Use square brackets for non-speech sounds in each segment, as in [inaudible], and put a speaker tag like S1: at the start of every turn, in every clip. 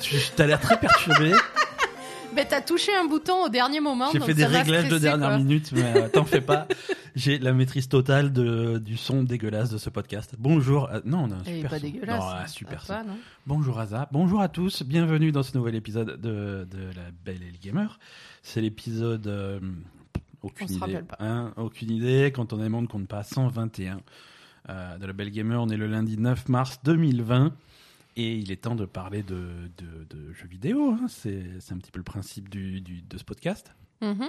S1: Tu as l'air très
S2: [laughs]
S1: perturbé.
S2: Mais t'as touché un bouton au dernier moment.
S1: J'ai
S2: Oh, donc
S1: fait des
S2: ça m'a
S1: réglages de
S2: stressé,
S1: dernière
S2: quoi.
S1: minute, mais euh, t'en fais
S2: [laughs]
S1: pas. J'ai la maîtrise totale de, du son dégueulasse de ce podcast. Bonjour. à- non, on a un
S2: Elle est
S1: super
S2: pas
S1: son.
S2: dégueulasse. hein. Ah,
S1: Non, un
S2: ça
S1: super son.
S2: va, non
S1: Bonjour Aza, bonjour à tous, bienvenue dans ce nouvel épisode de, de La Belle et le Gamer. C'est l'épisode. euh, aucune
S2: On se
S1: idée.
S2: rappelle pas.
S1: hein, aucune idée, quand on est monde, compte pas 121 euh, de La Belle Gamer. On est le lundi 9 mars 2020 et il est temps de parler de, de- de jeux vidéo. hein. C'est c'est un petit peu le principe du- du- de ce podcast.
S2: Mhm.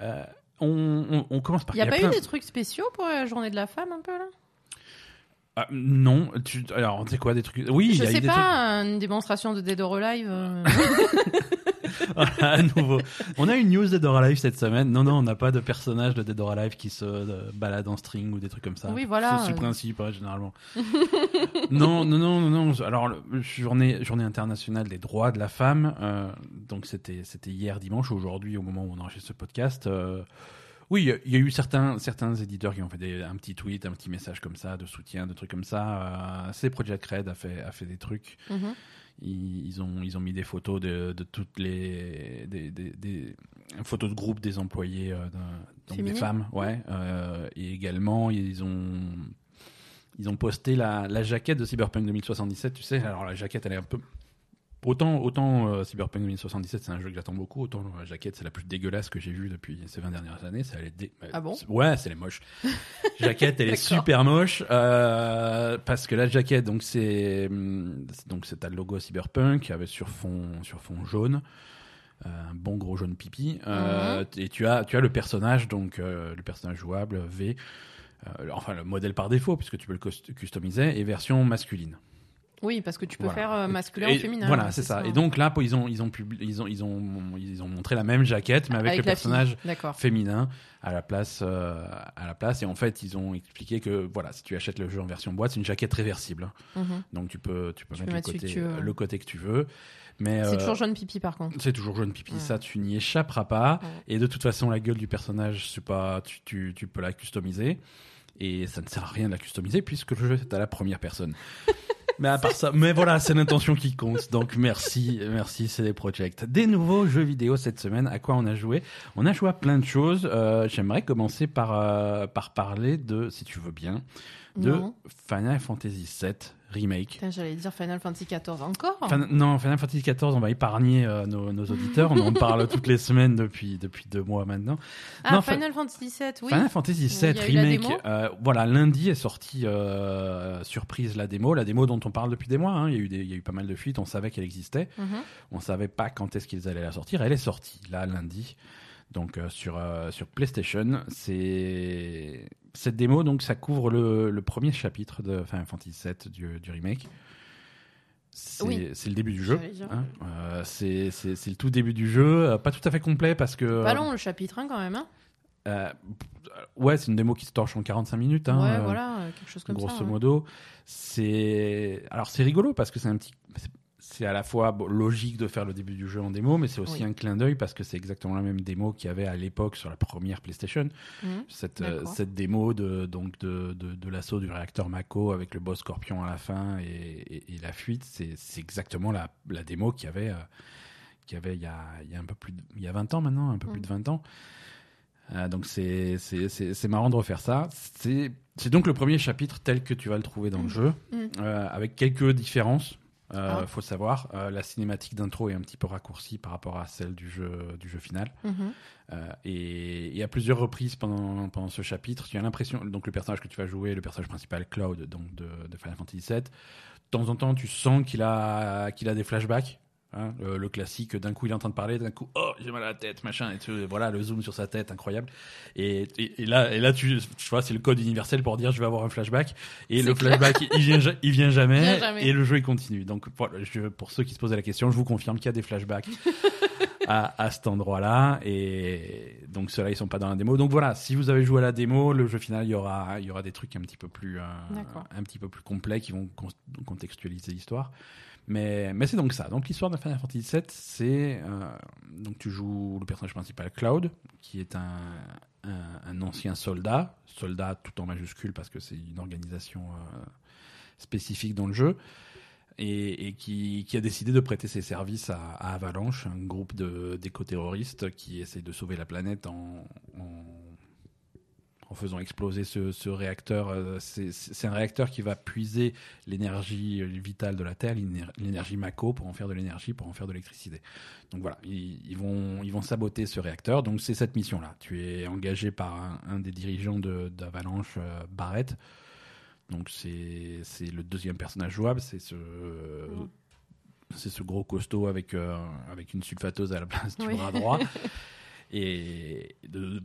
S1: Euh, on, on- on commence par.
S2: Il y a
S1: il y
S2: pas
S1: a plein-
S2: eu des trucs spéciaux pour la journée de la femme un peu là
S1: Ah, Non, tu... alors tu sais quoi, des trucs. Oui, il
S2: Je
S1: y a eu
S2: sais
S1: des
S2: pas,
S1: trucs.
S2: une démonstration de Dead or Alive.
S1: [laughs]
S2: euh,
S1: Voilà, [laughs] à nouveau. On a une news Dead or Alive cette semaine. Non, non, on n'a pas de personnage de Dead or Alive qui se euh, balade en string ou des trucs comme ça.
S2: Oui, voilà.
S1: C'est ce
S2: Euh.
S1: principe, hein, généralement. [laughs] non, non, non, non, non. Alors, le- journée, journée internationale des droits de la femme. euh, donc, c'était c'était hier dimanche. Aujourd'hui, au moment où on enregistre ce podcast. euh, oui, il y a- il y a eu certains, certains éditeurs qui ont fait des- un petit tweet, un petit message comme ça, de soutien, de trucs comme ça. Euh, c'est Project Red a fait, a fait des trucs.
S2: mhm.
S1: Ils, ils ont, ils ont mis des photos de, de toutes les des, des- des- photos de groupe des employés, euh, d'un- donc des
S2: Féminines.
S1: femmes, ouais. euh, et également, ils ont ils ont posté la, la jaquette de Cyberpunk 2077. Tu sais, alors la jaquette, elle est un peu autant autant euh, Cyberpunk 2077, c'est un jeu que j'attends beaucoup. Autant la jaquette, c'est la plus dégueulasse que j'ai vue depuis ces 20 dernières années. Ça, elle est dé-
S2: Ah bon
S1: c'est- Ouais, c'est les moches jaquette, elle est
S2: D'accord.
S1: super moche. euh, parce que la jaquette, donc c'est hum, c'est- donc c'est un logo cyberpunk avec sur fond sur fond jaune, euh, un bon gros jaune pipi. euh, Et tu as tu as le personnage donc euh, le personnage jouable V, euh, enfin le modèle par défaut puisque tu peux le cust- customiser et version masculine.
S2: Oui, parce que tu peux
S1: Voilà.
S2: faire euh, masculin
S1: Et-
S2: ou féminin. hein,
S1: Voilà, hein, c'est ça. Et donc là, ils ont ils ont publi- ils ont ils ont ils ont montré la même jaquette mais avec, le
S2: la
S1: personnage
S2: fille. D'accord.
S1: féminin à la place euh, à la place et en fait ils ont expliqué que voilà si tu achètes le jeu en version boîte c'est une jaquette réversible hein.
S2: Mhm.
S1: donc tu peux tu peux mettre,
S2: mettre
S1: le,
S2: celui que
S1: côté,
S2: tu veux.
S1: le côté que tu veux mais
S2: C'est
S1: euh,
S2: toujours jaune pipi par contre.
S1: c'est toujours jaune pipi
S2: Ouais.
S1: ça tu n'y échapperas pas
S2: Ouais.
S1: et de toute façon la gueule du personnage c'est pas tu, tu, tu peux la customiser et ça ne sert à rien de la customiser puisque le jeu est à la première
S2: [laughs]
S1: personne Mais à part ça, mais voilà, c'est l'intention qui compte. Donc merci, merci, c'est les projects. Des nouveaux jeux vidéo cette semaine. À quoi on a joué On a joué à plein de choses. Euh, J'aimerais commencer par euh, par parler de, si tu veux bien, de
S2: Non.
S1: Final Fantasy VII remake.
S2: Putain, j'allais dire Final Fantasy XIV encore.
S1: Fin- non, Final Fantasy XIV, on va épargner euh, nos, nos auditeurs. On en parle toutes les semaines depuis depuis deux mois maintenant.
S2: ah,
S1: non, fin-
S2: Final Fantasy VII, oui.
S1: Final Fantasy
S2: Il
S1: VII
S2: y a eu la
S1: remake.
S2: démo
S1: euh, voilà, lundi est sortie euh, surprise la démo, la démo dont on parle depuis des mois. hein. Il y a eu des- il y a eu pas mal de fuites. On savait qu'elle existait.
S2: Mhm.
S1: On savait pas quand est-ce qu'ils allaient la sortir. Elle est sortie là lundi, donc euh, sur euh, sur PlayStation. C'est cette démo donc ça couvre le, le premier chapitre de Final Fantasy VII du, du remake. C'est
S2: Oui.
S1: c'est le début du jeu.
S2: J'allais dire.
S1: hein. Euh, c'est c'est- c'est le tout début du jeu, euh, pas tout à fait complet parce que
S2: Pas long le chapitre hein, quand même. Hein.
S1: euh, ouais c'est une démo qui se torche en 45 minutes. hein,
S2: ouais,
S1: euh,
S2: voilà, euh, quelque chose comme
S1: grosso
S2: ça. ouais.
S1: modo. C'est alors c'est rigolo parce que c'est un petit c'est à la fois bon, logique de faire le début du jeu en démo, mais c'est aussi
S2: Oui.
S1: un clin d'œil parce que c'est exactement la même démo qu'il y avait à l'époque sur la première PlayStation.
S2: Mhm.
S1: Cette, euh,
S2: D'accord.
S1: cette démo de, donc de, de, de l'assaut du réacteur Mako avec le boss scorpion à la fin et, et- et la fuite, c'est c'est exactement la, la démo qu'il y avait, euh, qu'il y avait il, y a, il y a un peu plus de, il y a 20 ans maintenant, un peu plus
S2: Mhm.
S1: de 20 ans. Euh, donc c'est c'est- c'est c'est marrant de refaire ça. C'est c'est donc le premier chapitre tel que tu vas le trouver dans le
S2: Mhm.
S1: jeu,
S2: Mhm.
S1: euh, avec quelques différences. Euh,
S2: Ah.
S1: Faut savoir, euh, la cinématique d'intro est un petit peu raccourcie par rapport à celle du jeu du jeu final.
S2: Mhm.
S1: Euh, et, et à plusieurs reprises pendant, pendant ce chapitre, tu as l'impression, donc le personnage que tu vas jouer, le personnage principal, Cloud, donc de, de Final Fantasy VII, de temps en temps, tu sens qu'il a, qu'il a des flashbacks. hein, le, le classique, d'un coup il est en train de parler, d'un coup, oh, j'ai mal à la tête, machin, et tout, et voilà, le zoom sur sa tête, incroyable. Et, et- et là, et là tu, tu vois, c'est le code universel pour dire je vais avoir un flashback. Et
S2: C'est
S1: le flashback, il vient, ja- il vient jamais,
S2: [laughs] Il vient jamais.
S1: et le jeu il continue. Donc, voilà, je- pour ceux qui se posaient la question, je vous confirme qu'il y a des flashbacks à, à cet endroit-là. Et donc ceux-là, ils sont pas dans la démo. Donc voilà, si vous avez joué à la démo, le jeu final, il y aura, il y aura des trucs un petit peu plus, euh,
S2: D'accord.
S1: un petit peu plus complets qui vont con- contextualiser l'histoire. Mais, mais c'est donc ça. Donc l'histoire de Final Fantasy VII, c'est euh, donc tu joues le personnage principal Cloud, qui est un, un, un ancien soldat, soldat tout en majuscule parce que c'est une organisation euh, spécifique dans le jeu. et, et qui, qui a décidé de prêter ses services à, à Avalanche, un groupe de- d'éco-terroristes qui essaie de sauver la planète en, en, en faisant exploser ce, ce réacteur. euh, C'est c'est un réacteur qui va puiser l'énergie euh, vitale de la Terre, l'éner- l'énergie Mako, pour en faire de l'énergie, pour en faire de l'électricité. Donc voilà, ils, ils vont, ils vont saboter ce réacteur. Donc c'est cette mission-là. Tu es engagé par un, un des dirigeants de- d'Avalanche, euh, Barrett. Donc c'est c'est le deuxième personnage jouable, c'est ce
S2: Mm.
S1: c'est ce gros costaud avec euh, avec une sulfateuse à la place du
S2: Oui.
S1: bras droit. Et de-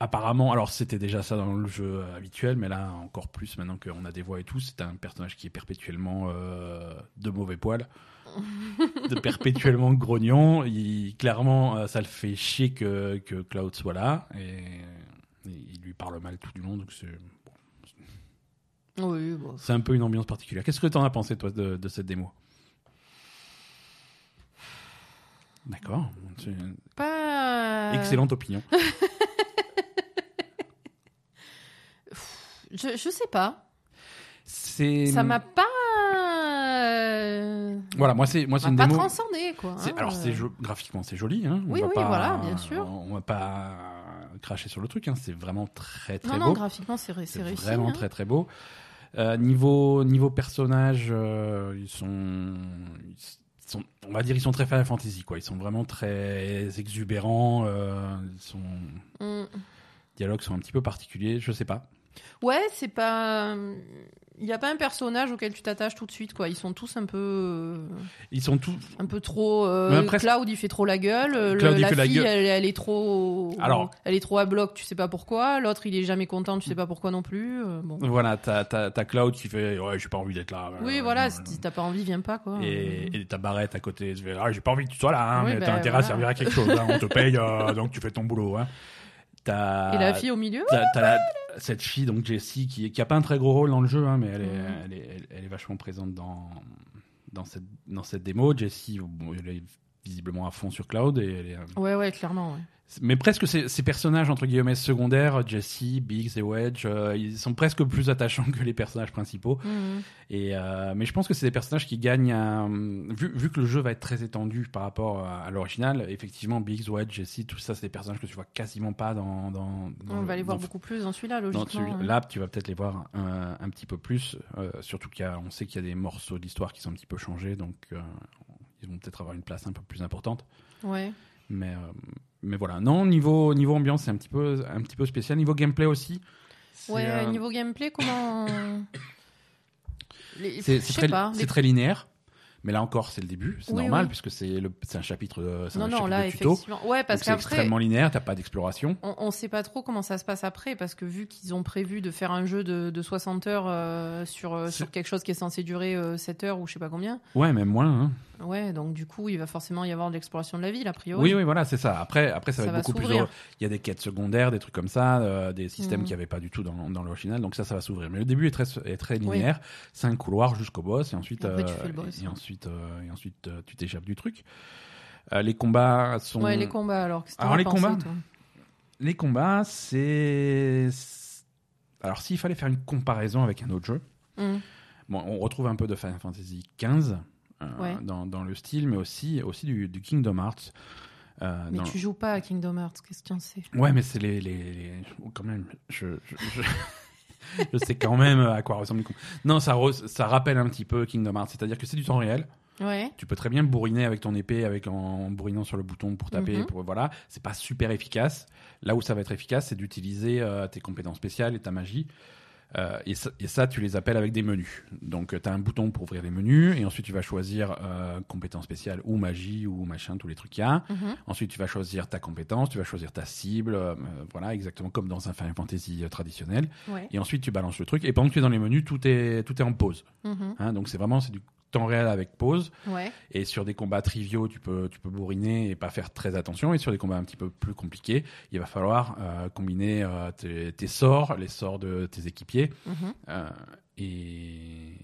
S1: apparemment, alors c'était déjà ça dans le jeu habituel, mais là encore plus maintenant qu'on a des voix et tout, c'est un personnage qui est perpétuellement euh, de mauvais poil, de perpétuellement grognon. Il, clairement, euh, ça le fait chier que, que Cloud soit là et, et il lui parle mal tout du long, donc c'est
S2: Oui, bon.
S1: c'est un peu une ambiance particulière. Qu'est-ce que t'en as pensé, toi, de, de cette démo D'accord. C'est une
S2: Pas.
S1: Excellente opinion.
S2: Je, je sais pas.
S1: C'est...
S2: Ça m'a pas. euh,
S1: Voilà, moi, c'est, moi, c'est
S2: m'a
S1: une
S2: pas
S1: démo...
S2: transcendé, quoi.
S1: c'est-
S2: hein,
S1: alors,
S2: euh.
S1: c'est jo- graphiquement, c'est joli. Hein.
S2: Oui,
S1: va
S2: oui,
S1: pas-
S2: voilà, bien sûr.
S1: On va pas cracher sur le truc. Hein. C'est vraiment très, très
S2: Non,
S1: beau.
S2: non, graphiquement, c'est ré-
S1: C'est
S2: c'est réussi.
S1: vraiment
S2: hein.
S1: très très beau. Euh, niveau niveau personnage, euh, ils sont ils sont on va dire ils sont très Final Fantasy quoi. Ils sont vraiment très exubérants. Euh, ils sont
S2: Mm.
S1: dialogues sont un petit peu particuliers. Je sais pas.
S2: Ouais, c'est pas. Il n'y a pas un personnage auquel tu t'attaches tout de suite, quoi. Ils sont tous un peu. euh,
S1: Ils sont tous
S2: un peu trop. euh,
S1: Mais presque-
S2: Cloud, il fait trop la gueule. euh, le-
S1: Cloud, il
S2: la
S1: fait la
S2: fille,
S1: gueule.
S2: Elle, elle est trop.
S1: Alors-
S2: Elle est trop à bloc, tu sais pas pourquoi. L'autre, il est jamais content, tu sais pas pourquoi non plus. euh, bon.
S1: voilà t'as t'as t'as Cloud qui fait ouais j'ai pas envie d'être là.
S2: Oui,
S1: Euh,
S2: voilà,
S1: non,
S2: si t'as pas envie, viens pas, quoi.
S1: Et, et ta barrette à côté, tu fais, ah, j'ai pas envie que tu sois là, hein,
S2: Oui,
S1: mais
S2: bah,
S1: t'as intérêt à
S2: voilà.
S1: servir à quelque chose, hein,
S2: [laughs]
S1: on te paye, euh, donc tu fais ton boulot. Hein. T'as-
S2: Et la fille au milieu
S1: T'as t'as la- cette fille, donc Jessie, qui, est- qui a pas un très gros rôle dans le jeu, hein, mais elle est,
S2: Mhm.
S1: elle, est, elle- elle est vachement présente dans, dans, cette, dans cette démo. Jessie, bon, elle est visiblement à fond sur Cloud. Et elle est, euh,
S2: Ouais, ouais, clairement. ouais.
S1: mais presque ces, ces personnages, entre guillemets, secondaires, Jessie, Biggs et Wedge, euh, ils sont presque plus attachants que les personnages principaux.
S2: Mhm.
S1: Et, euh, mais je pense que c'est des personnages qui gagnent, à- vu, vu que le jeu va être très étendu par rapport à, à l'original, effectivement, Biggs, Wedge, Jessie, tout ça, c'est des personnages que tu vois quasiment pas dans... dans, dans
S2: On
S1: le-
S2: va les voir
S1: dans-
S2: beaucoup plus dans celui-là,
S1: dans
S2: logiquement. hein.
S1: celui- là, tu vas peut-être les voir un, un petit peu plus, euh, surtout qu'on sait qu'il y a des morceaux d'histoire qui sont un petit peu changés, donc euh, ils vont peut-être avoir une place un peu plus importante.
S2: Ouais.
S1: Mais, euh, mais voilà, non, niveau, niveau ambiance, c'est un, petit peu- un petit peu spécial. Niveau gameplay aussi. c'est,
S2: Ouais,
S1: euh,
S2: niveau gameplay, comment.
S1: [coughs]
S2: Les-
S1: c'est
S2: je
S1: c'est
S2: sais
S1: très,
S2: pas.
S1: c'est
S2: les-
S1: très linéaire. Mais là encore, c'est le début, c'est
S2: Oui,
S1: normal,
S2: oui.
S1: puisque c'est le- c'est un chapitre, de- c'est
S2: Non,
S1: un
S2: non,
S1: chapitre
S2: là,
S1: de tuto.
S2: effectivement. Ouais,
S1: Donc
S2: parce
S1: c'est
S2: qu'après,
S1: extrêmement linéaire, t'as pas d'exploration.
S2: on, on sait pas trop comment ça se passe après, parce que vu qu'ils ont prévu de faire un jeu de, de 60 heures euh, sur, euh,
S1: C'est-
S2: sur quelque chose qui est censé durer euh, 7 heures ou je sais pas combien.
S1: Ouais, même moins. hein.
S2: Ouais, donc du coup, il va forcément y avoir de l'exploration de la ville, a priori.
S1: Oui, oui, voilà, c'est ça. Après, après ça, va
S2: Ça
S1: être
S2: va
S1: beaucoup plus
S2: s'ouvrir.
S1: heureux. Il y a des quêtes secondaires, des trucs comme ça, euh, des systèmes
S2: Mhm.
S1: qu'il n'y avait pas du tout dans, dans l'original. Donc ça, ça va s'ouvrir. Mais le début est très, est très linéaire. C'est un couloir jusqu'au boss. Et ensuite,
S2: Après, tu fais le boss.
S1: Et ensuite, euh, et ensuite euh, tu t'échappes du truc. Euh, les combats sont.
S2: Ouais, les combats, alors. qu'est-ce que
S1: Alors,
S2: t'en as
S1: les
S2: pensé,
S1: combats,
S2: toi
S1: Les combats, c'est. Alors, s'il fallait faire une comparaison avec un autre jeu,
S2: Hum.
S1: bon, on retrouve un peu de Final Fantasy XV euh,
S2: Ouais.
S1: dans, dans le style, mais aussi, aussi du, du Kingdom Hearts. Euh,
S2: Mais
S1: dans-
S2: tu joues pas à Kingdom Hearts, qu'est-ce que tu en sais
S1: Ouais, mais c'est les, les, les- oh, Quand même, je, je, je- [laughs] je sais quand même à quoi ressemble le coup. Non, ça, re- ça rappelle un petit peu Kingdom Hearts, c'est-à-dire que c'est du temps réel.
S2: Ouais.
S1: Tu peux très bien bourriner avec ton épée, avec en, bourrinant sur le bouton pour taper.
S2: Mhm.
S1: pour, voilà, c'est pas super efficace. Là où ça va être efficace, c'est d'utiliser euh, tes compétences spéciales et ta magie. Euh, et, ça, et ça, tu les appelles avec des menus. Donc, tu as un bouton pour ouvrir les menus, et ensuite tu vas choisir euh, compétences spéciales ou magie ou machin, tous les trucs qu'il y a.
S2: Mhm.
S1: Ensuite, tu vas choisir ta compétence, tu vas choisir ta cible, euh, voilà, exactement comme dans un Final Fantasy euh, traditionnel.
S2: Ouais.
S1: Et ensuite, tu balances le truc. Et pendant que tu es dans les menus, tout est, tout est en pause.
S2: Mhm.
S1: hein. Donc, c'est vraiment c'est du temps réel avec pause.
S2: Ouais.
S1: Et sur des combats triviaux, tu peux, tu peux bourriner et pas faire très attention. Et sur des combats un petit peu plus compliqués, il va falloir euh, combiner euh, tes, tes sorts, les sorts de tes équipiers.
S2: Mhm.
S1: euh, et,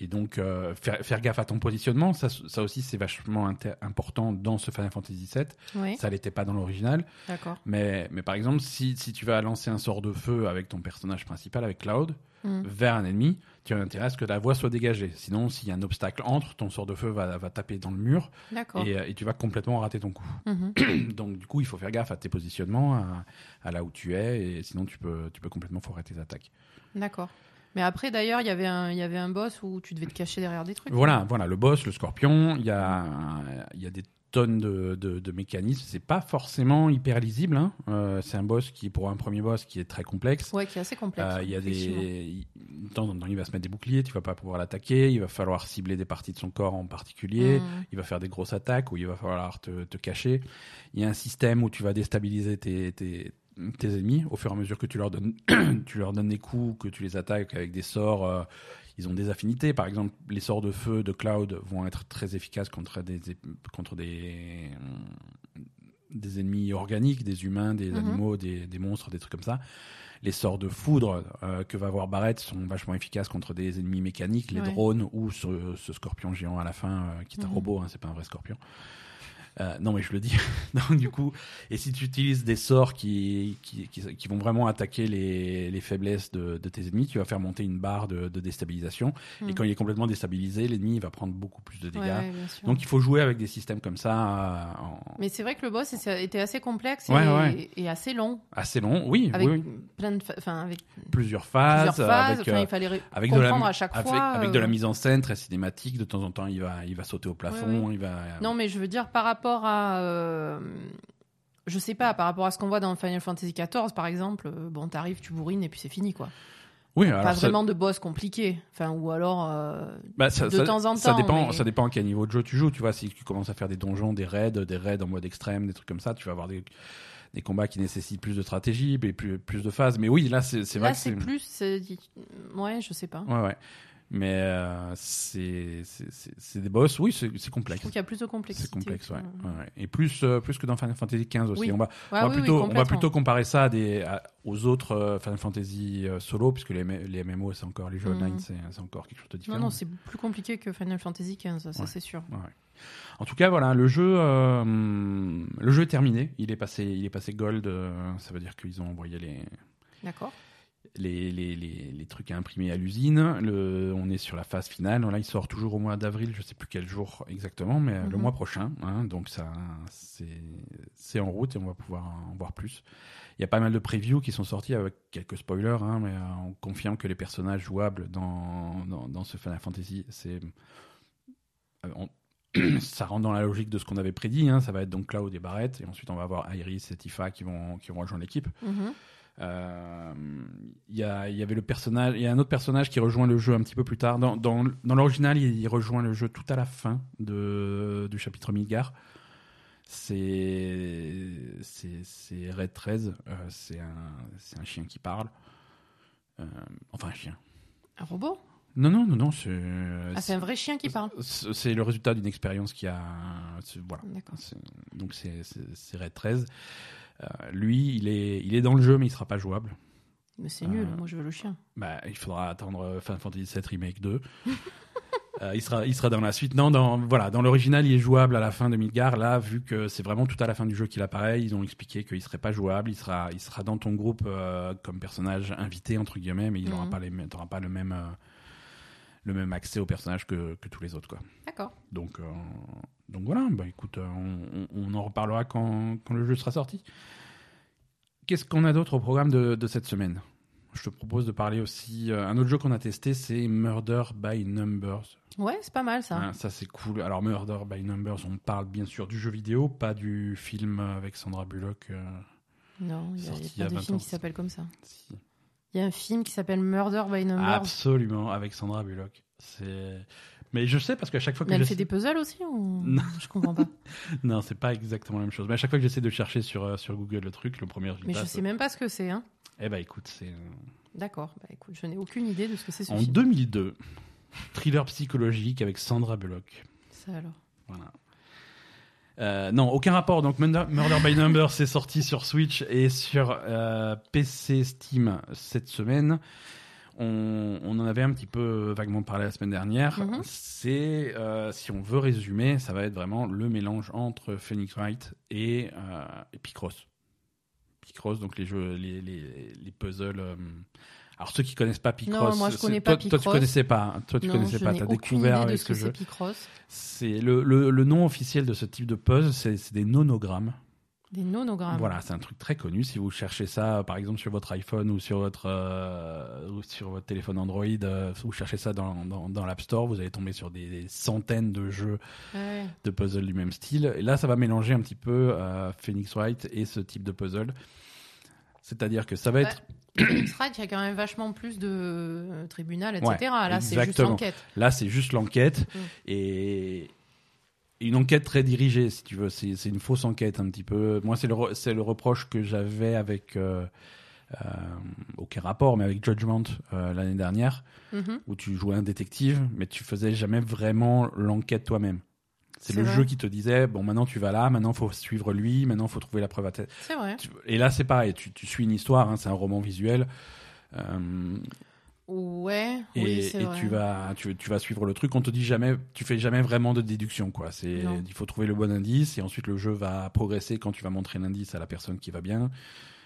S1: Et donc, euh, faire, faire gaffe à ton positionnement, ça, ça aussi, c'est vachement inté- important dans ce Final Fantasy VII.
S2: Oui,
S1: Ça l'était pas dans l'original.
S2: d'accord.
S1: Mais, mais par exemple, si, si tu vas lancer un sort de feu avec ton personnage principal, avec Cloud,
S2: Mm.
S1: vers un ennemi, tu as intérêt à ce que la voie soit dégagée. Sinon, s'il y a un obstacle entre, ton sort de feu va, va taper dans le mur
S2: D'accord.
S1: et, euh, et tu vas complètement rater ton coup.
S2: Mhm.
S1: Donc, du coup, il faut faire gaffe à tes positionnements, à, à là où tu es, et sinon, tu peux, tu peux complètement foirer tes attaques.
S2: D'accord. Mais après, d'ailleurs, il y avait un- il y avait un boss où tu devais te cacher derrière des trucs. hein.
S1: Voilà, voilà, le boss, le scorpion, il y a, il y a des tonnes de, de, de mécanismes. C'est pas forcément hyper lisible. hein. Euh, c'est un boss qui, pour un premier boss, qui est très complexe.
S2: Ouais, qui est assez complexe.
S1: Euh, Il y a
S2: effectivement.
S1: des. de temps en temps, il va se mettre des boucliers, tu vas pas pouvoir l'attaquer. Il va falloir cibler des parties de son corps en particulier.
S2: Mm.
S1: Il va faire des grosses attaques où il va falloir te, te cacher. Il y a un système où tu vas déstabiliser tes, tes, tes ennemis au fur et à mesure que tu leur donnes, [clears throat] tu leur donnes des coups, que tu les attaques avec des sorts. euh, ils ont des affinités. Par exemple, les sorts de feu de Cloud vont être très efficaces contre des, contre des, des ennemis organiques, des humains, des
S2: Mhm.
S1: animaux, des, des monstres, des trucs comme ça. Les sorts de foudre euh, que va avoir Barrett sont vachement efficaces contre des ennemis mécaniques, les
S2: Ouais.
S1: drones ou ce, ce scorpion géant à la fin, euh, qui est un
S2: Mhm.
S1: robot, hein, c'est pas un vrai scorpion. Euh, non mais je le dis. [laughs] Donc du coup, et si tu utilises des sorts qui, qui, qui, qui vont vraiment attaquer les, les faiblesses de, de tes ennemis, tu vas faire monter une barre de, de déstabilisation. Et
S2: Mhm.
S1: quand il est complètement déstabilisé, l'ennemi il va prendre beaucoup plus de dégâts.
S2: Ouais, ouais, bien sûr.
S1: Donc il faut jouer avec des systèmes comme ça, euh, en-
S2: Mais c'est vrai que le boss c'est- était assez complexe
S1: Ouais,
S2: et,
S1: ouais.
S2: et assez long.
S1: assez long. Oui,
S2: Avec
S1: oui, oui.
S2: plein de. fa- Enfin, avec
S1: plusieurs
S2: plusieurs
S1: phases,
S2: phases.
S1: avec,
S2: enfin,
S1: euh,
S2: il fallait ré-
S1: avec de la
S2: comprendre à chaque
S1: avec,
S2: fois.
S1: avec de la
S2: euh,
S1: mise en scène très cinématique. De temps en temps, il va, il va sauter au plafond,
S2: Ouais,
S1: il va.
S2: Non, mais je veux dire par rapport à. euh, Je sais pas, par rapport à ce qu'on voit dans Final Fantasy XIV, par exemple, euh, bon, t'arrives, tu bourrines et puis c'est fini, quoi.
S1: oui, alors
S2: pas
S1: ça-
S2: vraiment de boss compliqué. Enfin, ou alors. euh,
S1: bah, ça-
S2: de
S1: ça-
S2: temps en
S1: Ça
S2: temps,
S1: dépend,
S2: mais-
S1: ça dépend à quel niveau de jeu tu joues. Tu vois, si tu commences à faire des donjons, des raids, des raids en mode extrême, des trucs comme ça, tu vas avoir des, des combats qui nécessitent plus de stratégie, mais plus, plus de phases. Mais oui, là, c'est c'est vrai
S2: Là,
S1: que c'est.
S2: c'est plus. c'est- Ouais, je sais pas.
S1: Ouais, ouais. Mais euh, c'est c'est- c'est- c'est des boss. Oui, c'est c'est
S2: Je
S1: complexe.
S2: trouve qu'il y a plus de complexité.
S1: C'est complexe,
S2: que-
S1: ouais. ouais, ouais. Et plus, euh, plus que dans Final Fantasy XV aussi.
S2: Oui.
S1: On va,
S2: Ouais,
S1: on va
S2: oui, oui,
S1: plutôt, on va
S2: complètement.
S1: plutôt comparer ça à des, à- aux autres euh, Final Fantasy euh, solo, puisque les, M- les MMO, c'est encore les jeux
S2: Mhm.
S1: online, c'est c'est encore quelque chose de différent.
S2: Non, non, c'est plus compliqué que Final Fantasy XV, ça
S1: Ouais.
S2: c'est sûr.
S1: En tout cas, voilà, le jeu, euh, hum, le jeu est terminé. Il est passé, il est passé gold. euh, ça veut dire qu'ils ont envoyé les,
S2: D'accord.
S1: les, les, les, les trucs à imprimer à l'usine. Le, on est sur la phase finale. Là, il sort toujours au mois d'avril, je sais plus quel jour exactement, mais le
S2: Mhm.
S1: mois prochain. hein. donc ça, c'est c'est en route et on va pouvoir en voir plus. Il y a pas mal de previews qui sont sortis avec quelques spoilers, hein, mais euh, on confirme que les personnages jouables dans, dans, dans ce Final Fantasy, c'est euh, on- [clears throat] ça rentre dans la logique de ce qu'on avait prédit. hein. ça va être donc Cloud et Barrett, et ensuite on va avoir Iris et Tifa qui vont qui vont rejoindre l'équipe.
S2: Mhm.
S1: Euh, Il y, a- il y avait le personnage, il y a un autre personnage qui rejoint le jeu un petit peu plus tard. Dans, dans, l- dans l'original, il, il rejoint le jeu tout à la fin de, du chapitre Midgar. C'est, c'est, c'est Red 13, euh, c'est, un, c'est un chien qui parle. Euh, enfin, un chien.
S2: Un robot
S1: Non, non, non, non, Bah, c'est.
S2: Ah, c'est un vrai chien qui parle.
S1: c'est- c'est le résultat d'une expérience qui a. c'est- voilà.
S2: D'accord.
S1: C'est- Donc c'est- c'est c'est Red 13. Euh, lui, il est, il est dans le jeu, mais il sera pas jouable.
S2: Mais c'est nul,
S1: Euh,
S2: moi je veux le chien.
S1: Bah, il faudra attendre euh, Final Fantasy VII Remake 2. [laughs] Euh, il, sera, il sera dans la suite. Non, dans, voilà, dans l'original, il est jouable à la fin de Midgar. Là, vu que c'est vraiment tout à la fin du jeu qu'il apparaît, ils ont expliqué qu'il serait pas jouable. Il sera, il sera dans ton groupe euh, comme personnage invité, entre guillemets, mais il
S2: Mhm.
S1: n'aura pas, les mêmes- t'auras pas le, même, euh, le même accès au personnage que, que tous les autres. Quoi.
S2: D'accord.
S1: Donc, euh, donc voilà, bah écoute, euh, on, on- on en reparlera quand, quand le jeu sera sorti. Qu'est-ce qu'on a d'autre au programme de, de cette semaine Je te propose de parler aussi. euh, un autre jeu qu'on a testé, c'est Murder by Numbers.
S2: Ouais, c'est pas mal ça.
S1: Hein, ça, c'est cool. Alors, Murder by Numbers, on parle bien sûr du jeu vidéo, pas du film avec Sandra Bullock. euh,
S2: Non, il y a,
S1: Sorti
S2: il y
S1: il y a
S2: a plein de
S1: 20 ans,
S2: films qui
S1: ça.
S2: s'appellent comme ça.
S1: si.
S2: Il y a un film qui s'appelle Murder by
S1: Ah,
S2: Numbers.
S1: Absolument, avec Sandra Bullock. C'est. Mais je sais parce qu'à chaque fois que
S2: Mais elle
S1: je
S2: fait des puzzles aussi ou...
S1: Non.
S2: Je
S1: [laughs]
S2: comprends pas.
S1: non, c'est pas exactement la même chose. Mais à chaque fois que j'essaie de chercher sur euh, sur Google le truc, le premier
S2: Mais
S1: résultat,
S2: je sais même pas ce que c'est. Hein.
S1: Eh ben écoute, c'est
S2: D'accord. Bah, écoute, je n'ai aucune idée de ce que c'est ce
S1: en
S2: film.
S1: 2002, thriller psychologique avec Sandra Bullock.
S2: Ça alors.
S1: Voilà. Euh, non, aucun rapport. Donc Murder, Murder by Number, c'est sorti sur Switch et sur euh, PC Steam cette semaine. on, on en avait un petit peu vaguement parlé la semaine dernière.
S2: Mhm.
S1: C'est, euh, si on veut résumer, ça va être vraiment le mélange entre Phoenix Wright et, euh, et Picross. Picross, donc les jeux, les, les, les puzzles. euh, alors ceux qui connaissent pas Picross,
S2: moi, je
S1: c'est-
S2: connais
S1: toi,
S2: pas
S1: toi tu
S2: Picross.
S1: connaissais pas, hein. toi tu
S2: non,
S1: connaissais
S2: je
S1: pas,
S2: n'ai
S1: t'as
S2: aucune
S1: découvert
S2: idée de
S1: avec
S2: ce
S1: ce
S2: que c'est
S1: jeu.
S2: Picross.
S1: C'est le, le- le nom officiel de ce type de puzzle, c'est c'est des nonogrammes.
S2: Des nonogrammes.
S1: Voilà, c'est un truc très connu. Si vous cherchez ça, euh, par exemple, sur votre iPhone ou sur votre, euh, ou sur votre téléphone Android, euh, vous cherchez ça dans, dans, dans l'App Store, vous allez tomber sur des, des centaines de jeux
S2: Ouais.
S1: de puzzles du même style. Et là, ça va mélanger un petit peu euh, Phoenix Wright et ce type de puzzle. C'est-à-dire que ça va
S2: Bah,
S1: être.
S2: Phoenix Wright, il y a quand même vachement plus de euh, tribunal, etc.
S1: Ouais,
S2: Là, c'est juste
S1: exactement.
S2: l'enquête.
S1: Là, c'est juste l'enquête
S2: Mm.
S1: et une enquête très dirigée, si tu veux. C'est c'est une fausse enquête un petit peu. Moi, c'est le, re- c'est le reproche que j'avais avec euh, euh, aucun rapport, mais avec Judgment euh, l'année dernière,
S2: Mhm.
S1: où tu jouais un détective, mais tu faisais jamais vraiment l'enquête toi-même. C'est
S2: C'est
S1: le
S2: vrai.
S1: jeu qui te disait bon, maintenant tu vas là, maintenant faut suivre lui, maintenant faut trouver la preuve à tête.
S2: C'est vrai.
S1: Tu- Et là, c'est pareil. Tu, tu suis une histoire, hein, c'est un roman visuel. Euh,
S2: Ouais,
S1: et,
S2: oui, c'est
S1: et
S2: vrai.
S1: tu vas tu, tu vas suivre le truc on te dit jamais tu fais jamais vraiment de déduction quoi c'est
S2: Non.
S1: il faut trouver le bon indice et ensuite le jeu va progresser quand tu vas montrer l'indice à la personne qui va bien [clears throat]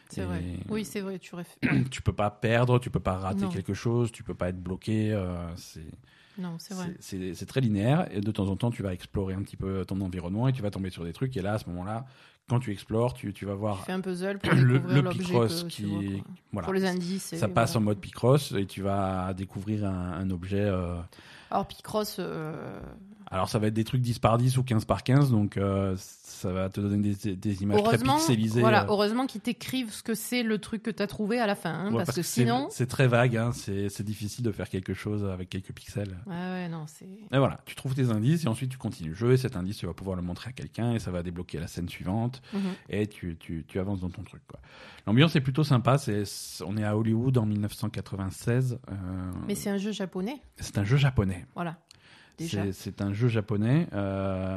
S2: C'est
S1: et-
S2: vrai. Oui, c'est vrai. Tu réf-
S1: tu peux pas perdre tu peux pas rater
S2: Non.
S1: quelque chose tu peux pas être bloqué euh, c'est
S2: Non, c'est vrai.
S1: c'est- c'est c'est très linéaire et de temps en temps tu vas explorer un petit peu ton environnement et tu vas tomber sur des trucs et là à ce moment là quand tu explores tu, tu vas
S2: Tu
S1: voir
S2: fais un puzzle pour
S1: le-
S2: découvrir
S1: le
S2: l'objet
S1: Picross
S2: que tu
S1: qui-
S2: vois, quoi.
S1: voilà
S2: Pour les indices. et
S1: ça passe en
S2: voilà.
S1: mode Picross et tu vas découvrir un, un objet euh,
S2: Alors, Picross, euh,
S1: Alors ça va être des trucs 10 par 10 ou 15 par 15, donc euh, ça va te donner des, des images très
S2: heureusement,
S1: pixelisées.
S2: voilà,
S1: euh,
S2: heureusement qu'ils t'écrivent ce que c'est le truc que t'as trouvé à la fin. hein,
S1: ouais,
S2: parce, que,
S1: c'est-
S2: sinon.
S1: C'est très vague, hein, c'est c'est difficile de faire quelque chose avec quelques pixels.
S2: Ouais, ouais, non, c'est.
S1: Et voilà, tu trouves tes indices et ensuite tu continues le jeu et cet indice tu vas pouvoir le montrer à quelqu'un et ça va débloquer la scène suivante
S2: Mhm.
S1: et tu, tu, tu avances dans ton truc. quoi. L'ambiance est plutôt sympa, c'est c'est- on est à Hollywood en 1996. euh,
S2: Mais c'est un jeu japonais.
S1: c'est un jeu japonais.
S2: Voilà. Déjà.
S1: C'est c'est un jeu japonais. euh,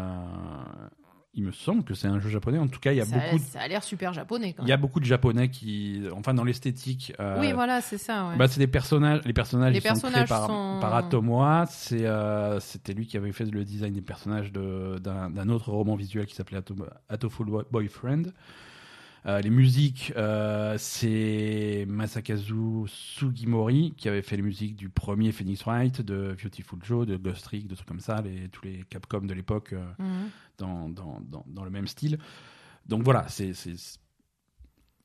S1: il me semble que c'est un jeu japonais. En tout cas, il y a
S2: ça,
S1: beaucoup de
S2: ça a l'air super japonais quand
S1: Il y a
S2: même.
S1: beaucoup de japonais qui, enfin dans l'esthétique, euh,
S2: Oui, voilà, c'est ça. ouais.
S1: bah, c'est des personnages, les personnages,
S2: Les
S1: ils sont créés
S2: personnages
S1: par,
S2: sont-
S1: par Atomoa. C'est, euh, c'était lui qui avait fait le design des personnages de- d'un d'un autre roman visuel qui s'appelait Atom- Atoful Boy- Boyfriend. Euh, les musiques, euh, c'est Masakazu Sugimori qui avait fait les musiques du premier Phoenix Wright, de Beautiful Joe, de Ghost Trick, de trucs comme ça, les, tous les Capcom de l'époque. euh,
S2: Mhm.
S1: dans, dans, dans, dans le même style. Donc voilà, c'est c'est- c'est-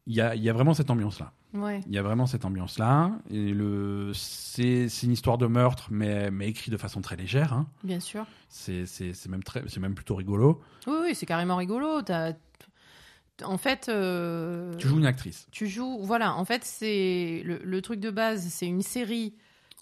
S1: il y a, il y a vraiment cette ambiance-là.
S2: Ouais.
S1: Il y a vraiment cette ambiance-là. Et le c'est c'est une histoire de meurtre, mais, mais écrite de façon très légère. hein.
S2: Bien sûr.
S1: C'est c'est- c'est même, très- c'est même plutôt rigolo.
S2: Oui, oui, c'est carrément rigolo. T'as- En fait, euh,
S1: Tu joues une actrice.
S2: tu joues- Voilà, en fait, c'est le, le truc de base, c'est une série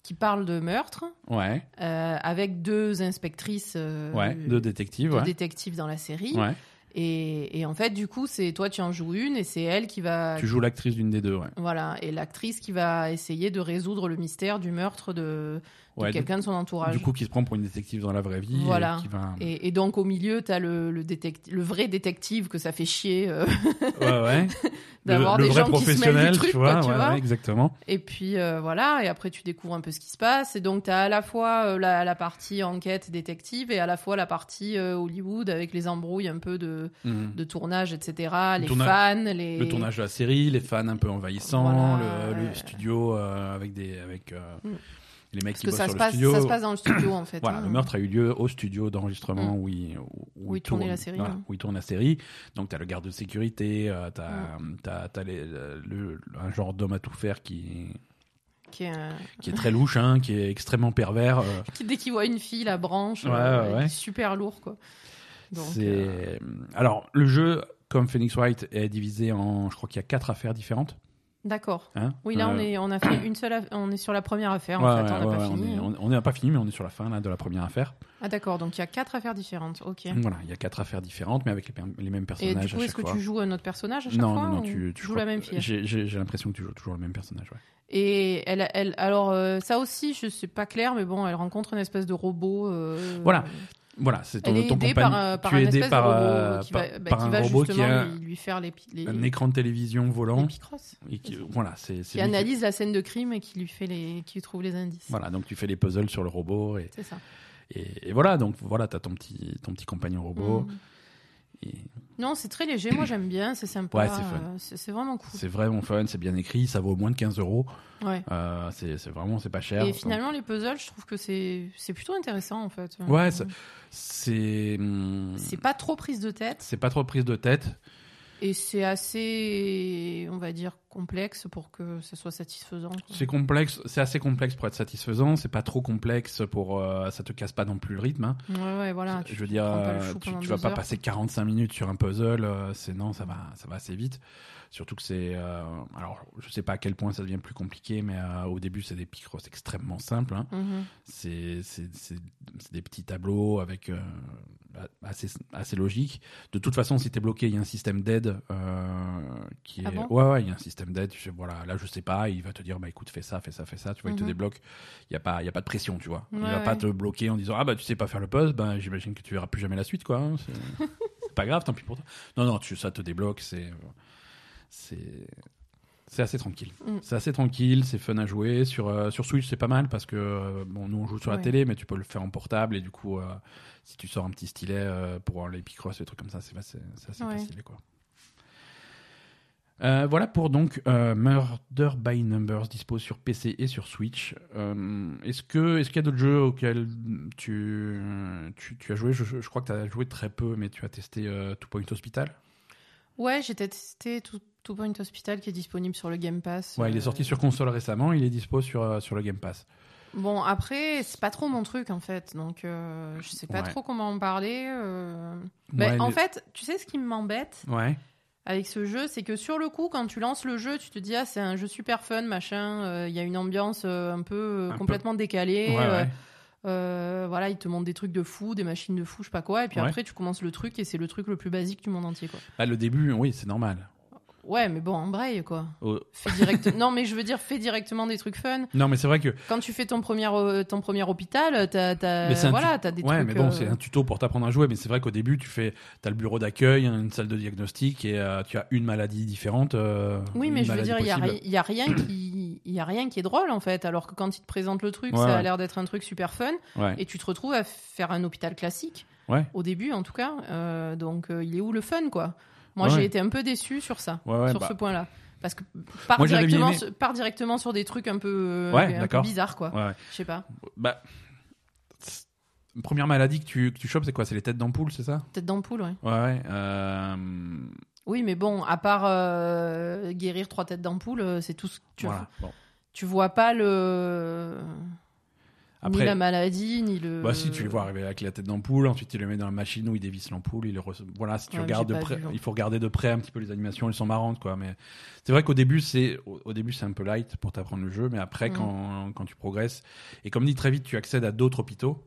S2: qui parle de meurtre
S1: Ouais,
S2: euh, avec deux inspectrices, euh,
S1: ouais, deux détectives.
S2: deux
S1: Ouais.
S2: détectives dans la série.
S1: Ouais.
S2: Et, et en fait, du coup, c'est toi, tu en joues une et c'est elle qui va.
S1: Tu joues l'actrice d'une des deux. Ouais,
S2: Voilà, et l'actrice qui va essayer de résoudre le mystère du meurtre de, de
S1: Ouais, du,
S2: quelqu'un de son entourage.
S1: du coup, qui se prend pour une détective dans la vraie vie. et
S2: Voilà.
S1: qui va...
S2: Et, et donc au milieu, t'as le, le, détect- le vrai détective que ça fait chier euh,
S1: Ouais, ouais.
S2: [laughs] d'avoir
S1: Le- le
S2: des
S1: vrai
S2: gens qui se mêlent
S1: professionnel,
S2: du truc, quoi, tu
S1: ouais,
S2: vois.
S1: ouais, exactement.
S2: Et puis euh, voilà, et après tu découvres un peu ce qui se passe. Et donc t'as à la fois euh, la, la partie enquête détective et à la fois la partie euh, Hollywood avec les embrouilles un peu de,
S1: Mhm.
S2: de tournage, etc. Les
S1: tourna-
S2: fans, les...
S1: Le tournage de la série, les fans un peu envahissants,
S2: Voilà.
S1: le, le studio euh, avec des avec euh,
S2: Mm.
S1: les mecs
S2: Parce
S1: qui
S2: que
S1: bossent
S2: ça
S1: sur
S2: se,
S1: le
S2: passe,
S1: studio.
S2: ça se passe dans le studio en fait.
S1: Voilà,
S2: hein.
S1: le meurtre a eu lieu au studio d'enregistrement où il, où,
S2: Où
S1: il
S2: il tournait
S1: tourne-
S2: la série,
S1: voilà,
S2: hein.
S1: où il tourne la série. Donc t'as le garde de sécurité, euh, t'as
S2: Mm.
S1: t'as- t'as les- le, le- un genre d'homme à tout faire qui
S2: Qui est, euh,
S1: qui est très louche, hein, qui est extrêmement pervers. euh,
S2: qui, dès qu'il voit une fille, la branche,
S1: Ouais,
S2: euh,
S1: ouais, ouais.
S2: est super lourd quoi. [laughs] Donc,
S1: c'est
S2: euh,
S1: alors le jeu comme Phoenix Wright est divisé en, je crois qu'il y a quatre affaires différentes.
S2: D'accord.
S1: hein.
S2: Oui, là
S1: Euh,
S2: on, est, on a fait une seule, aff- on est sur la première affaire Ah, en
S1: ouais,
S2: fait, on n'a
S1: ouais,
S2: pas
S1: ouais,
S2: fini. hein.
S1: est- on- on n'a pas fini, mais on est sur la fin là, de la première affaire.
S2: Ah d'accord, donc il y a quatre affaires différentes, ok.
S1: Voilà, il y a quatre affaires différentes, mais avec les, per- les mêmes
S2: Et
S1: personnages
S2: du coup,
S1: à
S2: est-ce
S1: chaque
S2: que
S1: fois.
S2: tu joues un autre personnage à chaque
S1: non,
S2: fois
S1: non, non,
S2: ou
S1: tu, tu
S2: joues
S1: crois-
S2: la même fille.
S1: J'ai j'ai- j'ai l'impression que tu joues toujours le même personnage. ouais.
S2: Et elle, elle, alors euh, ça aussi, je sais pas clair, mais bon, elle rencontre une espèce de robot. euh,
S1: Voilà. Voilà, c'est ton,
S2: Elle est
S1: ton
S2: aidée
S1: compagnon.
S2: par, un- par
S1: tu
S2: un
S1: es aidé
S2: espèce
S1: par,
S2: de
S1: euh,
S2: robot qui va,
S1: par-
S2: bah,
S1: par
S2: qui
S1: un
S2: va
S1: robot qui
S2: justement
S1: a
S2: lui, lui faire les, pi- les,
S1: un écran de télévision
S2: les
S1: volant.
S2: picross.
S1: Et qui, voilà, c'est c'est
S2: qui
S1: lui qui-
S2: analyse la scène de crime et qui lui fait les, qui lui trouve les indices.
S1: Voilà, donc tu fais les puzzles sur le robot et,
S2: C'est ça.
S1: et, et voilà, donc voilà, t'as ton petit, ton petit compagnon robot.
S2: Mm.
S1: Et
S2: Non, c'est très léger. Moi, j'aime bien. C'est sympa.
S1: Ouais, c'est fun.
S2: euh, c'est c'est vraiment cool.
S1: C'est vraiment fun, c'est bien écrit, ça vaut moins de 15 euros.
S2: Ouais.
S1: Euh, C'est c'est vraiment, c'est pas cher.
S2: Et
S1: Donc,
S2: finalement, les puzzles, je trouve que c'est c'est plutôt intéressant en fait.
S1: Ouais, c'est- c'est. hum,
S2: Mm. c'est pas trop prise de tête
S1: C'est pas trop prise de tête.
S2: et c'est assez, on va dire, complexe pour que ça soit satisfaisant. quoi.
S1: C'est complexe, c'est assez complexe pour être satisfaisant. C'est pas trop complexe pour, euh, ça te casse pas non plus le rythme. hein.
S2: Ouais, ouais, voilà.
S1: Je veux dire,
S2: Ah, prends pas le
S1: euh,
S2: chou
S1: tu,
S2: pendant
S1: tu vas
S2: deux
S1: pas
S2: heures.
S1: passer 45 minutes sur un puzzle. euh, c'est non, ça va, ça va assez vite. Surtout que c'est, euh, alors, je sais pas à quel point ça devient plus compliqué, mais euh, au début c'est des picross extrêmement simples. hein.
S2: Mhm.
S1: C'est c'est- c'est- c'est des petits tableaux avec euh, assez, assez logique. De toute façon, si t'es bloqué, il y a un système d'aide euh, qui est.
S2: Ah bon
S1: ouais, ouais, il y a un système d'aide. Tu sais, voilà, là, je sais pas. Il va te dire, bah écoute, fais ça, fais ça, fais ça. Tu vois, il te
S2: Mhm.
S1: débloque. Il y a pas, il y a pas de pression, tu vois. il
S2: Ouais,
S1: va pas
S2: ouais.
S1: te bloquer en disant, ah bah tu sais pas faire le puzzle. Ben j'imagine que tu verras plus jamais la suite, quoi. hein. C'est
S2: [laughs]
S1: c'est pas grave, tant pis pour toi. Non, non, tu, ça te débloque. C'est, euh, c'est. C'est assez tranquille.
S2: Mm.
S1: C'est assez tranquille, c'est fun à jouer. Sur, euh, sur Switch, c'est pas mal parce que euh, bon, nous, on joue sur la
S2: Ouais.
S1: télé, mais tu peux le faire en portable. Et du coup, euh, si tu sors un petit stylet euh, pour les picross et des trucs comme ça, c'est assez, c'est assez
S2: Ouais.
S1: facile. Quoi. Euh, voilà pour donc euh, Murder by Numbers dispo sur PC et sur Switch. Euh, est-ce que est-ce qu'il y a d'autres jeux auxquels tu, tu, tu as joué je, je- je crois que tu as joué très peu, mais tu as testé euh, Two Point Hospital.
S2: Ouais, j'ai testé tout, Two Point Hospital qui est disponible sur le Game Pass.
S1: Ouais, il est
S2: Euh,
S1: sorti sur console récemment, il est dispo sur, euh, sur le Game Pass.
S2: Bon, après, c'est pas trop mon truc en fait, donc euh, je sais pas
S1: Ouais.
S2: trop comment en parler. euh. Ben,
S1: Ouais,
S2: en
S1: les-
S2: fait, tu sais ce qui m'embête
S1: Ouais.
S2: avec ce jeu, c'est que sur le coup, quand tu lances le jeu, tu te dis ah c'est un jeu super fun, machin. euh, Il y a une ambiance euh, un peu euh,
S1: Un peu-
S2: complètement décalée.
S1: Ouais,
S2: euh,
S1: ouais.
S2: euh, voilà, ils te montrent des trucs de fou, des machines de fou, je sais pas quoi. Et puis
S1: Ouais.
S2: après, tu commences le truc et c'est le truc le plus basique du monde entier quoi.
S1: Bah, le début, oui, c'est normal.
S2: Ouais, mais bon, en braille quoi.
S1: Oh.
S2: Fais direct. [laughs] non, mais je veux dire, fais directement des trucs fun.
S1: Non, mais c'est vrai que.
S2: Quand tu fais ton premier euh, ton premier hôpital, t'as t'as-
S1: Mais c'est un
S2: voilà, t'as des
S1: ouais,
S2: trucs.
S1: mais bon,
S2: euh,
S1: c'est un tuto pour t'apprendre à jouer. Mais c'est vrai qu'au début, tu fais. T'as le bureau d'accueil, une salle de diagnostic et euh, tu as une maladie différente. euh,
S2: Oui,
S1: une
S2: mais je veux
S1: maladie
S2: dire, il y a,
S1: possible.
S2: ri- il y a rien qui, il y a rien qui est drôle en fait. Alors que quand ils te présentent le truc,
S1: Ouais,
S2: ça
S1: ouais.
S2: a l'air d'être un truc super fun,
S1: Ouais.
S2: et tu te retrouves à faire un hôpital classique.
S1: Ouais.
S2: Au début, en tout cas. Euh, donc, euh, il est où le fun, quoi Moi,
S1: Ouais.
S2: j'ai été un peu déçu sur ça,
S1: Ouais, ouais,
S2: sur
S1: bah,
S2: ce point-là, parce que part
S1: Moi, j'avais bien
S2: directement,
S1: aimé.
S2: sur- part directement sur des trucs un peu, euh,
S1: Ouais,
S2: un peu
S1: d'accord.
S2: bizarres, quoi.
S1: ouais, ouais.
S2: Je sais pas.
S1: Bah, c'est- Première maladie que tu, que tu chopes, c'est quoi C'est les têtes d'ampoule, c'est ça
S2: Peut-être d'ampoule, ouais.
S1: Ouais, ouais. euh,
S2: Oui, mais bon, à part euh, guérir trois têtes d'ampoule, euh, c'est tout ce que tu,
S1: voilà. Bon.
S2: tu vois pas le. ni la
S1: Après,
S2: maladie, ni le.
S1: bah, si tu les vois arriver avec la tête d'ampoule, ensuite tu les mets dans la machine où ils dévissent l'ampoule. ils les rece- Voilà, si tu
S2: Ouais, mais
S1: regardes
S2: j'ai
S1: de
S2: pas
S1: près,
S2: vu, hein. non.
S1: il faut regarder de près un petit peu les animations, elles sont marrantes, quoi. Mais c'est vrai qu'au début, c'est au au début c'est un peu light pour t'apprendre le jeu, mais après,
S2: Mhm.
S1: quand, quand tu progresses, et comme dit très vite, tu accèdes à d'autres hôpitaux.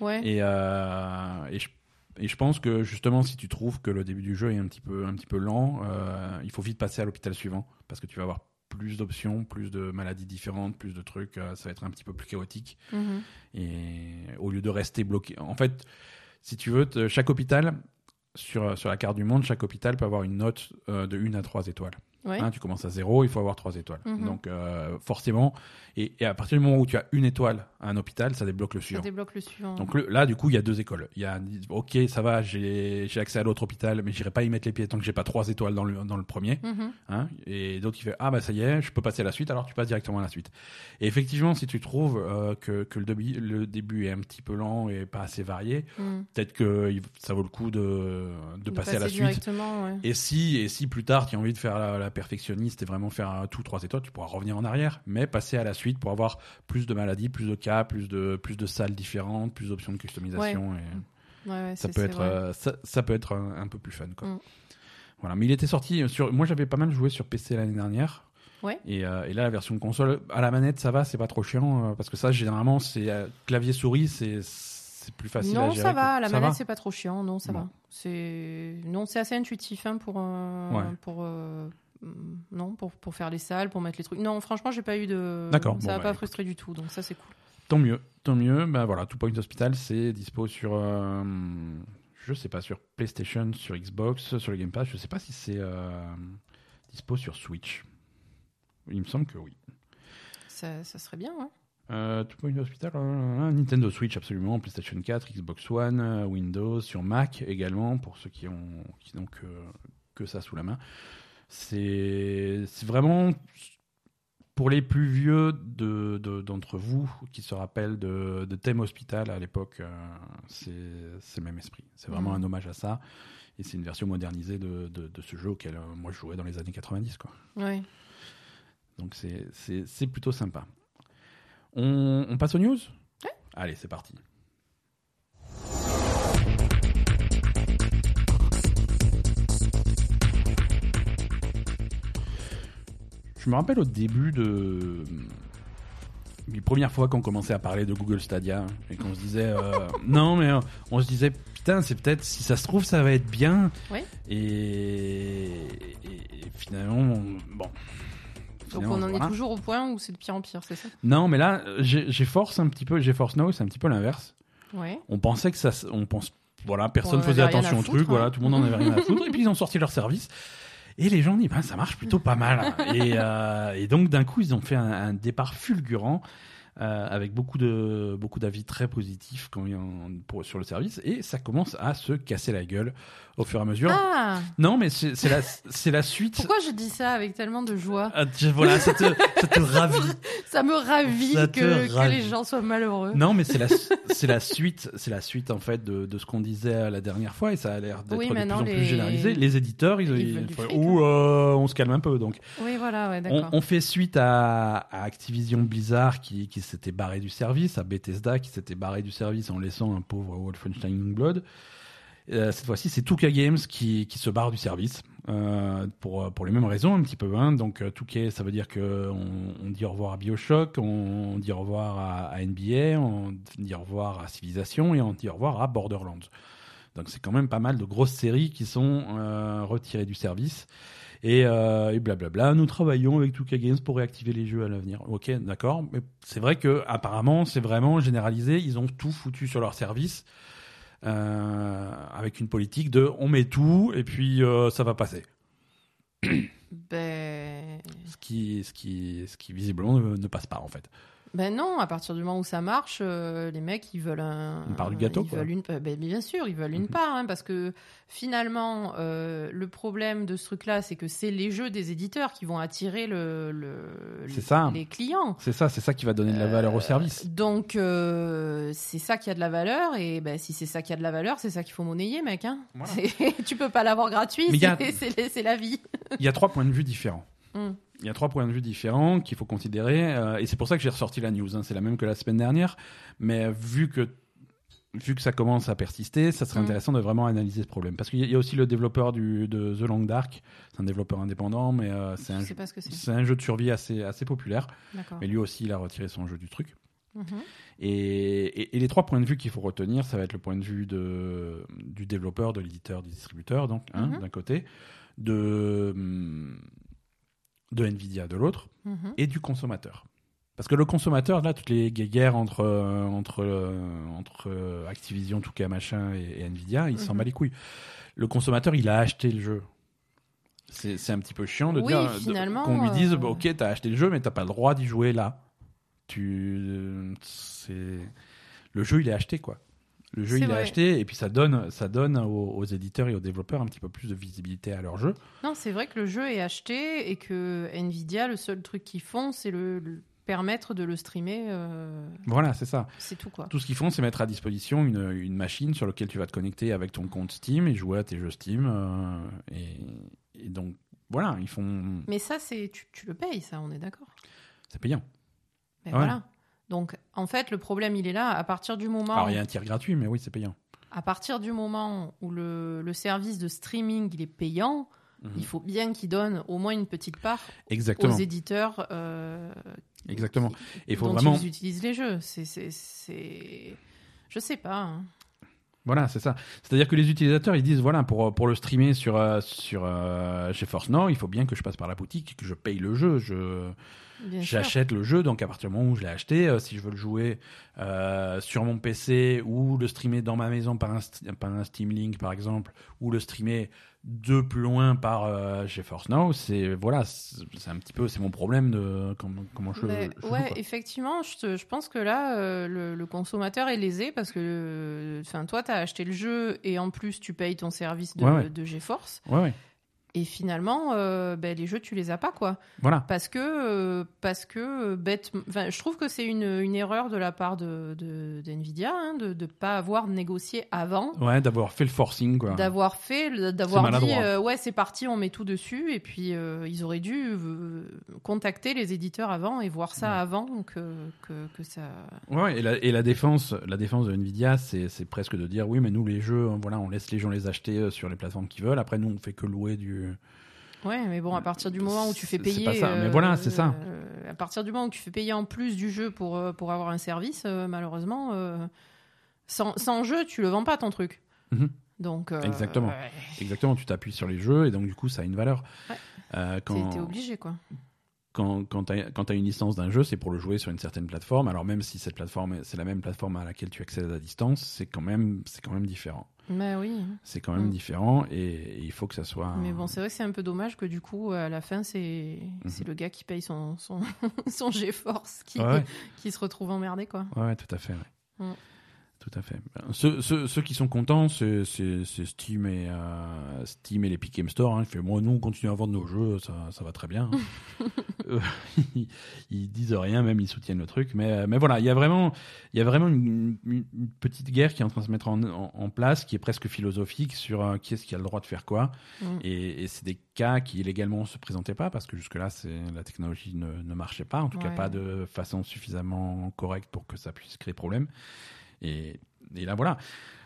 S2: Ouais.
S1: Et, euh, et, je, et je pense que justement, si tu trouves que le début du jeu est un petit peu, un petit peu lent, euh, il faut vite passer à l'hôpital suivant parce que tu vas avoir plus d'options, plus de maladies différentes, plus de trucs. euh, ça va être un petit peu plus chaotique.
S2: Mhm.
S1: Et au lieu de rester bloqué, en fait, si tu veux, te- chaque hôpital. Sur, sur la carte du monde, chaque hôpital peut avoir une note euh, de 1 à 3 étoiles.
S2: Ouais.
S1: Hein, tu commences à 0, il faut avoir 3 étoiles.
S2: Mhm.
S1: Donc euh, forcément, et, et à partir du moment où tu as une étoile à un hôpital, ça débloque le
S2: Ça
S1: suivant.
S2: débloque le suivant.
S1: Donc le- là, du coup, il y a deux écoles. Il y a, ok, ça va, j'ai j'ai accès à l'autre hôpital, mais j'irai pas y mettre les pieds tant que j'ai pas trois étoiles dans le, dans le premier.
S2: Mhm.
S1: hein. Et d'autres qui fait, ah bah ça y est, je peux passer à la suite, alors tu passes directement à la suite. Et effectivement, si tu trouves euh, que, que le, debi- le début est un petit peu lent et pas assez varié,
S2: Mhm.
S1: peut-être que il- ça vaut le coup de, de,
S2: De
S1: passer, à la suite.
S2: Mmh. directement, ouais.
S1: Et si, et si plus tard tu as envie de faire la, la perfectionniste et vraiment faire un tout trois étoiles, tu pourras revenir en arrière, mais passer à la suite pour avoir plus de maladies, plus de cas, plus de plus de salles différentes, plus d'options de customisation. Et
S2: Ouais, ouais,
S1: ça
S2: c'est-
S1: peut
S2: c'est
S1: être
S2: vrai.
S1: euh, ça, ça peut être un, un peu plus fun quoi.
S2: Mm.
S1: Voilà, mais il était sorti sur. Moi, j'avais pas mal joué sur PC l'année dernière.
S2: Ouais.
S1: Et, euh, et là, la version console à la manette, ça va, c'est pas trop chiant euh, parce que ça, généralement, c'est euh, clavier souris, c'est c'est plus facile à
S2: non,
S1: gérer.
S2: ça va.
S1: quoi.
S2: La
S1: Ça
S2: manette,
S1: va
S2: c'est pas trop chiant. Non, ça
S1: Bon.
S2: va. C'est non, c'est assez intuitif hein, pour euh,
S1: Ouais.
S2: pour euh, mm, non pour pour faire les salles, pour mettre les trucs. Non, franchement, j'ai pas eu de.
S1: D'accord,
S2: Ça
S1: bon,
S2: m'a
S1: bah,
S2: pas
S1: écoute.
S2: frustré du tout. Donc ça, c'est cool.
S1: Tant mieux, tant mieux. Bah voilà, Two Point Hospital, c'est dispo sur, euh, je sais pas, sur PlayStation, sur Xbox, sur le Game Pass. Je sais pas si c'est euh, dispo sur Switch. Il me semble que oui.
S2: Ça, ça serait bien, ouais.
S1: Euh, Two Point Hospital, euh, Nintendo Switch absolument, PlayStation 4, Xbox One, euh, Windows, sur Mac également pour ceux qui ont qui n'ont que, que ça sous la main. C'est c'est vraiment pour les plus vieux de- de- d'entre vous qui se rappellent de, de Thème Hospital à l'époque, euh, c'est c'est le même esprit. C'est vraiment un
S2: Mhm.
S1: hommage à ça. Et c'est une version modernisée de, de- de ce jeu auquel euh, moi je jouais dans les années 90. Quoi.
S2: Ouais.
S1: Donc c'est- c'est c'est plutôt sympa. On, on passe aux news Allez, c'est parti. Je me rappelle au début de... Les premières fois qu'on commençait à parler de Google Stadia et qu'on se disait...
S2: [laughs]
S1: euh, non mais euh, on se disait putain c'est peut-être si ça se trouve ça va être bien.
S2: Oui.
S1: Et, et- et finalement... on- Bon.
S2: Donc
S1: Finalement,
S2: on en
S1: voilà.
S2: est toujours au point où c'est de pire en pire, c'est ça
S1: Non, mais là, euh, j'ai j'ai force un petit peu, j'ai force now, c'est un petit peu l'inverse.
S2: Ouais.
S1: On pensait que ça, se- on pense, voilà,
S2: On
S1: personne
S2: en
S1: faisait
S2: avait rien
S1: attention
S2: à
S1: au
S2: foutre,
S1: truc,
S2: hein.
S1: voilà, tout le monde en avait rien
S2: [laughs]
S1: à foutre, et puis ils ont sorti leur service. Et les gens ont dit, ben, ça marche plutôt pas mal. et, euh, et donc, d'un coup, ils ont fait un, un départ fulgurant, euh, avec beaucoup de, beaucoup d'avis très positifs quand il y en- pour- sur le service, et ça commence à se casser la gueule au fur et à mesure.
S2: Ah
S1: Non, mais c'est c'est la, c'est la suite.
S2: Pourquoi je dis ça avec tellement de joie
S1: Ah, tu- voilà, ça
S2: [laughs]
S1: te, ça te ravit.
S2: Ça me ravit
S1: Ça
S2: que,
S1: te
S2: que
S1: ravit.
S2: les gens soient malheureux.
S1: Non, mais c'est
S2: [laughs]
S1: la, c'est la suite, c'est la suite en fait de, de ce qu'on disait la dernière fois et ça a l'air d'être
S2: Oui,
S1: de plus
S2: maintenant,
S1: en plus
S2: les-
S1: généralisé. Les éditeurs, ils,
S2: Ils
S1: ils-
S2: veulent du
S1: enfin,
S2: fric, hein.
S1: ou euh, on se calme un peu. Donc,
S2: Oui, voilà, ouais,
S1: on,
S2: d'accord.
S1: on fait suite à, à Activision Blizzard qui, qui s'était barré du service, à Bethesda qui s'était barré du service en laissant un pauvre Wolfenstein Youngblood. Euh, cette fois-ci, c'est 2K Games qui, qui se barre du service euh, pour, pour les mêmes raisons un petit peu. Hein. Donc euh, 2K, ça veut dire que on, on dit au revoir à Bioshock, on, on dit au revoir à, à NBA, on dit au revoir à Civilization et on dit au revoir à Borderlands. Donc c'est quand même pas mal de grosses séries qui sont euh, retirées du service. Et, euh, et blablabla, nous travaillons avec 2K Games pour réactiver les jeux à l'avenir. Ok, d'accord. Mais c'est vrai que apparemment, c'est vraiment généralisé. Ils ont tout foutu sur leur service euh, avec une politique de on met tout et puis euh, ça va passer.
S2: Ben...
S1: Ce qui, ce qui, ce qui visiblement ne, ne passe pas en fait.
S2: ben non, à partir du moment où ça marche, euh, les mecs ils veulent un.
S1: Une part du gâteau,
S2: Ils
S1: quoi.
S2: veulent une... ben, bien sûr, ils veulent une
S1: Mhm.
S2: part, hein, parce que finalement, euh, le problème de ce truc-là, c'est que c'est les jeux des éditeurs qui vont attirer le, le-
S1: C'est
S2: les-
S1: ça.
S2: les clients.
S1: C'est ça, c'est ça qui va donner de la valeur au service.
S2: Donc euh, c'est ça qui a de la valeur et ben, si c'est ça qui a de la valeur, c'est ça qu'il faut monnayer, mec. Hein.
S1: Voilà.
S2: [laughs] C'est- tu peux pas l'avoir gratuit,
S1: Mais y a-
S2: c'est- c'est c'est la vie.
S1: Il y a trois points de vue différents.
S2: Mm.
S1: Il y a trois points de vue différents qu'il faut considérer. euh, et c'est pour ça que j'ai ressorti la news. hein. c'est la même que la semaine dernière. Mais euh, vu que, vu que ça commence à persister, ça serait
S2: Mm.
S1: intéressant de vraiment analyser ce problème. Parce qu'il y a- il y a aussi le développeur du, de The Long Dark. C'est un développeur indépendant, mais euh, c'est un,
S2: Je
S1: jeu-
S2: sais pas ce que c'est.
S1: c'est un jeu de survie assez, assez populaire.
S2: D'accord.
S1: Mais lui aussi, il a retiré son jeu du truc.
S2: Mhm.
S1: Et, et- et les trois points de vue qu'il faut retenir, ça va être le point de vue de, du développeur, de l'éditeur, du distributeur, donc hein,
S2: Mhm.
S1: d'un côté, de, hum, de Nvidia de l'autre,
S2: Mhm.
S1: et du consommateur. Parce que le consommateur, là, toutes les guerres entre, euh, entre, euh, entre euh, Activision, tout cas machin, et, et Nvidia, il s'en
S2: Mhm.
S1: bat les couilles. Le consommateur, il a acheté le jeu. C'est c'est un petit peu chiant de
S2: Oui,
S1: dire de-
S2: finalement,
S1: qu'on lui dise
S2: euh,
S1: bah, Ok, t'as acheté le jeu, mais t'as pas le droit d'y jouer là. Tu, euh, c'est le jeu, il est acheté quoi. Le jeu,
S2: C'est
S1: il est
S2: vrai.
S1: acheté, et puis ça donne, ça donne aux, aux éditeurs et aux développeurs un petit peu plus de visibilité à leur jeu.
S2: Non, c'est vrai que le jeu est acheté et que Nvidia, le seul truc qu'ils font, c'est le, le permettre de le streamer. euh,
S1: Voilà, c'est ça.
S2: c'est tout quoi.
S1: Tout ce qu'ils font, c'est mettre à disposition une, une machine sur laquelle tu vas te connecter avec ton compte Steam et jouer à tes jeux Steam. euh, et, et donc, voilà, ils font.
S2: Mais ça, c'est tu, tu le payes, ça, on est d'accord.
S1: C'est payant.
S2: Ben
S1: Ouais.
S2: voilà. Donc en fait, le problème il est là. À partir du moment,
S1: Alors, il y a un tir gratuit, mais oui, c'est payant.
S2: à partir du moment où le, le service de streaming il est payant,
S1: Mhm.
S2: il faut bien qu'il donne au moins une petite part
S1: Exactement.
S2: aux éditeurs. euh,
S1: Exactement.
S2: qui-
S1: Et il faut
S2: dont
S1: vraiment.
S2: ils utilisent les jeux. C'est, c'est, c'est- je sais pas. hein.
S1: Voilà, c'est ça. C'est-à-dire que les utilisateurs, ils disent voilà, pour, pour le streamer sur, euh, sur euh, chez Force Nord, il faut bien que je passe par la boutique, que je paye le jeu. Je,
S2: Bien sûr.
S1: j'achète le jeu, donc à partir du moment où je l'ai acheté, euh, si je veux le jouer euh, sur mon PC ou le streamer dans ma maison par un, st- par un Steam Link par exemple, ou le streamer de plus loin par euh, GeForce Now, c'est voilà, c'est c'est un petit peu c'est mon problème de comment, comment je,
S2: Mais
S1: je joue,
S2: ouais,
S1: quoi.
S2: effectivement, je, te- je pense que là, euh, le, le consommateur est lésé parce que euh, enfin, toi, tu as acheté le jeu et en plus, tu payes ton service de,
S1: Ouais, ouais.
S2: de GeForce.
S1: Ouais, ouais,
S2: Et finalement, euh, ben, les jeux, tu les as pas, quoi.
S1: voilà.
S2: Parce que, euh, parce que euh, bête, enfin, je trouve que c'est une, une erreur de la part de, de, d'NVIDIA hein, de ne pas avoir négocié avant,
S1: Ouais, d'avoir fait le forcing quoi.
S2: d'avoir fait, le- d'avoir
S1: maladroit.
S2: dit euh, ouais c'est parti, on met tout dessus, et puis euh, ils auraient dû euh, contacter les éditeurs avant et voir ça
S1: Ouais.
S2: avant que, que, que ça.
S1: Ouais, Ouais, et la, et la défense, la défense de Nvidia, c'est c'est presque de dire oui, mais nous les jeux, hein, voilà, on laisse les gens les acheter euh, sur les plateformes qu'ils veulent. Après, nous, on fait que louer du.
S2: Ouais, mais bon, à partir du moment où tu fais
S1: C'est- c'est
S2: payer,
S1: pas ça, mais voilà, c'est ça.
S2: euh, à partir du moment où tu fais payer en plus du jeu pour euh, pour avoir un service, euh, malheureusement, euh, sans, sans jeu, tu le vends pas ton truc.
S1: Mhm.
S2: Donc euh,
S1: Exactement.
S2: ouais,
S1: Exactement, tu t'appuies sur les jeux et donc du coup, ça a une valeur.
S2: Ouais.
S1: Euh,
S2: t'es-
S1: quand,
S2: t'es obligé quoi.
S1: quand, quand tu as, une licence d'un jeu, c'est pour le jouer sur une certaine plateforme. Alors même si cette plateforme, est- c'est la même plateforme à laquelle tu accèdes à distance, c'est quand même, c'est quand même différent.
S2: Mais Bah oui.
S1: C'est quand même
S2: Mm.
S1: différent et, et il faut que ça soit.
S2: Mais bon, c'est vrai que c'est un peu dommage que du coup, à la fin, c'est
S1: Mhm.
S2: c'est le gars qui paye son son [laughs] son GeForce qui
S1: Ouais, ouais,
S2: qui se retrouve emmerdé quoi.
S1: ouais, ouais, tout à fait. ouais.
S2: Mm.
S1: Tout à fait. Ben, Ceux, ceux- ceux qui sont contents, c'est c'est- c'est Steam et euh, Steam et l'Epic Game Store. hein. Ils font, moi, nous, on continue à vendre nos jeux, ça, ça va très bien. hein. Euh, ils, ils disent rien, même ils soutiennent le truc. Mais, euh, mais voilà, il y a vraiment, il y a vraiment une, une- une petite guerre qui est en train de se mettre en, en- en place, qui est presque philosophique sur euh, qui est-ce qui a le droit de faire quoi.
S2: Mm.
S1: Et, et c'est des cas qui légalement se présentaient pas parce que jusque-là, c'est- la technologie ne, ne marchait pas, en tout cas
S2: Ouais.
S1: pas de façon suffisamment correcte pour que ça puisse créer problème. Et, et là, voilà.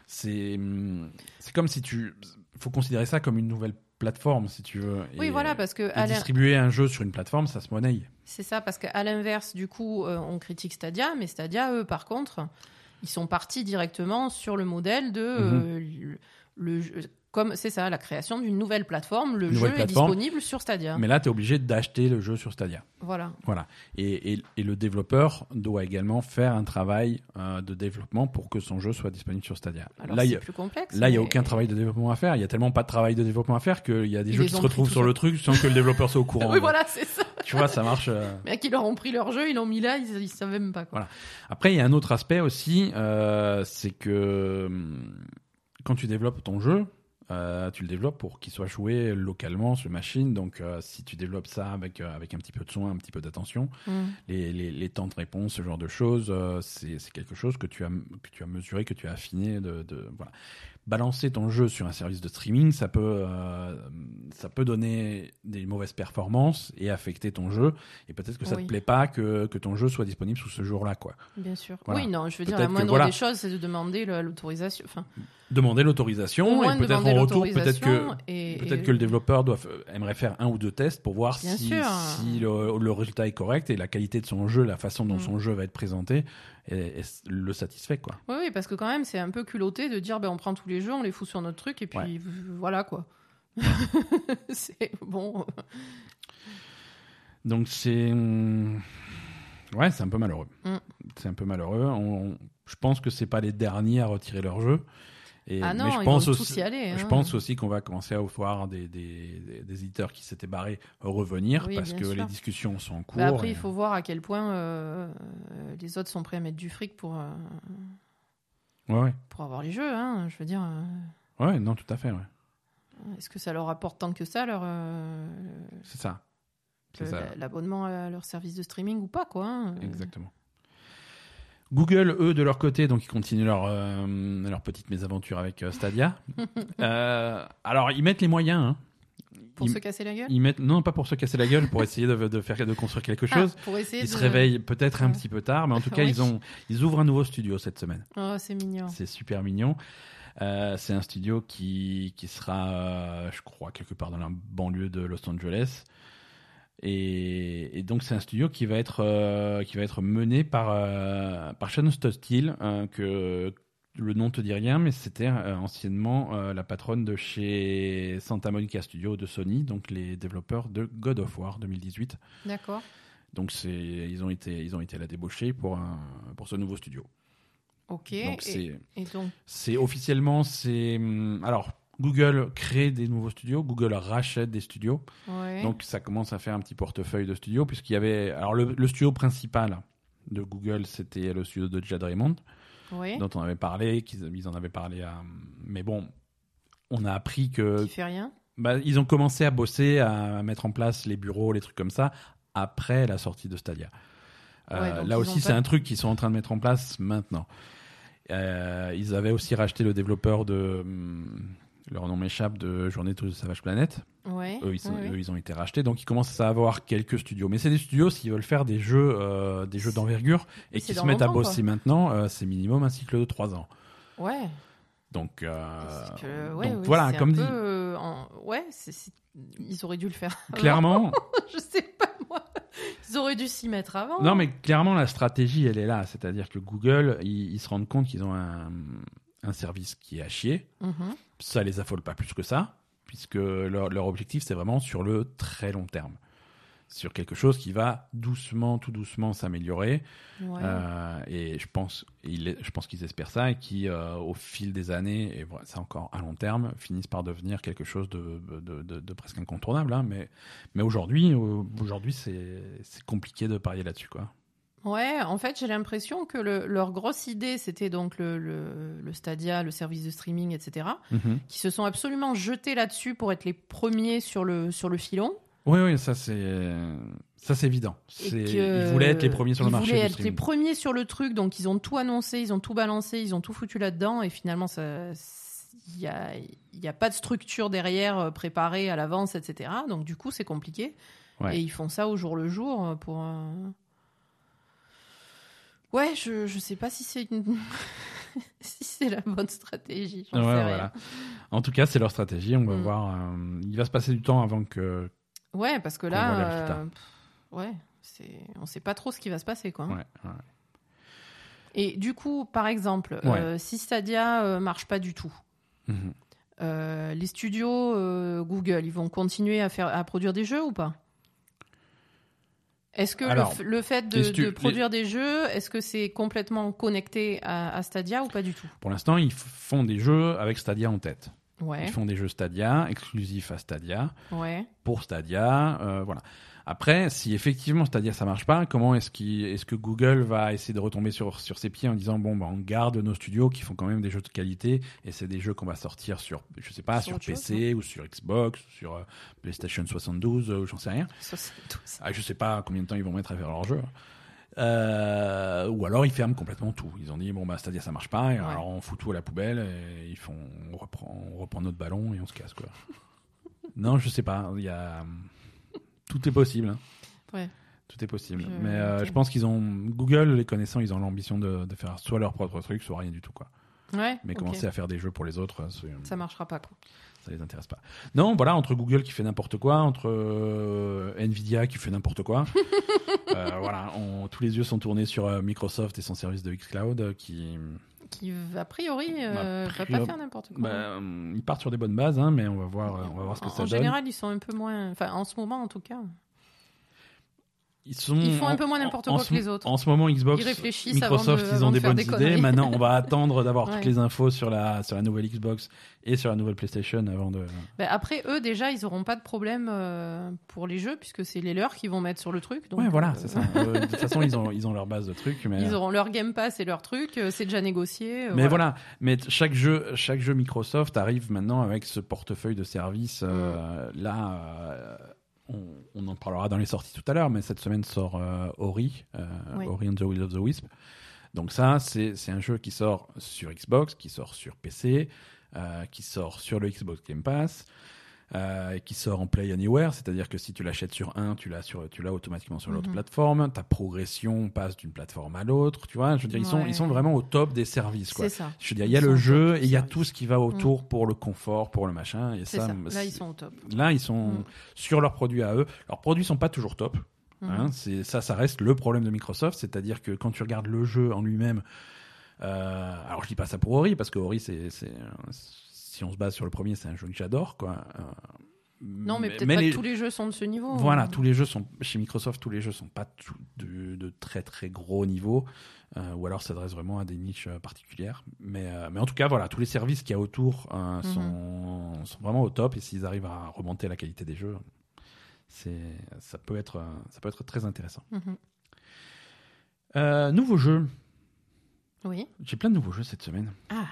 S1: C'est hum, c'est comme si tu. faut considérer ça comme une nouvelle plateforme, si tu veux.
S2: Oui,
S1: Et- euh,
S2: voilà, parce que
S1: et
S2: à l'in-
S1: distribuer un jeu sur une plateforme, ça se monnaie.
S2: c'est ça, parce qu'à l'inverse, du coup, euh, on critique Stadia, mais Stadia, eux, par contre, ils sont partis directement sur le modèle de euh,
S1: Mhm.
S2: le, le- comme c'est ça, la création d'une nouvelle plateforme. Le
S1: Nouvelle
S2: jeu
S1: plateforme.
S2: est disponible sur Stadia.
S1: Mais là, tu es obligé d'acheter le jeu sur Stadia.
S2: Voilà.
S1: Et, et- et le développeur doit également faire un travail euh, de développement pour que son jeu soit disponible sur Stadia.
S2: Alors
S1: là, il
S2: c'est
S1: n'y
S2: plus complexe.
S1: a
S2: mais-
S1: aucun
S2: [laughs]
S1: travail de développement à faire. Il y a tellement pas de travail de développement à faire qu'il y a des
S2: Ils
S1: jeux
S2: les
S1: qui se
S2: ont pris
S1: retrouvent
S2: tout
S1: sur
S2: seuls.
S1: le truc sans que le développeur
S2: [laughs]
S1: soit au courant.
S2: Oui, voilà, c'est ça.
S1: Tu vois, ça marche. euh,
S2: Mais qui leur ont pris leur jeu, ils l'ont mis là, ils, ils savaient même pas quoi.
S1: Après, il y a un autre aspect aussi, euh, c'est que hum, quand tu développes ton jeu, euh, tu le développes pour qu'il soit joué localement sur machine. Donc, euh, si tu développes ça avec, euh, avec un petit peu de soin, un petit peu d'attention,
S2: Mm.
S1: les, les- les temps de réponse, ce genre de choses, euh, c'est c'est quelque chose que tu, as, que tu as mesuré, que tu as affiné. De, de- voilà. Balancer ton jeu sur un service de streaming, ça peut, euh, ça peut donner des mauvaises performances et affecter ton jeu. Et peut-être que ça ne
S2: Oui.
S1: te plaît pas que, que ton jeu soit disponible sous ce jour-là. quoi.
S2: Bien sûr.
S1: Voilà.
S2: Oui, non, je veux dire,
S1: Peut-être
S2: la
S1: que
S2: moindre
S1: voilà.
S2: des choses, c'est de demander le- l'autorisation. Enfin,
S1: demander
S2: au
S1: l'autorisation
S2: moins
S1: et
S2: de
S1: peut-être
S2: demander
S1: en retour, peut-être que
S2: l'autorisation et-
S1: peut-être
S2: et-
S1: que le développeur doit f- aimerait faire un ou deux tests pour voir
S2: Bien
S1: si,
S2: sûr.
S1: si le, le résultat est correct et la qualité de son jeu, la façon dont
S2: Mm.
S1: son jeu va être présenté, est- est- le satisfait quoi.
S2: Oui, oui, parce que quand même, c'est un peu culotté de dire ben, on prend tous les jeux, on les fout sur notre truc, et puis
S1: Ouais.
S2: v- voilà quoi. [laughs] c'est bon.
S1: Donc c'est hum, ouais, c'est un peu malheureux.
S2: Mm.
S1: C'est un peu malheureux. On- on- je pense que c'est pas les derniers à retirer leur jeu. Et,
S2: ah non,
S1: mais je
S2: ils
S1: pense
S2: vont
S1: aussi,
S2: tous y aller.
S1: Je
S2: hein.
S1: pense aussi qu'on va commencer à voir des, des, des- des éditeurs qui s'étaient barrés revenir
S2: Oui,
S1: parce
S2: bien
S1: que
S2: sûr.
S1: les discussions sont en cours.
S2: Ben, après,
S1: et-
S2: il faut voir à quel point euh, les autres sont prêts à mettre du fric pour, euh,
S1: Ouais, ouais.
S2: pour avoir les jeux. hein. Je veux dire, euh,
S1: Ouais, non, tout à fait, ouais.
S2: est-ce que ça leur apporte tant que ça leur, euh,
S1: C'est ça. C'est
S2: le-
S1: ça,
S2: la- l'abonnement à leur service de streaming ou pas quoi hein.
S1: exactement. Google, eux, de leur côté, donc ils continuent leur, euh, leur petite mésaventure avec euh,
S2: [laughs]
S1: Stadia. Euh, alors, ils mettent les moyens. hein.
S2: Pour
S1: ils,
S2: se casser la gueule
S1: ils mettent, non, pas pour se casser la gueule, pour essayer de, de faire, de construire quelque
S2: Ah,
S1: chose.
S2: pour essayer
S1: ils se
S2: de-
S1: réveillent peut-être un
S2: Ouais.
S1: petit peu tard,
S2: [laughs]
S1: mais en tout cas,
S2: Oui.
S1: ils, ont, ils ouvrent un nouveau studio cette semaine.
S2: Oh, c'est mignon.
S1: C'est super mignon. Euh, c'est un studio qui, qui sera, euh, je crois, quelque part dans la banlieue de Los Angeles. Et, et donc c'est un studio qui va être euh, qui va être mené par euh, par Shannon Stostill, hein, que le nom te dit rien, mais c'était euh, anciennement euh, la patronne de chez Santa Monica Studio de Sony, donc les développeurs de God of War 2018.
S2: D'accord.
S1: Donc c'est, ils ont été, ils ont été la débauchée pour un, pour ce nouveau studio.
S2: Ok.
S1: Donc
S2: et,
S1: c'est,
S2: et donc,
S1: c'est officiellement, c'est, hum, alors Google crée des nouveaux studios, Google rachète des studios,
S2: ouais.
S1: donc ça commence à faire un petit portefeuille de studios puisqu'il y avait, alors le, le studio principal de Google, c'était le studio de Jade Raymond
S2: ouais,
S1: dont on avait parlé, qu'ils ils en avaient parlé à. Mais bon, on a appris que.
S2: qui fait rien.
S1: bah, ils ont commencé à bosser, à mettre en place les bureaux, les trucs comme ça, après la sortie de Stadia. Euh,
S2: Ouais, donc
S1: là
S2: ils ont
S1: aussi, c'est
S2: pas-
S1: un truc qu'ils sont en train de mettre en place maintenant. Euh, ils avaient aussi racheté le développeur de. hum, Leur nom m'échappe de Journée de Savage Planète.
S2: Ouais.
S1: Eux ils, sont-
S2: ouais, ouais.
S1: eux, ils ont été rachetés, donc ils commencent à avoir quelques studios. Mais c'est des studios s'ils veulent faire des jeux, euh, des jeux d'envergure et
S2: C'est
S1: qui se
S2: dans
S1: mettent à
S2: longtemps,
S1: bosser maintenant, euh, c'est minimum un cycle de 3 ans.
S2: Ouais.
S1: Donc, euh,
S2: Parce que, ouais,
S1: donc
S2: ouais,
S1: voilà,
S2: c'est un
S1: comme
S2: peu,
S1: dit,
S2: euh, en- Ouais, c'est- c'est- ils auraient dû le faire. [laughs] avant.
S1: clairement,
S2: Je sais pas, moi. Ils auraient dû s'y mettre avant.
S1: non mais clairement la stratégie elle est là, c'est-à-dire que Google, ils, ils se rendent compte qu'ils ont un, un service qui est à chier,
S2: Mhm.
S1: ça les affole pas plus que ça, puisque leur, leur objectif c'est vraiment sur le très long terme, sur quelque chose qui va doucement, tout doucement s'améliorer.
S2: Ouais.
S1: Euh, et je pense, il- je pense qu'ils espèrent ça et qui, euh, au fil des années, et voilà, c'est encore à long terme, finissent par devenir quelque chose de, de, de- de presque incontournable. hein, mais mais aujourd'hui, euh, aujourd'hui, c'est c'est compliqué de parier là-dessus, quoi.
S2: Ouais, en fait, j'ai l'impression que le- leur grosse idée, c'était donc le, le, le Stadia, le service de streaming, etc., qui se sont absolument jetés là-dessus pour être les premiers sur le, sur le filon.
S1: Oui, oui, ça c'est euh, ça c'est évident.
S2: Et
S1: C'est-
S2: que-
S1: Ils voulaient être les premiers sur le
S2: ils
S1: marché.
S2: voulaient
S1: du
S2: être les
S1: streaming.
S2: premiers sur le truc, donc ils ont tout annoncé, ils ont tout balancé, ils ont tout foutu là-dedans, et finalement, ça- il n'y a, il y a pas de structure derrière euh, préparée à l'avance, etc. Donc du coup, c'est compliqué.
S1: Ouais.
S2: Et ils font ça au jour le jour euh, pour... euh, Ouais, je, je sais pas si c'est une... [laughs] si c'est la bonne stratégie, j'en
S1: Ouais,
S2: sais rien.
S1: voilà. En tout cas, c'est leur stratégie. On va
S2: Mm.
S1: voir. euh, il va se passer du temps avant que.
S2: Ouais, parce que
S1: Qu'on voit les
S2: là,
S1: résultats.
S2: euh, pff, ouais, c'est... on sait pas trop ce qui va se passer, quoi. hein.
S1: Ouais, ouais.
S2: Et du coup, par exemple,
S1: Ouais.
S2: euh, si Stadia euh, marche pas du tout,
S1: Mhm.
S2: euh, les studios euh, Google, ils vont continuer à faire à produire des jeux ou pas Est-ce que le
S1: Alors,
S2: f- le, fait de,
S1: les stu-
S2: de produire des jeux, est-ce que c'est complètement connecté à, à Stadia ou pas du tout
S1: Pour l'instant, ils f- font des jeux avec Stadia en tête.
S2: Ouais,
S1: Ils font des jeux Stadia, exclusifs à Stadia,
S2: ouais,
S1: pour Stadia, euh, voilà. Après, si effectivement Stadia ça marche pas, comment est-ce qu'il- est-ce que Google va essayer de retomber sur, sur ses pieds en disant bon bah on garde nos studios qui font quand même des jeux de qualité et c'est des jeux qu'on va sortir sur je sais pas
S2: Sur
S1: sur
S2: autre chose,
S1: PC ou sur Xbox ou sur euh, PlayStation 72 euh, ou j'en sais rien.
S2: ça, c'est tout ça.
S1: Ah, je sais pas combien de temps ils vont mettre à faire leur jeu. hein. Euh, ou alors ils ferment complètement tout. Ils ont dit bon bah Stadia ça marche pas, et alors on fout tout à la poubelle et ils font on reprend, on reprend notre ballon et on se casse
S2: [laughs]
S1: quoi. non je sais pas, il y a tout est possible. hein.
S2: Ouais.
S1: Tout est possible.
S2: Je-
S1: Mais euh,
S2: ok.
S1: je pense qu'ils ont Google les connaissants ils ont l'ambition de, de faire soit leur propre truc soit rien du tout quoi.
S2: Ouais,
S1: Mais
S2: ok.
S1: commencer à faire des jeux pour les autres c'est-
S2: ça marchera pas quoi.
S1: ça les intéresse pas. Non, voilà, entre Google qui fait n'importe quoi, entre euh, Nvidia qui fait n'importe
S2: [laughs]
S1: quoi. Euh, voilà, on- tous les yeux sont tournés sur euh, Microsoft et son service de xCloud euh, qui
S2: Qui a priori euh,
S1: A
S2: va pas
S1: priori-
S2: faire n'importe quoi.
S1: bah, euh, ils partent sur des bonnes bases, hein, mais on va voir, euh, on va voir ce que
S2: en,
S1: ça
S2: en
S1: donne.
S2: général, ils sont un peu moins. Enfin, en ce moment, en tout cas.
S1: ils, sont,
S2: ils font un
S1: en-
S2: peu moins n'importe
S1: en- en
S2: quoi
S1: ce-
S2: que les autres.
S1: En ce moment, Xbox,
S2: Ils réfléchissent avant
S1: Microsoft,
S2: de-
S1: ils
S2: avant
S1: ont
S2: de
S1: des
S2: faire
S1: bonnes
S2: des
S1: idées.
S2: conneries.
S1: Maintenant, on va
S2: [laughs]
S1: attendre d'avoir
S2: Ouais.
S1: toutes les infos sur la sur la nouvelle Xbox et sur la nouvelle PlayStation avant de.
S2: Ben, après, eux, déjà, ils n'auront pas de problème euh, pour les jeux, puisque c'est les leurs qui vont mettre sur le truc. Donc,
S1: ouais,
S2: euh,
S1: voilà, c'est ça. Euh, de toute façon, ils ont ils ont leur base de trucs, mais.
S2: [laughs]
S1: euh,
S2: Ils auront leur Game Pass et leur truc, euh, c'est déjà négocié. euh,
S1: Mais voilà. mais t- chaque jeu, chaque jeu Microsoft arrive maintenant avec ce portefeuille de services. euh, Là, euh, on, on en parlera dans les sorties tout à l'heure, mais cette semaine sort euh, Ori, euh,
S2: Oui.
S1: Ori and the Will of the Wisp. Donc ça, c'est c'est un jeu qui sort sur Xbox, qui sort sur PC, euh, qui sort sur le Xbox Game Pass. euh, qui sort en Play Anywhere, c'est-à-dire que si tu l'achètes sur un, tu l'as sur, tu l'as automatiquement sur l'autre
S2: Mhm.
S1: plateforme. Ta progression passe d'une plateforme à l'autre, tu vois. Je veux dire, ils sont,
S2: Ouais.
S1: ils sont vraiment au top des services. Quoi.
S2: C'est ça.
S1: Je veux dire, il y a
S2: Ils sont
S1: le
S2: au
S1: jeu
S2: top,
S1: et il y a
S2: service.
S1: tout ce qui va autour pour le confort, pour le machin. Et
S2: C'est
S1: ça,
S2: ça.
S1: c'est-
S2: Là, ils sont au top.
S1: là, ils sont
S2: Mm.
S1: sur leurs produits à eux. Leurs produits sont pas toujours top.
S2: Mhm.
S1: hein. C'est ça, ça reste le problème de Microsoft, c'est-à-dire que quand tu regardes le jeu en lui-même, Euh, alors je dis pas ça pour Ori parce que Ori c'est c'est- si on se base sur le premier c'est un jeu que j'adore quoi. Euh,
S2: Non, mais, peut-être pas
S1: les-
S2: tous les jeux sont de ce niveau. hein.
S1: Voilà, tous les jeux sont chez Microsoft, tous les jeux sont pas tout- de, de très très gros niveau, euh, ou alors s'adressent vraiment à des niches euh, particulières. Mais, euh, mais en tout cas, voilà, tous les services qu'il y a autour euh, sont, sont vraiment au top, et s'ils arrivent à remonter la qualité des jeux, c'est ça peut être euh, ça peut être très intéressant.
S2: Mhm.
S1: Euh, nouveau jeu,
S2: Oui.
S1: j'ai plein de nouveaux jeux cette semaine.
S2: Ah,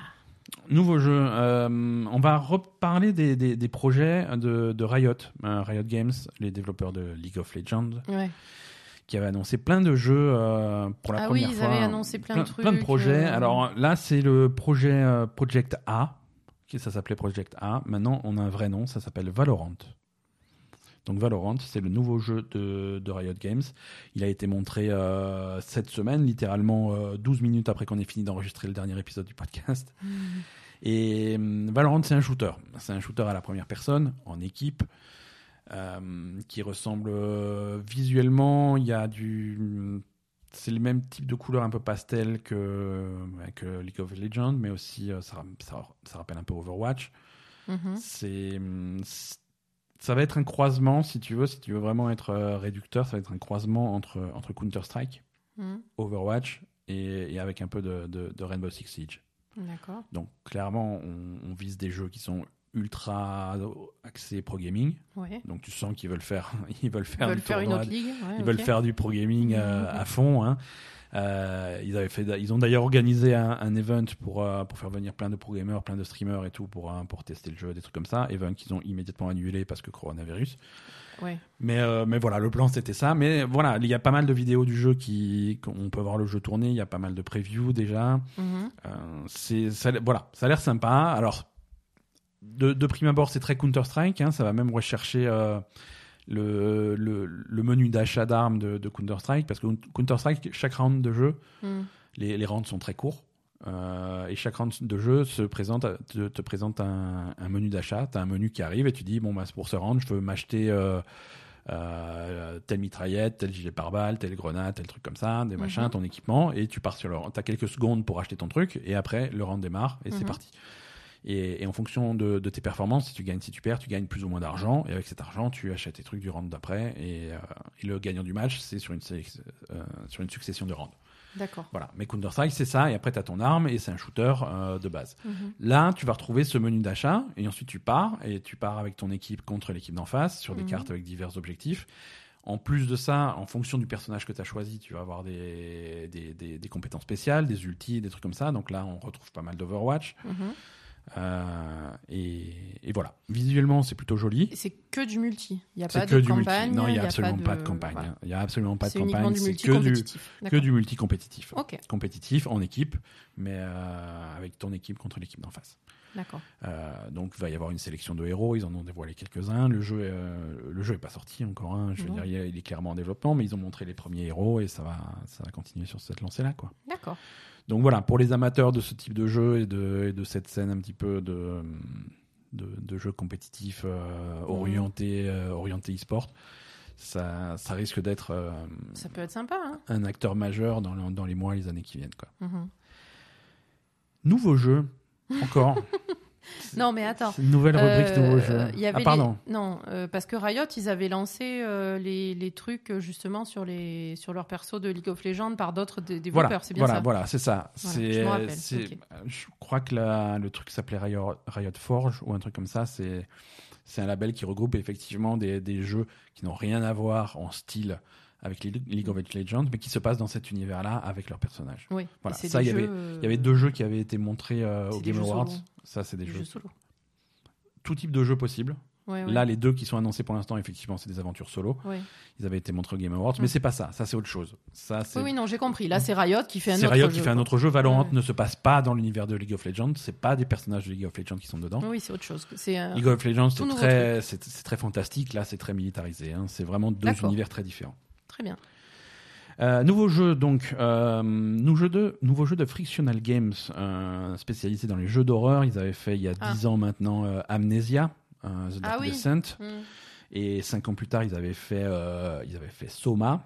S1: Nouveau jeu. euh, on va reparler des, des- des projets de, de Riot, euh, Riot Games, les développeurs de League of Legends,
S2: ouais.
S1: qui avaient annoncé plein de jeux euh, pour la
S2: Ah oui,
S1: première
S2: ils
S1: fois.
S2: avaient annoncé plein de trucs,
S1: Plein de projets.
S2: euh.
S1: Alors là, c'est le projet euh, Project A, qui ça s'appelait Project A. Maintenant, on a un vrai nom, ça s'appelle Valorant. Donc Valorant, c'est le nouveau jeu de, de Riot Games. Il a été montré euh, cette semaine, littéralement euh, 12 minutes après qu'on ait fini d'enregistrer le dernier épisode du podcast.
S2: [laughs] Mm.
S1: Et hum, Valorant, c'est un shooter. C'est un shooter à la première personne, en équipe, euh, qui ressemble euh, visuellement. Il y a du. C'est le même type de couleur un peu pastel que, que League of Legends, mais aussi euh, ça, ça- ça rappelle un peu Overwatch.
S2: Mhm.
S1: C'est. hum, c'est- Ça va être un croisement, si tu veux, si tu veux vraiment être euh, réducteur, ça va être un croisement entre, entre Counter-Strike,
S2: Mhm.
S1: Overwatch et, et avec un peu de- de- de Rainbow Six Siege.
S2: D'accord.
S1: Donc clairement, on, on vise des jeux qui sont ultra euh, axés pro gaming.
S2: Ouais.
S1: Donc tu sens qu'ils veulent faire, [laughs] ils veulent
S2: Ils
S1: faire
S2: veulent
S1: du
S2: faire une
S1: tournoi,
S2: autre ligue. ouais,
S1: ils veulent
S2: Ah, ok.
S1: faire du pro gaming euh, à fond. hein. Euh, ils avaient fait, ils ont d'ailleurs organisé un, un event pour euh, pour faire venir plein de pro gamers, plein de streamers et tout pour euh, pour tester le jeu, des trucs comme ça. Event qu'ils ont immédiatement annulé parce que coronavirus.
S2: Ouais.
S1: Mais, euh, mais voilà, le plan c'était ça. Mais voilà, il y a pas mal de vidéos du jeu qui, on peut voir le jeu tourner. Il y a pas mal de previews déjà.
S2: Mhm.
S1: Euh, c'est ça, a l'air- voilà, ça a l'air sympa. Alors, de, de prime abord, c'est très Counter Strike. ça va même rechercher euh, le, le, le menu d'achat d'armes de, de Counter Strike parce que Counter Strike, chaque round de jeu,
S2: Mhm.
S1: les, les rounds sont très courts. euh, et chaque round de jeu se présente, à- te, te présente un, un menu d'achat. Tu as un menu qui arrive et tu dis Bon, bah, pour ce round, je veux m'acheter euh, euh, telle mitraillette, tel gilet pare-balles, telle grenade, tel truc comme ça, des machins,
S2: Mhm.
S1: ton équipement. Et tu pars sur le Tu as quelques secondes pour acheter ton truc. Et après, le round démarre et c'est
S2: Mhm.
S1: parti. Et, et en fonction de, de tes performances, si tu gagnes, si tu perds, tu gagnes plus ou moins d'argent. Et avec cet argent, tu achètes tes trucs du round d'après. Et, euh, et le gagnant du match, c'est sur, une sélection- euh, sur une succession de rounds.
S2: D'accord.
S1: Voilà, mais Counter-Strike, c'est ça, et après, tu as ton arme, et c'est un shooter euh, de base.
S2: Mhm.
S1: Là, tu vas retrouver ce menu d'achat, et ensuite tu pars, et tu pars avec ton équipe contre l'équipe d'en face, sur des
S2: Mhm.
S1: cartes avec divers objectifs. En plus de ça, en fonction du personnage que tu as choisi, tu vas avoir des, des, des- des compétences spéciales, des ultis, des trucs comme ça. Donc là, on retrouve pas mal d'Overwatch.
S2: Mhm.
S1: Euh, et, et voilà. Visuellement, c'est plutôt joli.
S2: Et C'est que du multi. Il n'y a
S1: C'est
S2: pas
S1: que
S2: de
S1: du
S2: campagne.
S1: multi. Non, il n'y a, absolument pas de,
S2: voilà.
S1: campagne. hein. Il n'y a absolument pas de
S2: C'est uniquement
S1: campagne.
S2: du
S1: C'est
S2: multi
S1: que du,
S2: compétitif.
S1: que
S2: D'accord.
S1: du multi-compétitif
S2: Ok.
S1: compétitif en équipe, mais euh, avec ton équipe contre l'équipe d'en face.
S2: D'accord.
S1: Euh, donc, il va y avoir une sélection de héros. Ils en ont dévoilé quelques-uns. Le jeu, euh, le jeu est pas sorti encore. hein. Je veux
S2: Non.
S1: dire, il est- il est clairement en développement, mais ils ont montré les premiers héros et ça va, ça va continuer sur cette lancée-là, quoi.
S2: D'accord.
S1: Donc voilà, pour les amateurs de ce type de jeu et de, et de cette scène un petit peu de, de, de jeu compétitif euh, orienté, euh, orienté e-sport, ça, ça risque d'être euh,
S2: Ça peut être sympa. Hein
S1: un acteur majeur dans, le- dans les mois et les années qui viennent, quoi.
S2: Mhm.
S1: Nouveau jeu, encore.
S2: Non, mais [laughs] attends.
S1: C'est une nouvelle rubrique,
S2: Euh,
S1: nouveau jeu.
S2: il y avait
S1: ah, pardon.
S2: les- Non, euh, parce que Riot, ils avaient lancé euh, les, les trucs euh, justement sur, les, sur leur perso de League of Legends par d'autres dé- développeurs,
S1: Voilà,
S2: c'est bien
S1: voilà,
S2: ça
S1: voilà, c'est ça.
S2: Voilà,
S1: c'est,
S2: je me rappelle,
S1: c'est-
S2: ok.
S1: je crois que la- le truc s'appelait Riot, Riot Forge ou un truc comme ça. C'est, c'est un label qui regroupe effectivement des, des jeux qui n'ont rien à voir en style avec les League of Legends, mais qui se passent dans cet univers-là avec leurs personnages.
S2: Oui,
S1: Voilà,
S2: et c'est
S1: ça,
S2: des
S1: il y avait-
S2: jeux,
S1: Il y avait
S2: euh,
S1: deux jeux qui avaient été montrés euh,
S2: c'est
S1: au
S2: des
S1: Game
S2: jeux
S1: Awards.
S2: solo.
S1: Ça, c'est des
S2: des
S1: jeux.
S2: jeux solo.
S1: Tout type de jeu possible.
S2: Ouais, ouais.
S1: Là, les deux qui sont annoncés pour l'instant, effectivement, c'est des aventures solo.
S2: Ouais.
S1: Ils avaient été montrés au Game Awards, mais
S2: Mm.
S1: c'est pas ça. Ça, c'est autre chose. Ça, c'est
S2: Oui, oui, non, j'ai compris. Là, c'est Riot qui fait un
S1: c'est
S2: autre
S1: Riot
S2: jeu,
S1: qui fait un
S2: quoi.
S1: autre jeu. Valorant
S2: Ouais.
S1: ne se passe pas dans l'univers de League of Legends. C'est pas des personnages de League of Legends qui sont dedans.
S2: Oui, c'est autre chose. C'est euh, un-
S1: League of Legends, c'est
S2: nouveau
S1: très, c'est c'est très fantastique. Là, c'est très militarisé. hein. C'est vraiment deux
S2: D'accord.
S1: univers très différents.
S2: Très bien.
S1: Euh, nouveau jeu donc, euh, nouveau jeu de, nouveau jeu de Frictional Games, euh, spécialisé dans les jeux d'horreur. Ils avaient fait il y a
S2: Ah.
S1: 10 ans maintenant euh, Amnesia, euh, The Dark
S2: Ah oui.
S1: Descent,
S2: Hmm.
S1: et 5 ans plus tard ils avaient fait, euh, ils avaient fait Soma.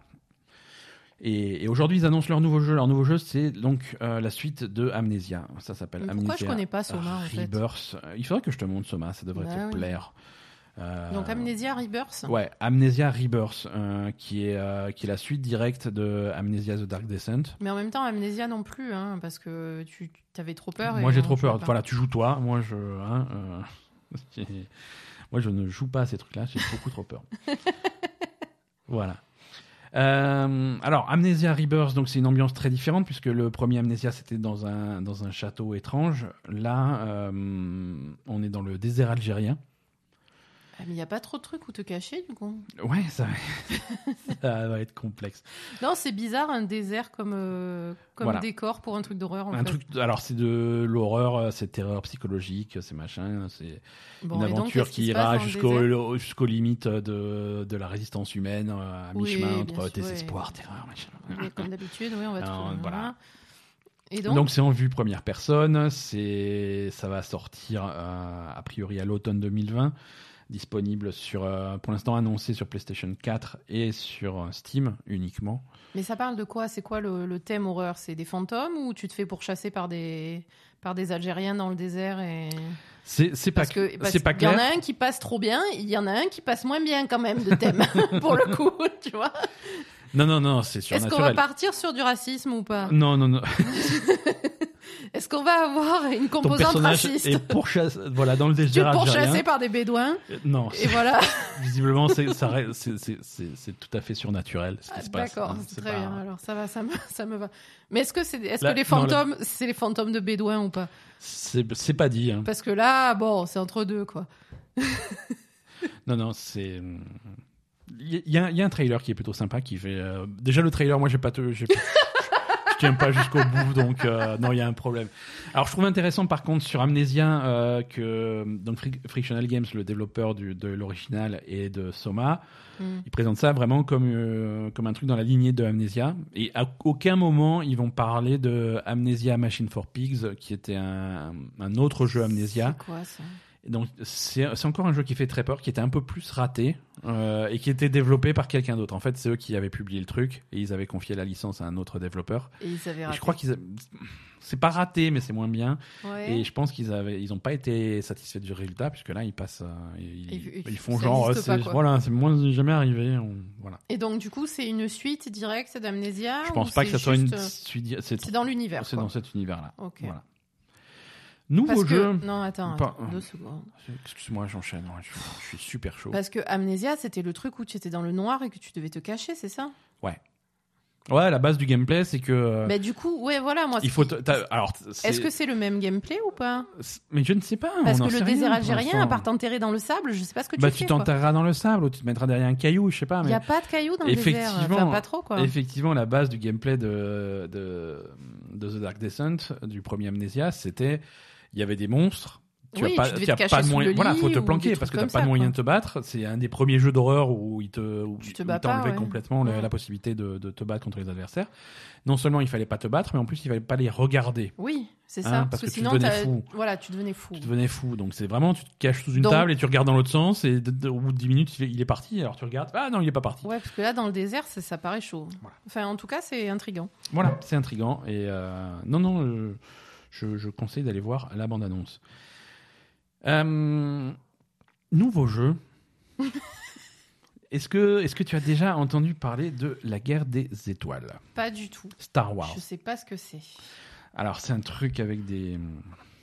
S1: Et, et aujourd'hui, ils annoncent leur nouveau jeu. Leur nouveau jeu, c'est donc euh, la suite de Amnesia. Ça s'appelle
S2: Mais
S1: Amnesia.
S2: pourquoi je connais pas Soma, en fait
S1: Rebirth. Il faudrait que je te montre Soma, ça devrait
S2: Bah
S1: te
S2: oui.
S1: plaire. Euh,
S2: Donc Amnesia Rebirth.
S1: Ouais, Amnesia Rebirth, euh, qui, est, euh, qui est la suite directe de Amnesia The Dark Descent.
S2: Mais en même temps, Amnesia non plus, hein, parce que tu avais trop peur. et
S1: moi j'ai
S2: non,
S1: trop
S2: je vois
S1: peur.
S2: pas.
S1: Voilà, tu joues toi, moi je. hein, euh, [laughs] j'ai- moi je ne joue pas à ces trucs-là, j'ai beaucoup trop
S2: [laughs]
S1: peur. voilà. Euh, alors, Amnesia Rebirth, donc c'est une ambiance très différente puisque le premier Amnesia c'était dans un, dans un château étrange. Là, euh, on est dans le désert algérien.
S2: Ah, Mais il n'y a pas trop de trucs où te cacher, du coup.
S1: Ouais, ça, [laughs] ça va être complexe.
S2: Non, c'est bizarre, un désert comme, euh, comme
S1: Voilà.
S2: décor pour un truc d'horreur. En
S1: Un
S2: fait.
S1: truc, alors c'est de l'horreur, euh, c'est terreur psychologique, c'est machin, c'est
S2: Bon,
S1: une
S2: et donc,
S1: aventure
S2: qu'est-ce
S1: qui
S2: se passe
S1: ira
S2: dans le
S1: jusqu'au-
S2: désert
S1: jusqu'aux limites de, de la résistance humaine, euh, à
S2: Oui,
S1: mi-chemin
S2: bien
S1: entre
S2: sûr, ouais.
S1: désespoir, terreur, machin.
S2: Mais Comme d'habitude, oui,
S1: [laughs]
S2: on va
S1: Alors,
S2: trouver.
S1: voilà.
S2: Et donc,
S1: Donc c'est en vue première personne, c'est ça va sortir euh, a priori à l'automne 2020, disponible sur, euh, pour l'instant annoncé sur PlayStation 4 et sur euh, Steam uniquement.
S2: Mais ça parle de quoi C'est quoi le, le thème horreur C'est des fantômes ou tu te fais pourchasser par des, par des Algériens dans le désert et...
S1: C'est c'est pas,
S2: Parce que parce
S1: c'est pas
S2: qu'il y en
S1: clair.
S2: a un qui passe trop bien, il y en a un qui passe moins bien quand même de thème, [laughs] pour le coup, tu vois.
S1: Non, non, non, c'est
S2: Est-ce qu'on va
S1: surnaturel.
S2: partir sur du racisme ou pas
S1: Non, non, non.
S2: Est-ce qu'on va avoir une
S1: Ton
S2: composante
S1: personnage
S2: raciste
S1: est pourchassé, voilà, dans le
S2: Tu es
S1: désert algérien.
S2: pourchassé par
S1: [laughs]
S2: des bédouins
S1: Euh, Non,
S2: et voilà.
S1: visiblement, c'est, ça reste- c'est, c'est- c'est- c'est tout à fait surnaturel ce qui
S2: Ah,
S1: se passe.
S2: D'accord,
S1: hein,
S2: c'est très
S1: pas-
S2: bien. Alors ça va, ça me, ça me va. Mais est-ce que c'est, est-ce
S1: Là,
S2: que les
S1: non, là-
S2: fantômes, c'est les fantômes de bédouins ou pas
S1: C'est, c'est pas dit. hein.
S2: Parce que là, bon, c'est entre deux quoi.
S1: Non, non, c'est. euh, Il y, a, il y a un trailer qui est plutôt sympa qui fait. euh, Déjà, le trailer, moi, j'ai pas. Te... j'ai- Je tiens pas jusqu'au bout, donc euh, non, il y a un problème. Alors, je trouve intéressant, par contre, sur Amnesia, euh, que donc Fric- Frictional Games, le développeur du- de l'original et de Soma,
S2: Hmm.
S1: Ils présentent ça vraiment comme, euh, comme un truc dans la lignée de Amnesia. Et à aucun moment, ils vont parler de Amnesia Machine for Pigs, qui était un, un autre jeu Amnesia.
S2: C'est quoi ça
S1: Et Donc, c'est c'est encore un jeu qui fait très peur, qui était un peu plus raté, euh, et qui était développé par quelqu'un d'autre. En fait, c'est eux qui avaient publié le truc, et ils avaient confié la licence à un autre développeur.
S2: Et ils avaient
S1: Et
S2: raté.
S1: je crois qu'ils. a- C'est pas raté, mais c'est moins bien.
S2: Ouais.
S1: Et je pense qu'ils avaient, ils ont pas été satisfaits du résultat, puisque là, ils passent, euh, ils,
S2: Et- et
S1: ils font
S2: ça
S1: genre,
S2: existe
S1: c'est-
S2: pas, quoi.
S1: voilà, c'est moins jamais arrivé. on- voilà.
S2: Et donc, du coup, c'est une suite directe d'Amnesia
S1: Je
S2: Ah, ou
S1: pense pas que
S2: c'est
S1: ça soit
S2: juste,
S1: une
S2: euh,
S1: suite- C'est
S2: C'est dans l'univers.
S1: c'est
S2: quoi.
S1: dans cet univers-là.
S2: Ok.
S1: Voilà. Nouveau
S2: Parce que...
S1: jeu.
S2: Non, attends,
S1: Pas-
S2: attends, deux secondes.
S1: Excuse-moi, j'enchaîne. ouais, Je, je suis super chaud.
S2: Parce que Amnesia, c'était le truc où tu étais dans le noir et que tu devais te cacher, c'est ça
S1: Ouais, la base du gameplay, c'est que euh,
S2: Bah, du coup, ouais, voilà, moi.
S1: il
S2: ce
S1: faut.
S2: qui-
S1: t- t'as- Alors, c'est-
S2: Est-ce que c'est le même gameplay ou pas
S1: c'est- mais je ne sais pas.
S2: Parce
S1: on en
S2: que le
S1: sait rien
S2: désert
S1: pour
S2: algérien, à
S1: l'instant.
S2: part t'enterrer dans le sable, je sais pas ce que tu
S1: Bah,
S2: fais.
S1: tu t'enterreras dans le sable ou tu te mettras derrière un caillou, je sais pas.
S2: Il
S1: Mais
S2: n'y a pas de cailloux dans le désert. euh,
S1: Effectivement.
S2: Enfin, pas trop, quoi.
S1: effectivement, la base du gameplay de, de, de The Dark Descent, du premier Amnesia, c'était il y avait des monstres. Tu
S2: Oui,
S1: as pas,
S2: tu devais
S1: tu as
S2: te cacher
S1: pas de
S2: sous
S1: moyen,
S2: le
S1: voilà,
S2: lit
S1: faut te
S2: ou
S1: planquer
S2: des
S1: parce que
S2: trucs
S1: t'as pas
S2: comme ça,
S1: de moyen
S2: quoi.
S1: de te battre. C'est un des premiers jeux d'horreur où il te, où
S2: Tu te
S1: où
S2: bats pas,
S1: t'enlevait
S2: ouais.
S1: complètement la-
S2: Ouais.
S1: la possibilité de, de te battre contre les adversaires. Non seulement il fallait pas te battre, mais en plus il fallait pas les regarder.
S2: Oui, c'est
S1: Hein,
S2: ça.
S1: parce que tu
S2: sinon,
S1: devenais
S2: t'as-
S1: fou.
S2: voilà, tu devenais fou.
S1: Tu devenais fou. Donc c'est vraiment, tu te caches sous une
S2: Donc-
S1: table et tu regardes dans l'autre sens et d- d- au bout de 10 minutes il est- il est parti. Alors tu regardes, ah non il est pas parti.
S2: Ouais, parce que là, dans le désert, ça, ça paraît chaud.
S1: Voilà.
S2: Enfin, en tout cas, c'est intriguant.
S1: Voilà, c'est intriguant. Et euh, non, non, euh, je, je conseille d'aller voir la bande-annonce. Euh, nouveau
S2: [laughs]
S1: jeu. Est-ce que, est que tu as déjà entendu parler de la guerre des étoiles
S2: Pas du tout.
S1: Star Wars.
S2: Je sais pas ce que c'est.
S1: Alors, c'est un truc avec des,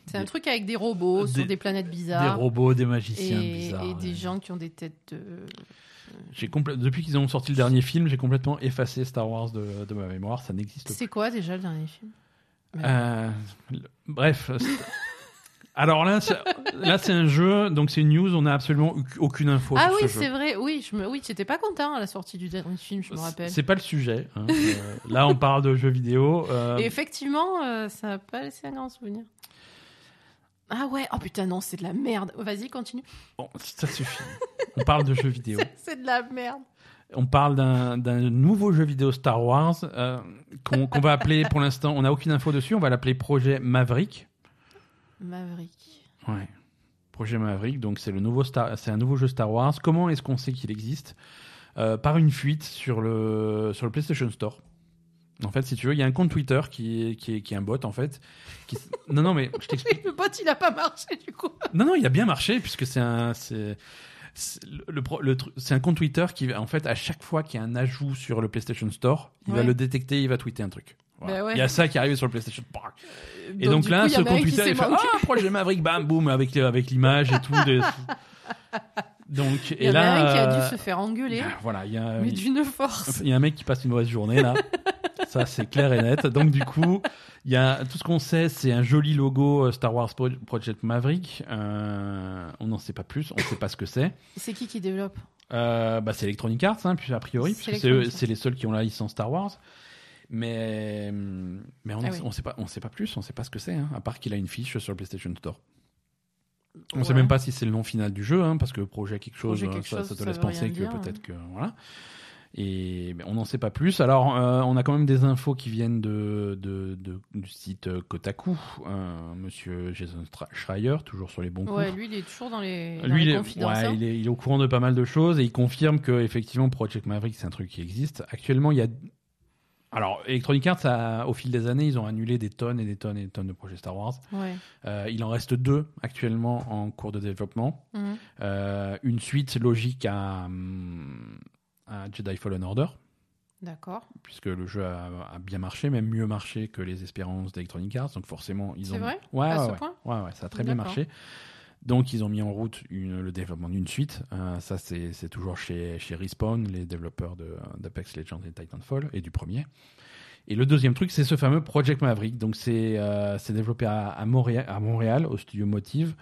S2: C'est un
S1: Des-
S2: truc avec des robots
S1: des-
S2: sur des planètes
S1: des
S2: bizarres.
S1: robots, des magiciens
S2: et,
S1: bizarres.
S2: et des
S1: ouais.
S2: gens qui ont des têtes de.
S1: J'ai compl- Depuis qu'ils ont sorti le dernier film, j'ai complètement effacé Star Wars de, de ma mémoire. Ça n'existe
S2: C'est quoi déjà le dernier film
S1: Euh, le- bref.
S2: [laughs]
S1: c'est- Alors là, c'est- là c'est un jeu, donc c'est une news, on n'a absolument eu- aucune info
S2: Ah
S1: sur
S2: oui,
S1: ce
S2: c'est
S1: jeu.
S2: vrai. Oui, je me... oui, tu étais pas content à la sortie du dernier film, je me rappelle.
S1: C'est pas le sujet. hein. Euh, là, on parle de jeux vidéo. euh,
S2: Et effectivement, euh, ça n'a pas laissé un grand souvenir. Ah ouais, oh putain, non, c'est de la merde. Oh, Vas-y, continue.
S1: bon, ça suffit. On parle de jeux vidéo.
S2: C'est de la merde.
S1: On parle d'un d'un nouveau jeu vidéo Star Wars euh, qu'on qu'on va appeler pour l'instant. On n'a aucune info dessus. On va l'appeler Projet Maverick.
S2: Maverick.
S1: Ouais. Projet Maverick, donc c'est le nouveau Star, c'est un nouveau jeu Star Wars. Comment est-ce qu'on sait qu'il existe Euh, Par une fuite sur le sur le PlayStation Store. En fait, si tu veux, il y a un compte Twitter qui est, qui est, qui est un bot, en fait. qui- [laughs] Non, non, mais je t'explique.
S2: Le bot, il a pas marché du coup.
S1: Non, non, il a bien marché puisque c'est un, c'est c'est le, le pro- le tru- c'est un compte Twitter qui, en fait, à chaque fois qu'il y a un ajout sur le PlayStation Store, il va
S2: Ouais.
S1: le détecter, il va tweeter un truc. Voilà.
S2: Ben ouais.
S1: Il y a ça qui arrive sur le PlayStation. Brac. Et donc, là, ce compte Twitter, il fait ah projet Maverick, bam, boum, avec les- avec l'image et tout.
S2: [laughs]
S1: des- Donc
S2: Il
S1: et
S2: y en a
S1: là,
S2: un qui a
S1: euh, bah Ah,
S2: dû se faire engueuler,
S1: voilà, il y a
S2: mais d'une force.
S1: il y a un mec qui passe une mauvaise journée
S2: [laughs]
S1: là. Ça, c'est clair et net. Donc, du coup, il y a, tout ce qu'on sait, c'est un joli logo euh, Star Wars Pro- Project Maverick. Euh, on n'en sait pas plus, on ne sait pas ce que c'est.
S2: C'est qui qui développe
S1: Euh, bah, c'est Electronic Arts, hein, puis, a priori,
S2: C'est
S1: puisque c'est eux-
S2: Electronic Arts.
S1: c'est les seuls qui ont la licence Star Wars. Mais, mais on
S2: Ah
S1: ne
S2: oui.
S1: sait pas, on sait pas plus, on ne sait pas ce que c'est, hein, à part qu'il a une fiche sur le PlayStation Store. On
S2: Ouais.
S1: sait même pas si c'est le nom final du jeu, hein, parce que projet quelque chose, euh,
S2: Projet quelque
S1: ça,
S2: chose,
S1: ça te
S2: ça
S1: laisse
S2: veut
S1: penser
S2: rien
S1: que
S2: dire, hein.
S1: peut-être que voilà. Et mais on n'en sait pas plus. Alors, euh, on a quand même des infos qui viennent de, de- de- du site euh, Kotaku, euh, Monsieur Jason Stra- Schreier, toujours sur les bons coups.
S2: Ouais, lui, il est toujours dans les, dans
S1: Lui,
S2: les
S1: il est,
S2: confidences.
S1: ouais,
S2: hein.
S1: il est- il est au courant de pas mal de choses et il confirme que effectivement Project Maverick c'est un truc qui existe. Actuellement, il y a alors Electronic Arts, a- au fil des années, ils ont annulé des tonnes et des tonnes et des tonnes de projets Star Wars.
S2: Ouais.
S1: Euh, il en reste deux actuellement en cours de développement.
S2: Mhm.
S1: Euh, une suite logique à, hum, à Jedi Fallen Order,
S2: D'accord.
S1: puisque le jeu a, a bien marché, même mieux marché que les espérances d'Electronic Arts. Donc forcément, ils
S2: C'est
S1: ont.
S2: vrai
S1: ouais,
S2: À
S1: Ah ouais,
S2: ce
S1: ouais.
S2: point
S1: Ouais, ouais, ça a très bien
S2: D'accord.
S1: marché. Donc, ils ont mis en route une- le développement d'une suite. Euh, ça, c'est c'est toujours chez, chez Respawn, les développeurs de- d'Apex Legends et Titanfall, et du premier. Et le deuxième truc, c'est ce fameux Project Maverick. Donc, c'est euh, c'est développé à, à Montréal, à Montréal, au studio Motive.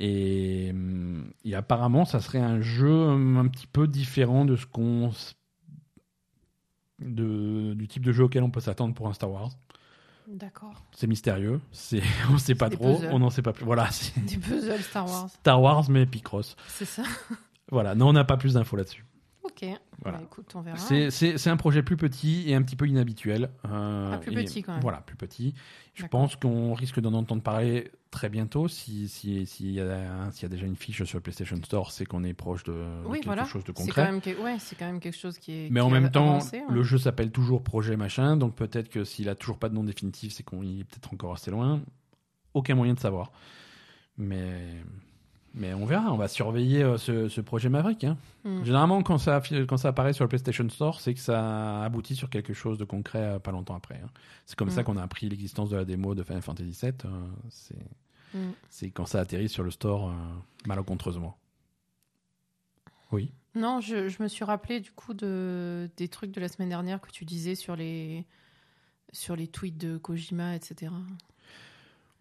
S1: Et, hum, et apparemment, ça serait un jeu hum, un petit peu différent de ce qu'on. s- de- du type de jeu auquel on peut s'attendre pour un Star Wars.
S2: D'accord.
S1: C'est mystérieux, c'est [laughs] on sait pas
S2: des
S1: trop,
S2: puzzles.
S1: on n'en sait pas plus. Voilà, c'est
S2: Des puzzles Star
S1: [laughs]
S2: Wars.
S1: Star Wars mais Picross.
S2: C'est ça.
S1: Voilà, non, on n'a pas plus d'infos là-dessus.
S2: Ok.
S1: Voilà.
S2: Bah, écoute, on verra.
S1: C'est- euh, C'est c'est un projet plus petit et un petit peu inhabituel. euh,
S2: Ah, plus
S1: et-
S2: petit, quand même.
S1: Voilà, plus petit. Je
S2: D'accord.
S1: pense qu'on risque d'en entendre parler très bientôt. Si si- s'il y, a un- s'il y a déjà une fiche sur le PlayStation Store, c'est qu'on est proche de, de
S2: Oui,
S1: quelque
S2: voilà.
S1: chose de
S2: C'est quand,
S1: concret.
S2: même que- ouais, c'est quand même quelque chose qui est.
S1: Mais
S2: qui
S1: en
S2: est
S1: même temps,
S2: avancé, hein. ouais.
S1: le jeu s'appelle toujours Projet Machin, donc peut-être que s'il a toujours pas de nom définitif, c'est qu'on y est peut-être encore assez loin. Aucun moyen de savoir. Mais, mais on verra, on va surveiller euh, ce, ce projet Maverick. hein.
S2: Mm.
S1: Généralement, quand ça, affi- quand ça apparaît sur le PlayStation Store, c'est que ça aboutit sur quelque chose de concret euh, pas longtemps après. hein. C'est comme
S2: Mm.
S1: ça qu'on a appris l'existence de la démo de Final Fantasy VII. euh, c'est,
S2: Mm.
S1: c'est quand ça atterrit sur le store, euh, malencontreusement. Oui.
S2: Non, je, je me suis rappelé du coup de, des trucs de la semaine dernière que tu disais sur les, sur les tweets de Kojima, etc.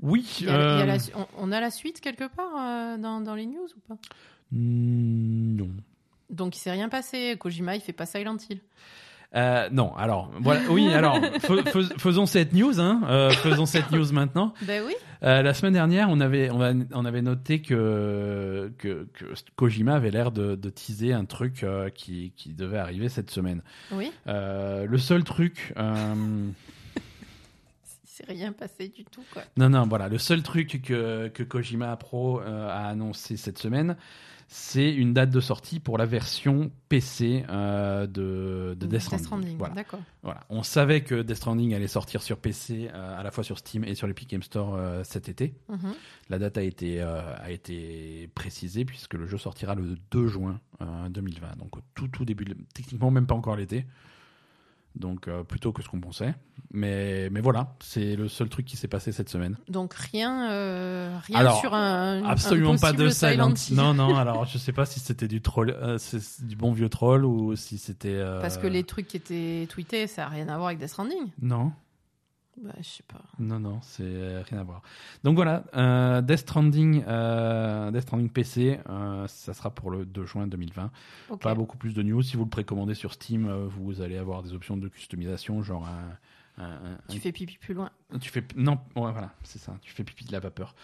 S1: Oui.
S2: Il y a- il y a
S1: euh,
S2: la su- on, on a la suite quelque part euh, dans, dans les news ou pas
S1: mm, Non.
S2: Donc il s'est rien passé. Kojima, il fait pas Silent Hill.
S1: Euh, non, alors, voilà, oui, alors, fais- fais- faisons cette news, hein, euh, faisons cette news maintenant.
S2: Ben oui.
S1: Euh, la semaine dernière, on avait, on, va- on avait noté que, que, que Kojima avait l'air de, de teaser un truc euh, qui, qui devait arriver cette semaine.
S2: Oui.
S1: Euh, le seul truc, euh,
S2: Il s'est rien passé du tout, quoi.
S1: non, non, voilà, le seul truc que, que Kojima Pro euh, a annoncé cette semaine, c'est une date de sortie pour la version PC euh, de, de Death Stranding. Voilà.
S2: D'accord.
S1: Voilà. On savait que Death Stranding allait sortir sur PC, euh, à la fois sur Steam et sur l'Epic Game Store euh, cet été.
S2: Mhm.
S1: La date a été, euh, a été précisée puisque le jeu sortira le 2 juin euh, 2020. Donc au tout, tout début, de- techniquement même pas encore l'été. Donc euh, plutôt que ce qu'on pensait. Mais, mais voilà, c'est le seul truc qui s'est passé cette semaine.
S2: Donc rien, euh, rien
S1: Alors,
S2: sur un. un
S1: Absolument pas de
S2: possible
S1: Silent
S2: Hill.
S1: Non, non, alors je sais pas si c'était du troll, euh, c'est- du bon vieux troll ou si c'était... euh,
S2: Parce que les trucs qui étaient tweetés, ça a rien à voir avec Death Stranding.
S1: Non.
S2: Bah, je sais pas.
S1: Non, non, c'est euh, rien à voir. Donc voilà, euh, Death, Stranding, euh, Death Stranding PC, euh, ça sera pour le 2 juin 2020.
S2: Ok.
S1: Pas beaucoup plus de news. Si vous le précommandez sur Steam, euh, vous allez avoir des options de customisation, genre un. un- un-
S2: Tu fais pipi plus loin.
S1: un- tu fais- Non, ouais, voilà, c'est ça, tu fais pipi de la vapeur.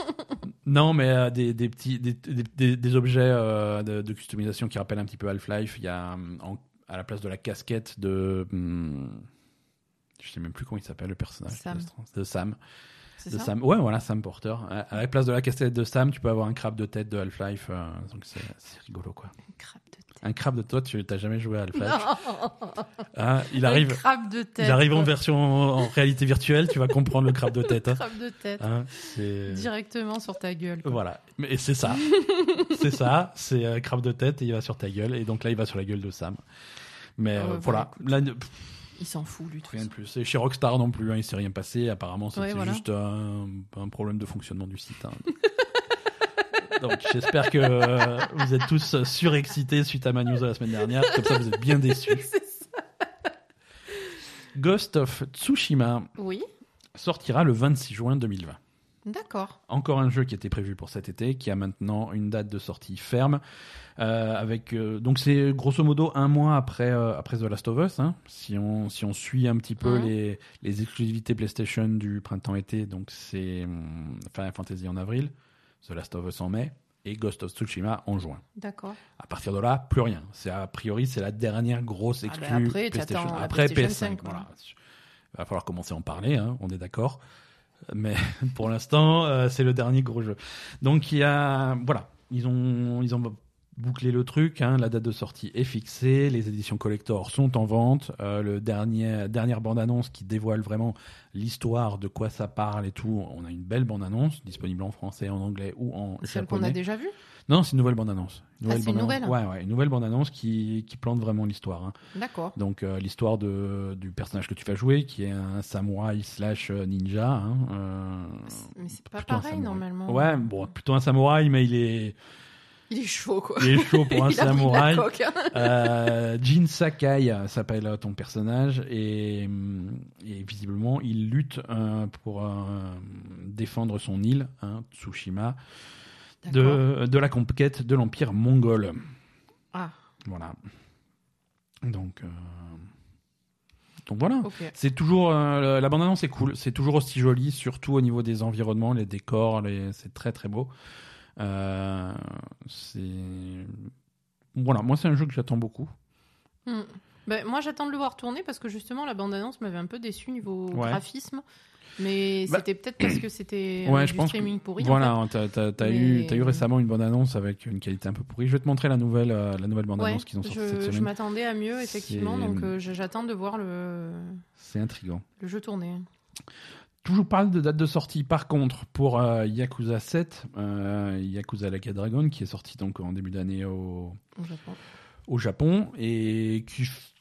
S1: [laughs] non, mais euh, des, des petits. Des, des- des- des objets euh, de, de customisation qui rappellent un petit peu Half-Life. Il y a hum, en- à la place de la casquette de. hum, je sais même plus comment il s'appelle le personnage de
S2: Sam.
S1: Death Stranding- de Sam
S2: C'est
S1: de
S2: ça
S1: Sam. Ouais, voilà, Sam Porter. À à la place de la casquette de Sam, tu peux avoir un crabe de tête de Half-Life. euh, donc c'est c'est rigolo, quoi.
S2: Crabe de tête.
S1: Bah, Un crabe de toi, tu t'as jamais joué à Half-Life.
S2: Non
S1: Hein, il
S2: Un
S1: arrive,
S2: crabe de tête.
S1: il arrive en
S2: quoi.
S1: version en réalité virtuelle, tu vas comprendre le crabe de tête.
S2: [laughs]
S1: hein.
S2: Crabe de tête.
S1: Hein, c'est-
S2: Directement sur ta gueule. quoi.
S1: Voilà, et c'est
S2: [laughs]
S1: ça. c'est ça, c'est euh, crabe de tête et il va sur ta gueule. Et donc là, il va sur la gueule de Sam. Mais
S2: Ah ouais,
S1: euh,
S2: bah,
S1: voilà, là, ne- pff,
S2: Il s'en fout, lui, tout
S1: rien
S2: ça.
S1: de plus. Et chez Rockstar non plus, hein, il s'est rien passé. Apparemment, c'était
S2: Ouais, voilà.
S1: juste un, un problème de fonctionnement du site. hein. [laughs] donc j'espère que euh, vous êtes tous surexcités suite à ma news de la semaine dernière. Comme ça, vous êtes bien
S2: [laughs]
S1: déçus.
S2: C'est ça.
S1: Ghost of Tsushima
S2: Oui,
S1: sortira le 26 juin 2020.
S2: d'accord.
S1: Encore un jeu qui était prévu pour cet été, qui a maintenant une date de sortie ferme. Euh, avec euh, donc c'est grosso modo un mois après euh, après The Last of Us. hein. si on si on suit un petit peu
S2: Mhm.
S1: les les exclusivités PlayStation du printemps-été, donc c'est hum, Final Fantasy en avril, The Last of Us en mai et Ghost of Tsushima en juin.
S2: D'accord.
S1: À partir de là, plus rien. C'est a priori c'est la dernière grosse
S2: Ah bah
S1: exclue
S2: après,
S1: PlayStation.
S2: t'attends la
S1: Après
S2: PlayStation
S1: PS5,
S2: cinq, hein.
S1: voilà. Va falloir commencer à en parler, hein, on est d'accord. Mais [laughs] pour l'instant, euh, c'est le dernier gros jeu. Donc il y a, voilà, ils ont, ils ont bouclé le truc. hein, la date de sortie est fixée, les éditions collector sont en vente. Euh, le dernier, dernière bande annonce qui dévoile vraiment l'histoire, de quoi ça parle et tout. On a une belle bande annonce disponible en français, en anglais ou en
S2: Celle qu'on
S1: japonais.
S2: a déjà vue
S1: Non, c'est une nouvelle bande-annonce.
S2: Ah, c'est une
S1: bande-annonce.
S2: nouvelle
S1: Ouais, ouais, une nouvelle bande-annonce qui, qui plante vraiment l'histoire. hein.
S2: D'accord.
S1: Donc, euh, l'histoire de- du personnage que tu vas jouer, qui est un samouraï slash ninja. hein, euh,
S2: Mais c'est pas
S1: plutôt un
S2: pareil,
S1: samouraï.
S2: normalement.
S1: Ouais, bon, plutôt un samouraï, mais il est,
S2: Il est chaud, quoi.
S1: il est chaud pour un
S2: [laughs] Il a pris de la
S1: samouraï.
S2: coke, hein.
S1: Euh, Jin Sakai euh, s'appelle euh, ton personnage et, hum, et visiblement il lutte euh, pour euh, défendre son île, hein, Tsushima,
S2: D'accord.
S1: de, de la conquête de l'empire mongol.
S2: Ah,
S1: Voilà. Donc, euh, donc voilà.
S2: ok.
S1: C'est toujours euh, la bande annonce est cool. C'est toujours aussi joli, surtout au niveau des environnements, les décors, les... c'est très très beau. Euh, c'est voilà, moi c'est un jeu que j'attends beaucoup.
S2: Hmm. Ben, moi, j'attends de le voir tourner parce que justement, la bande-annonce m'avait un peu déçu niveau
S1: Ouais.
S2: graphisme. Mais
S1: Bah-
S2: c'était peut-être parce
S1: [clears throat]
S2: que c'était
S1: Ouais,
S2: euh,
S1: je
S2: du
S1: pense
S2: streaming pourri. en
S1: voilà, hein, t'as, t'as- t'as eu
S2: Mais-
S1: t'as eu récemment une bande annonce avec une qualité un peu pourrie. Je vais te montrer la nouvelle euh, la nouvelle bande
S2: fait. Ouais,
S1: annonce qu'ils ont sortie
S2: je,
S1: cette
S2: je
S1: semaine.
S2: m'attendais à mieux, effectivement.
S1: C'est-
S2: Donc, euh, je- j'attends de voir le,
S1: C'est intriguant.
S2: le jeu tourner. hein,
S1: Toujours pas de date de sortie. Par contre, pour euh, Yakuza 7, euh, Yakuza Like a Dragon, qui est sorti donc en début d'année au,
S2: au Japon.
S1: au Japon et qui, f-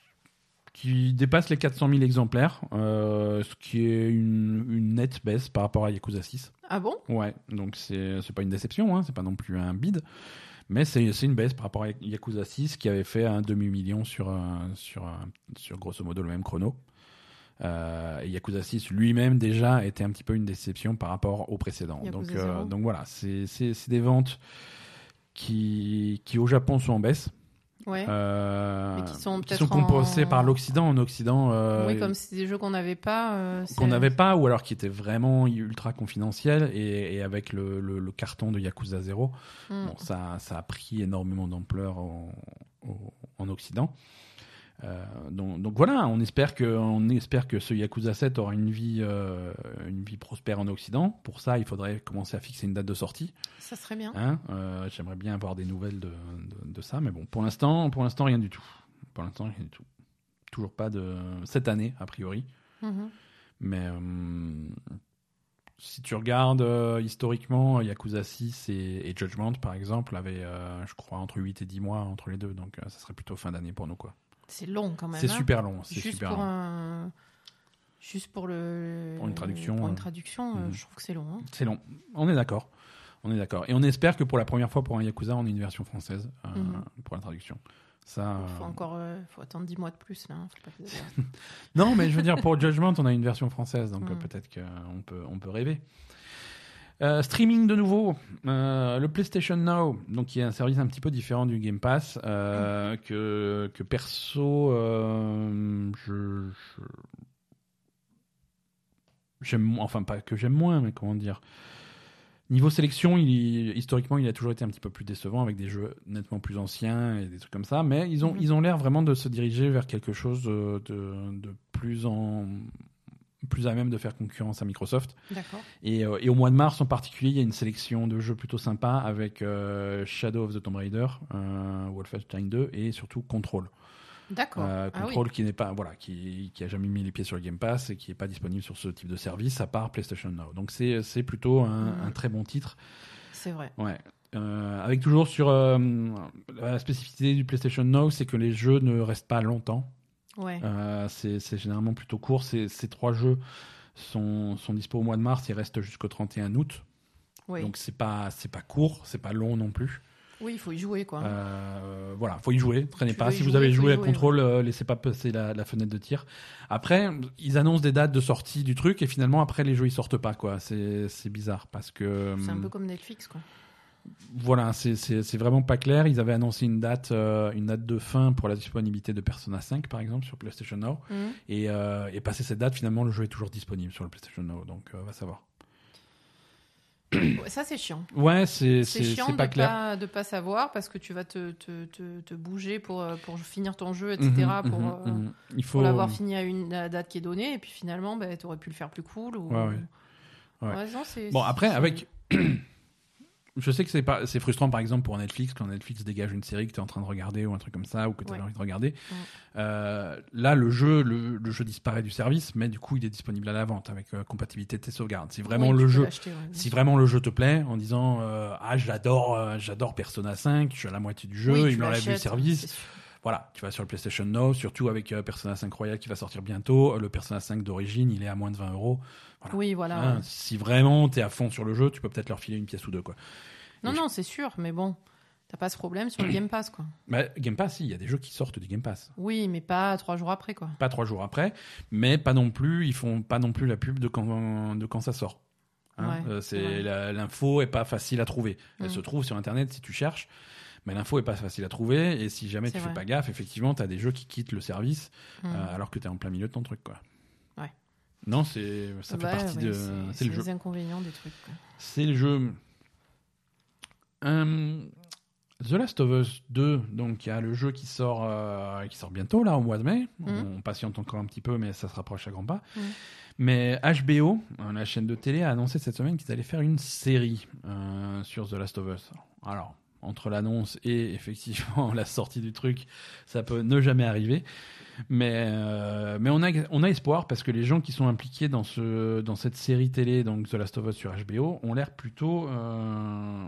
S1: qui dépasse les 400 000 exemplaires, euh, ce qui est une, une nette baisse par rapport à Yakuza 6.
S2: Ah bon
S1: Ouais, donc c'est c'est pas une déception, hein, c'est pas non plus un bid, mais c'est c'est une baisse par rapport à Yakuza 6 qui avait fait un demi-million sur, euh, sur, euh, sur grosso modo le même chrono. Euh, et Yakuza 6 lui-même déjà était un petit peu une déception par rapport au précédent.
S2: Yakuza
S1: Donc, euh,
S2: zéro.
S1: donc voilà, c'est c'est- c'est des ventes qui, qui au Japon sont en baisse.
S2: Ouais.
S1: Euh,
S2: Et qui sont
S1: qui
S2: peut-être
S1: sont compensés
S2: en-
S1: par l'Occident. En Occident, euh,
S2: oui, comme c'est des jeux qu'on n'avait pas. euh, c'est-
S1: qu'on n'avait pas, ou alors qui étaient vraiment ultra confidentiels, et, et avec le, le- le carton de Yakuza 0,
S2: Hmm.
S1: bon, ça, ça a pris énormément d'ampleur en, au- en Occident. Euh, donc, donc voilà, on espère, que, on espère que ce Yakuza 7 aura une vie, euh, une vie prospère en Occident. Pour ça, il faudrait commencer à fixer une date de sortie.
S2: Ça serait bien.
S1: Hein Euh, J'aimerais bien avoir des nouvelles de, de- de ça, mais bon, pour l'instant, pour l'instant, rien du tout. Pour l'instant, rien du tout. Toujours pas de cette année, a priori.
S2: Mhm.
S1: Mais euh, si tu regardes euh, historiquement, Yakuza 6 et, et Judgment, par exemple, avaient, euh, je crois, entre 8 et 10 mois entre les deux. Donc, euh, ça serait plutôt fin d'année pour nous. quoi.
S2: C'est long quand même.
S1: C'est
S2: hein.
S1: super long. C'est
S2: Juste
S1: super
S2: pour
S1: long.
S2: un. Juste pour le.
S1: Pour une traduction,
S2: Pour
S1: euh.
S2: une traduction, euh,
S1: Mhm.
S2: je trouve que c'est long. hein.
S1: C'est long. On est d'accord. On est d'accord. Et on espère que pour la première fois, pour un Yakuza, on a une version française euh,
S2: Mhm.
S1: pour la traduction. Ça,
S2: Faut
S1: euh,
S2: encore, euh, faut attendre 10 mois de plus là. hein. Faut pas
S1: [laughs]
S2: exagérer.
S1: Non, mais je veux dire, pour Judgment, on a une version française, donc
S2: Mm.
S1: euh, peut-être qu'on peut, on peut rêver. Euh, streaming de nouveau, Euh, le PlayStation Now, donc qui est un service un petit peu différent du Game Pass, euh, que, que perso, euh, je, je- j'aime, mo- enfin pas que j'aime moins, mais comment dire. Niveau sélection, il, historiquement, il a toujours été un petit peu plus décevant avec des jeux nettement plus anciens et des trucs comme ça. Mais ils ont,
S2: Mhm.
S1: ils ont l'air vraiment de se diriger vers quelque chose euh, de, de- de plus en plus à même de faire concurrence à Microsoft.
S2: D'accord.
S1: Et, euh, et au mois de mars en particulier, il y a une sélection de jeux plutôt sympas avec euh, Shadow of the Tomb Raider, euh, Wolfenstein 2 et surtout Control.
S2: D'accord.
S1: Euh,
S2: Ah oui.
S1: Control qui n'est pas voilà qui, qui a jamais mis les pieds sur le Game Pass et qui n'est pas disponible sur ce type de service à part PlayStation Now. Donc c'est c'est plutôt un,
S2: Mhm.
S1: un très bon titre.
S2: C'est vrai.
S1: Ouais. Euh, avec toujours sur euh, la spécificité du PlayStation Now, c'est que les jeux ne restent pas longtemps.
S2: Ouais.
S1: Euh, c'est c'est généralement plutôt court. Ces, ces trois jeux sont, sont dispo au mois de mars et restent jusqu'au 31 août.
S2: Oui.
S1: Euh, Donc c'est pas c'est pas court, c'est pas long non plus.
S2: oui, il faut y jouer, quoi.
S1: Euh, voilà, faut y jouer, traînez
S2: Hein. Tu
S1: pas.
S2: veux y
S1: Si vous
S2: jouer,
S1: avez
S2: faut y
S1: joué à
S2: jouer,
S1: Control, euh, laissez pas passer la, la fenêtre de tir. Après, ils annoncent des dates de sortie du truc et finalement après les jeux ils sortent pas quoi. C'est c'est bizarre parce que
S2: C'est un peu
S1: hum,
S2: comme Netflix, quoi.
S1: voilà, c'est- c'est c'est vraiment pas clair. Ils avaient annoncé une date euh, une date de fin pour la disponibilité de Persona 5 par exemple sur PlayStation Now
S2: Mhm.
S1: et, euh, et passé cette date finalement le jeu est toujours disponible sur le PlayStation Now donc euh, va savoir.
S2: Ouais, Ça, c'est chiant.
S1: Ouais, c'est
S2: C'est
S1: c'est-
S2: chiant
S1: c'est pas
S2: de
S1: clair.
S2: pas de pas savoir parce que tu vas te, te, te, te bouger pour, euh, pour finir ton jeu, etc.
S1: Mhm,
S2: pour,
S1: mhm,
S2: euh,
S1: mhm. Il faut
S2: pour l'avoir fini à une à la date qui est donnée et puis finalement, ben, tu aurais pu le faire plus cool. Ou...
S1: Ouais, ouais. Ouais.
S2: Ouais, non, c'est-
S1: Bon,
S2: c'est-
S1: après,
S2: c'est-
S1: avec. Je sais que c'est pas, c'est frustrant par exemple pour Netflix quand Netflix dégage une série que tu es en train de regarder ou un truc comme ça ou que tu
S2: Ouais.
S1: envie de regarder.
S2: Ouais.
S1: Euh, là, le jeu, le, le jeu disparaît du service, mais du coup, il est disponible à la vente avec euh, compatibilité de tes sauvegardes. Si vraiment
S2: Oui, tu
S1: le
S2: peux
S1: jeu,
S2: l'acheter, ouais, bien
S1: si
S2: sûr.
S1: vraiment le jeu te plaît, en disant euh, ah j'adore, euh, j'adore Persona 5, je suis à la moitié du jeu,
S2: Oui,
S1: il
S2: tu
S1: me l'enlève du
S2: l'achètes,
S1: service.
S2: c'est sûr.
S1: Voilà, tu vas sur le PlayStation Now, surtout avec euh, Persona 5 Royal qui va sortir bientôt. Euh, Le Persona 5 d'origine, il est à moins de 20 euros. Voilà.
S2: Oui, voilà.
S1: Hein,
S2: ouais.
S1: Si vraiment t'es à fond sur le jeu, tu peux peut-être leur filer une pièce ou deux. Quoi.
S2: Non,
S1: Et je-
S2: non, c'est sûr, mais bon, t'as pas ce problème sur le Game Pass, quoi.
S1: Bah, Game Pass, si, il y a des jeux qui sortent du Game Pass.
S2: Oui, mais pas trois jours après, quoi.
S1: Pas trois jours après, mais pas non plus, ils font pas non plus la pub de quand, de quand ça sort. Hein,
S2: Ouais,
S1: euh,
S2: c'est
S1: c'est
S2: vrai.
S1: la- l'info est pas facile à trouver. Elle
S2: Mm.
S1: se trouve sur internet si tu cherches, mais l'info est pas facile à trouver. Et si jamais
S2: C'est
S1: tu fais
S2: vrai.
S1: pas gaffe, effectivement, t'as des jeux qui quittent le service
S2: Hmm.
S1: euh, alors que t'es en plein milieu de ton truc, quoi.
S2: Ouais.
S1: Non, c'est ça
S2: Ouais,
S1: fait partie
S2: ouais,
S1: de.
S2: c'est-
S1: C'est le
S2: c'est
S1: jeu.
S2: les inconvénients des trucs. quoi.
S1: C'est le jeu. Hum, The Last of Us 2, donc il y a le jeu qui sort, euh, qui sort bientôt, là, au mois de mai.
S2: Mhm.
S1: On patiente encore un petit peu, mais ça se rapproche à grands pas.
S2: Mhm.
S1: Mais HBO, euh, la chaîne de télé, a annoncé cette semaine qu'ils allaient faire une série euh, sur The Last of Us. Alors, entre l'annonce et effectivement [laughs] la sortie du truc, ça peut ne jamais arriver. Mais, euh, mais on, a, on a espoir parce que les gens qui sont impliqués dans, ce, dans cette série télé, donc The Last of Us sur HBO, ont l'air plutôt, euh,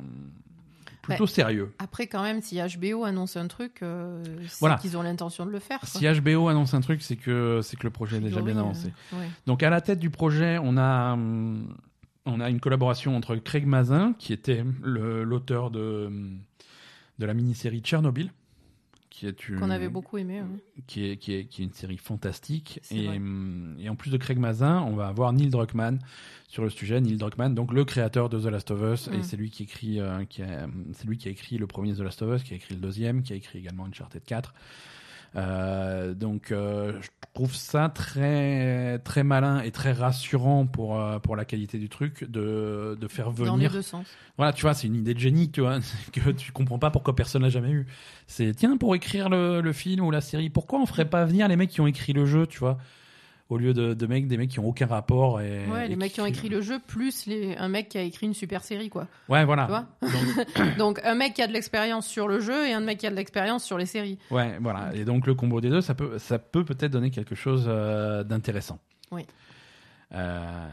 S1: plutôt sérieux.
S2: Après, quand même, si HBO annonce un truc, euh, c'est
S1: Voilà.
S2: qu'ils ont l'intention de le faire. quoi.
S1: Si HBO annonce un truc, c'est que, c'est que le projet est déjà
S2: Priori,
S1: bien
S2: euh,
S1: avancé.
S2: ouais.
S1: Donc à la tête du projet, on a, hum, on a une collaboration entre Craig Mazin, qui était le- l'auteur de, hum, de la mini-série Tchernobyl, qui est une,
S2: Qu'on avait beaucoup aimé. hein. ouais.
S1: qui est, qui est- qui est une série fantastique.
S2: C'est
S1: Et,
S2: vrai.
S1: hum, et en plus de Craig Mazin, on va avoir Neil Druckmann sur le sujet. Neil Druckmann, donc le créateur de The Last of Us,
S2: Mm.
S1: et c'est lui qui écrit, euh, qui a- c'est lui qui a écrit le premier The Last of Us, qui a écrit le deuxième, qui a écrit également Uncharted 4. Euh, donc euh, je trouve ça très très malin et très rassurant pour euh, pour la qualité du truc de de faire
S2: Dans les
S1: venir
S2: deux sens.
S1: voilà, tu vois, c'est une idée de génie, tu vois, [laughs] que tu comprends pas pourquoi personne n'a jamais eu. C'est tiens, pour écrire le, le film ou la série, pourquoi on ferait pas venir les mecs qui ont écrit le jeu, tu vois, au lieu de, de mecs, des mecs qui ont aucun rapport et.
S2: Ouais, les
S1: et
S2: mecs qui ont écrit le jeu, plus les... un mec qui a écrit une super série, quoi. [coughs]
S1: Ouais, voilà.
S2: Tu
S1: Donc,
S2: Donc, un mec qui a de l'expérience sur le jeu et un mec qui a de l'expérience sur les séries.
S1: ouais, voilà. Et donc le combo des deux, ça peut, ça peut peut-être donner quelque chose euh, d'intéressant.
S2: Oui.
S1: Euh,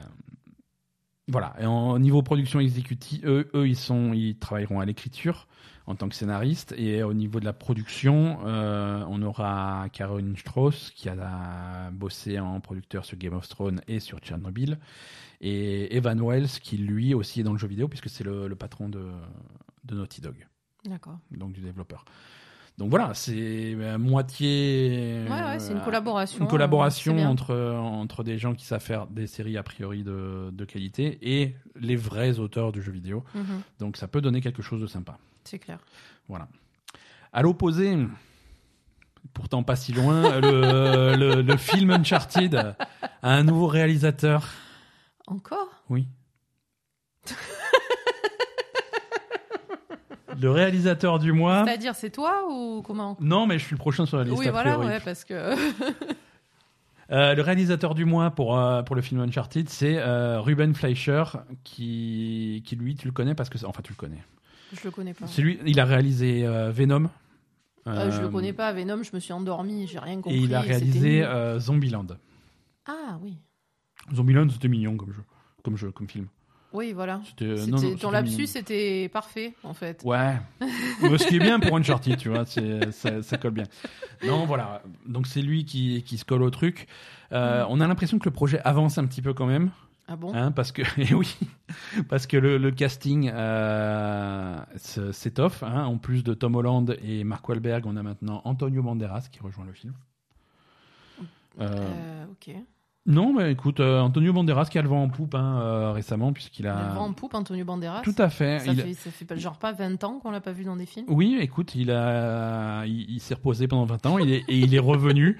S1: Voilà, et en au niveau production exécutive, eux, eux, ils, sont, ils travailleront à l'écriture en tant que scénariste. Et au niveau de la production, euh, on aura Caroline Strauss qui a bossé en producteur sur Game of Thrones et sur Tchernobyl. Et Evan Wells qui, lui aussi, est dans le jeu vidéo puisque c'est le, le patron de, de Naughty Dog,
S2: D'accord.
S1: donc du développeur. Donc voilà, c'est euh, moitié.
S2: Ouais, ouais, c'est une
S1: euh,
S2: collaboration.
S1: une
S2: euh, c'est
S1: collaboration
S2: bien.
S1: entre, entre des gens qui savent faire des séries a priori de, de qualité et les vrais auteurs du jeu vidéo.
S2: Mhm,
S1: Donc ça peut donner quelque chose de sympa.
S2: C'est clair.
S1: Voilà. À l'opposé, pourtant pas si loin, [laughs] le, le, le film Uncharted a un nouveau réalisateur.
S2: Encore [laughs]
S1: Oui. Le réalisateur du mois.
S2: C'est-à-dire, c'est toi ou comment
S1: Non, mais je suis le prochain sur la liste.
S2: Oui,
S1: a
S2: voilà,
S1: priori.
S2: ouais, parce que. [laughs]
S1: Euh, le réalisateur du mois pour, euh, pour le film Uncharted, c'est euh, Ruben Fleischer, qui, qui lui, tu le connais parce que. c'est- Enfin, tu le connais.
S2: Je le connais pas.
S1: C'est lui, il a réalisé euh, Venom,
S2: Euh, je le connais pas, Venom, je me suis endormi, j'ai rien compris.
S1: Et il a
S2: c'était
S1: réalisé
S2: nul.
S1: euh, Zombieland.
S2: Ah oui.
S1: Zombieland, c'était mignon comme jeu, comme jeu, comme film.
S2: Oui, voilà.
S1: C'était euh, non, non,
S2: C'était-
S1: c'était
S2: Ton lapsus,
S1: mignon.
S2: c'était parfait, en fait.
S1: Ouais. Mais ce qui est bien pour Uncharted, tu vois, c'est- ça, ça colle bien. Non, voilà. Donc c'est lui qui, qui se colle au truc.
S2: Mm.
S1: Euh, On a l'impression que le projet avance un petit peu quand même,
S2: Ah bon
S1: hein, parce que [laughs] eh oui, parce que le, le casting euh, se- s'étoffe. hein. En plus de Tom Holland et Mark Wahlberg, on a maintenant Antonio Banderas qui rejoint le film. Euh,
S2: Euh, Ok.
S1: Non, mais écoute, euh, Antonio Banderas qui a le vent en poupe hein, euh, récemment, puisqu'il
S2: Il
S1: a.
S2: le vend en poupe, Antonio Banderas.
S1: Tout à fait.
S2: ça,
S1: Il-
S2: fait, ça fait pas- genre pas 20 ans qu'on l'a pas vu dans des films.
S1: Oui, écoute, il a, il, il s'est reposé pendant 20 ans, il est, et il est revenu.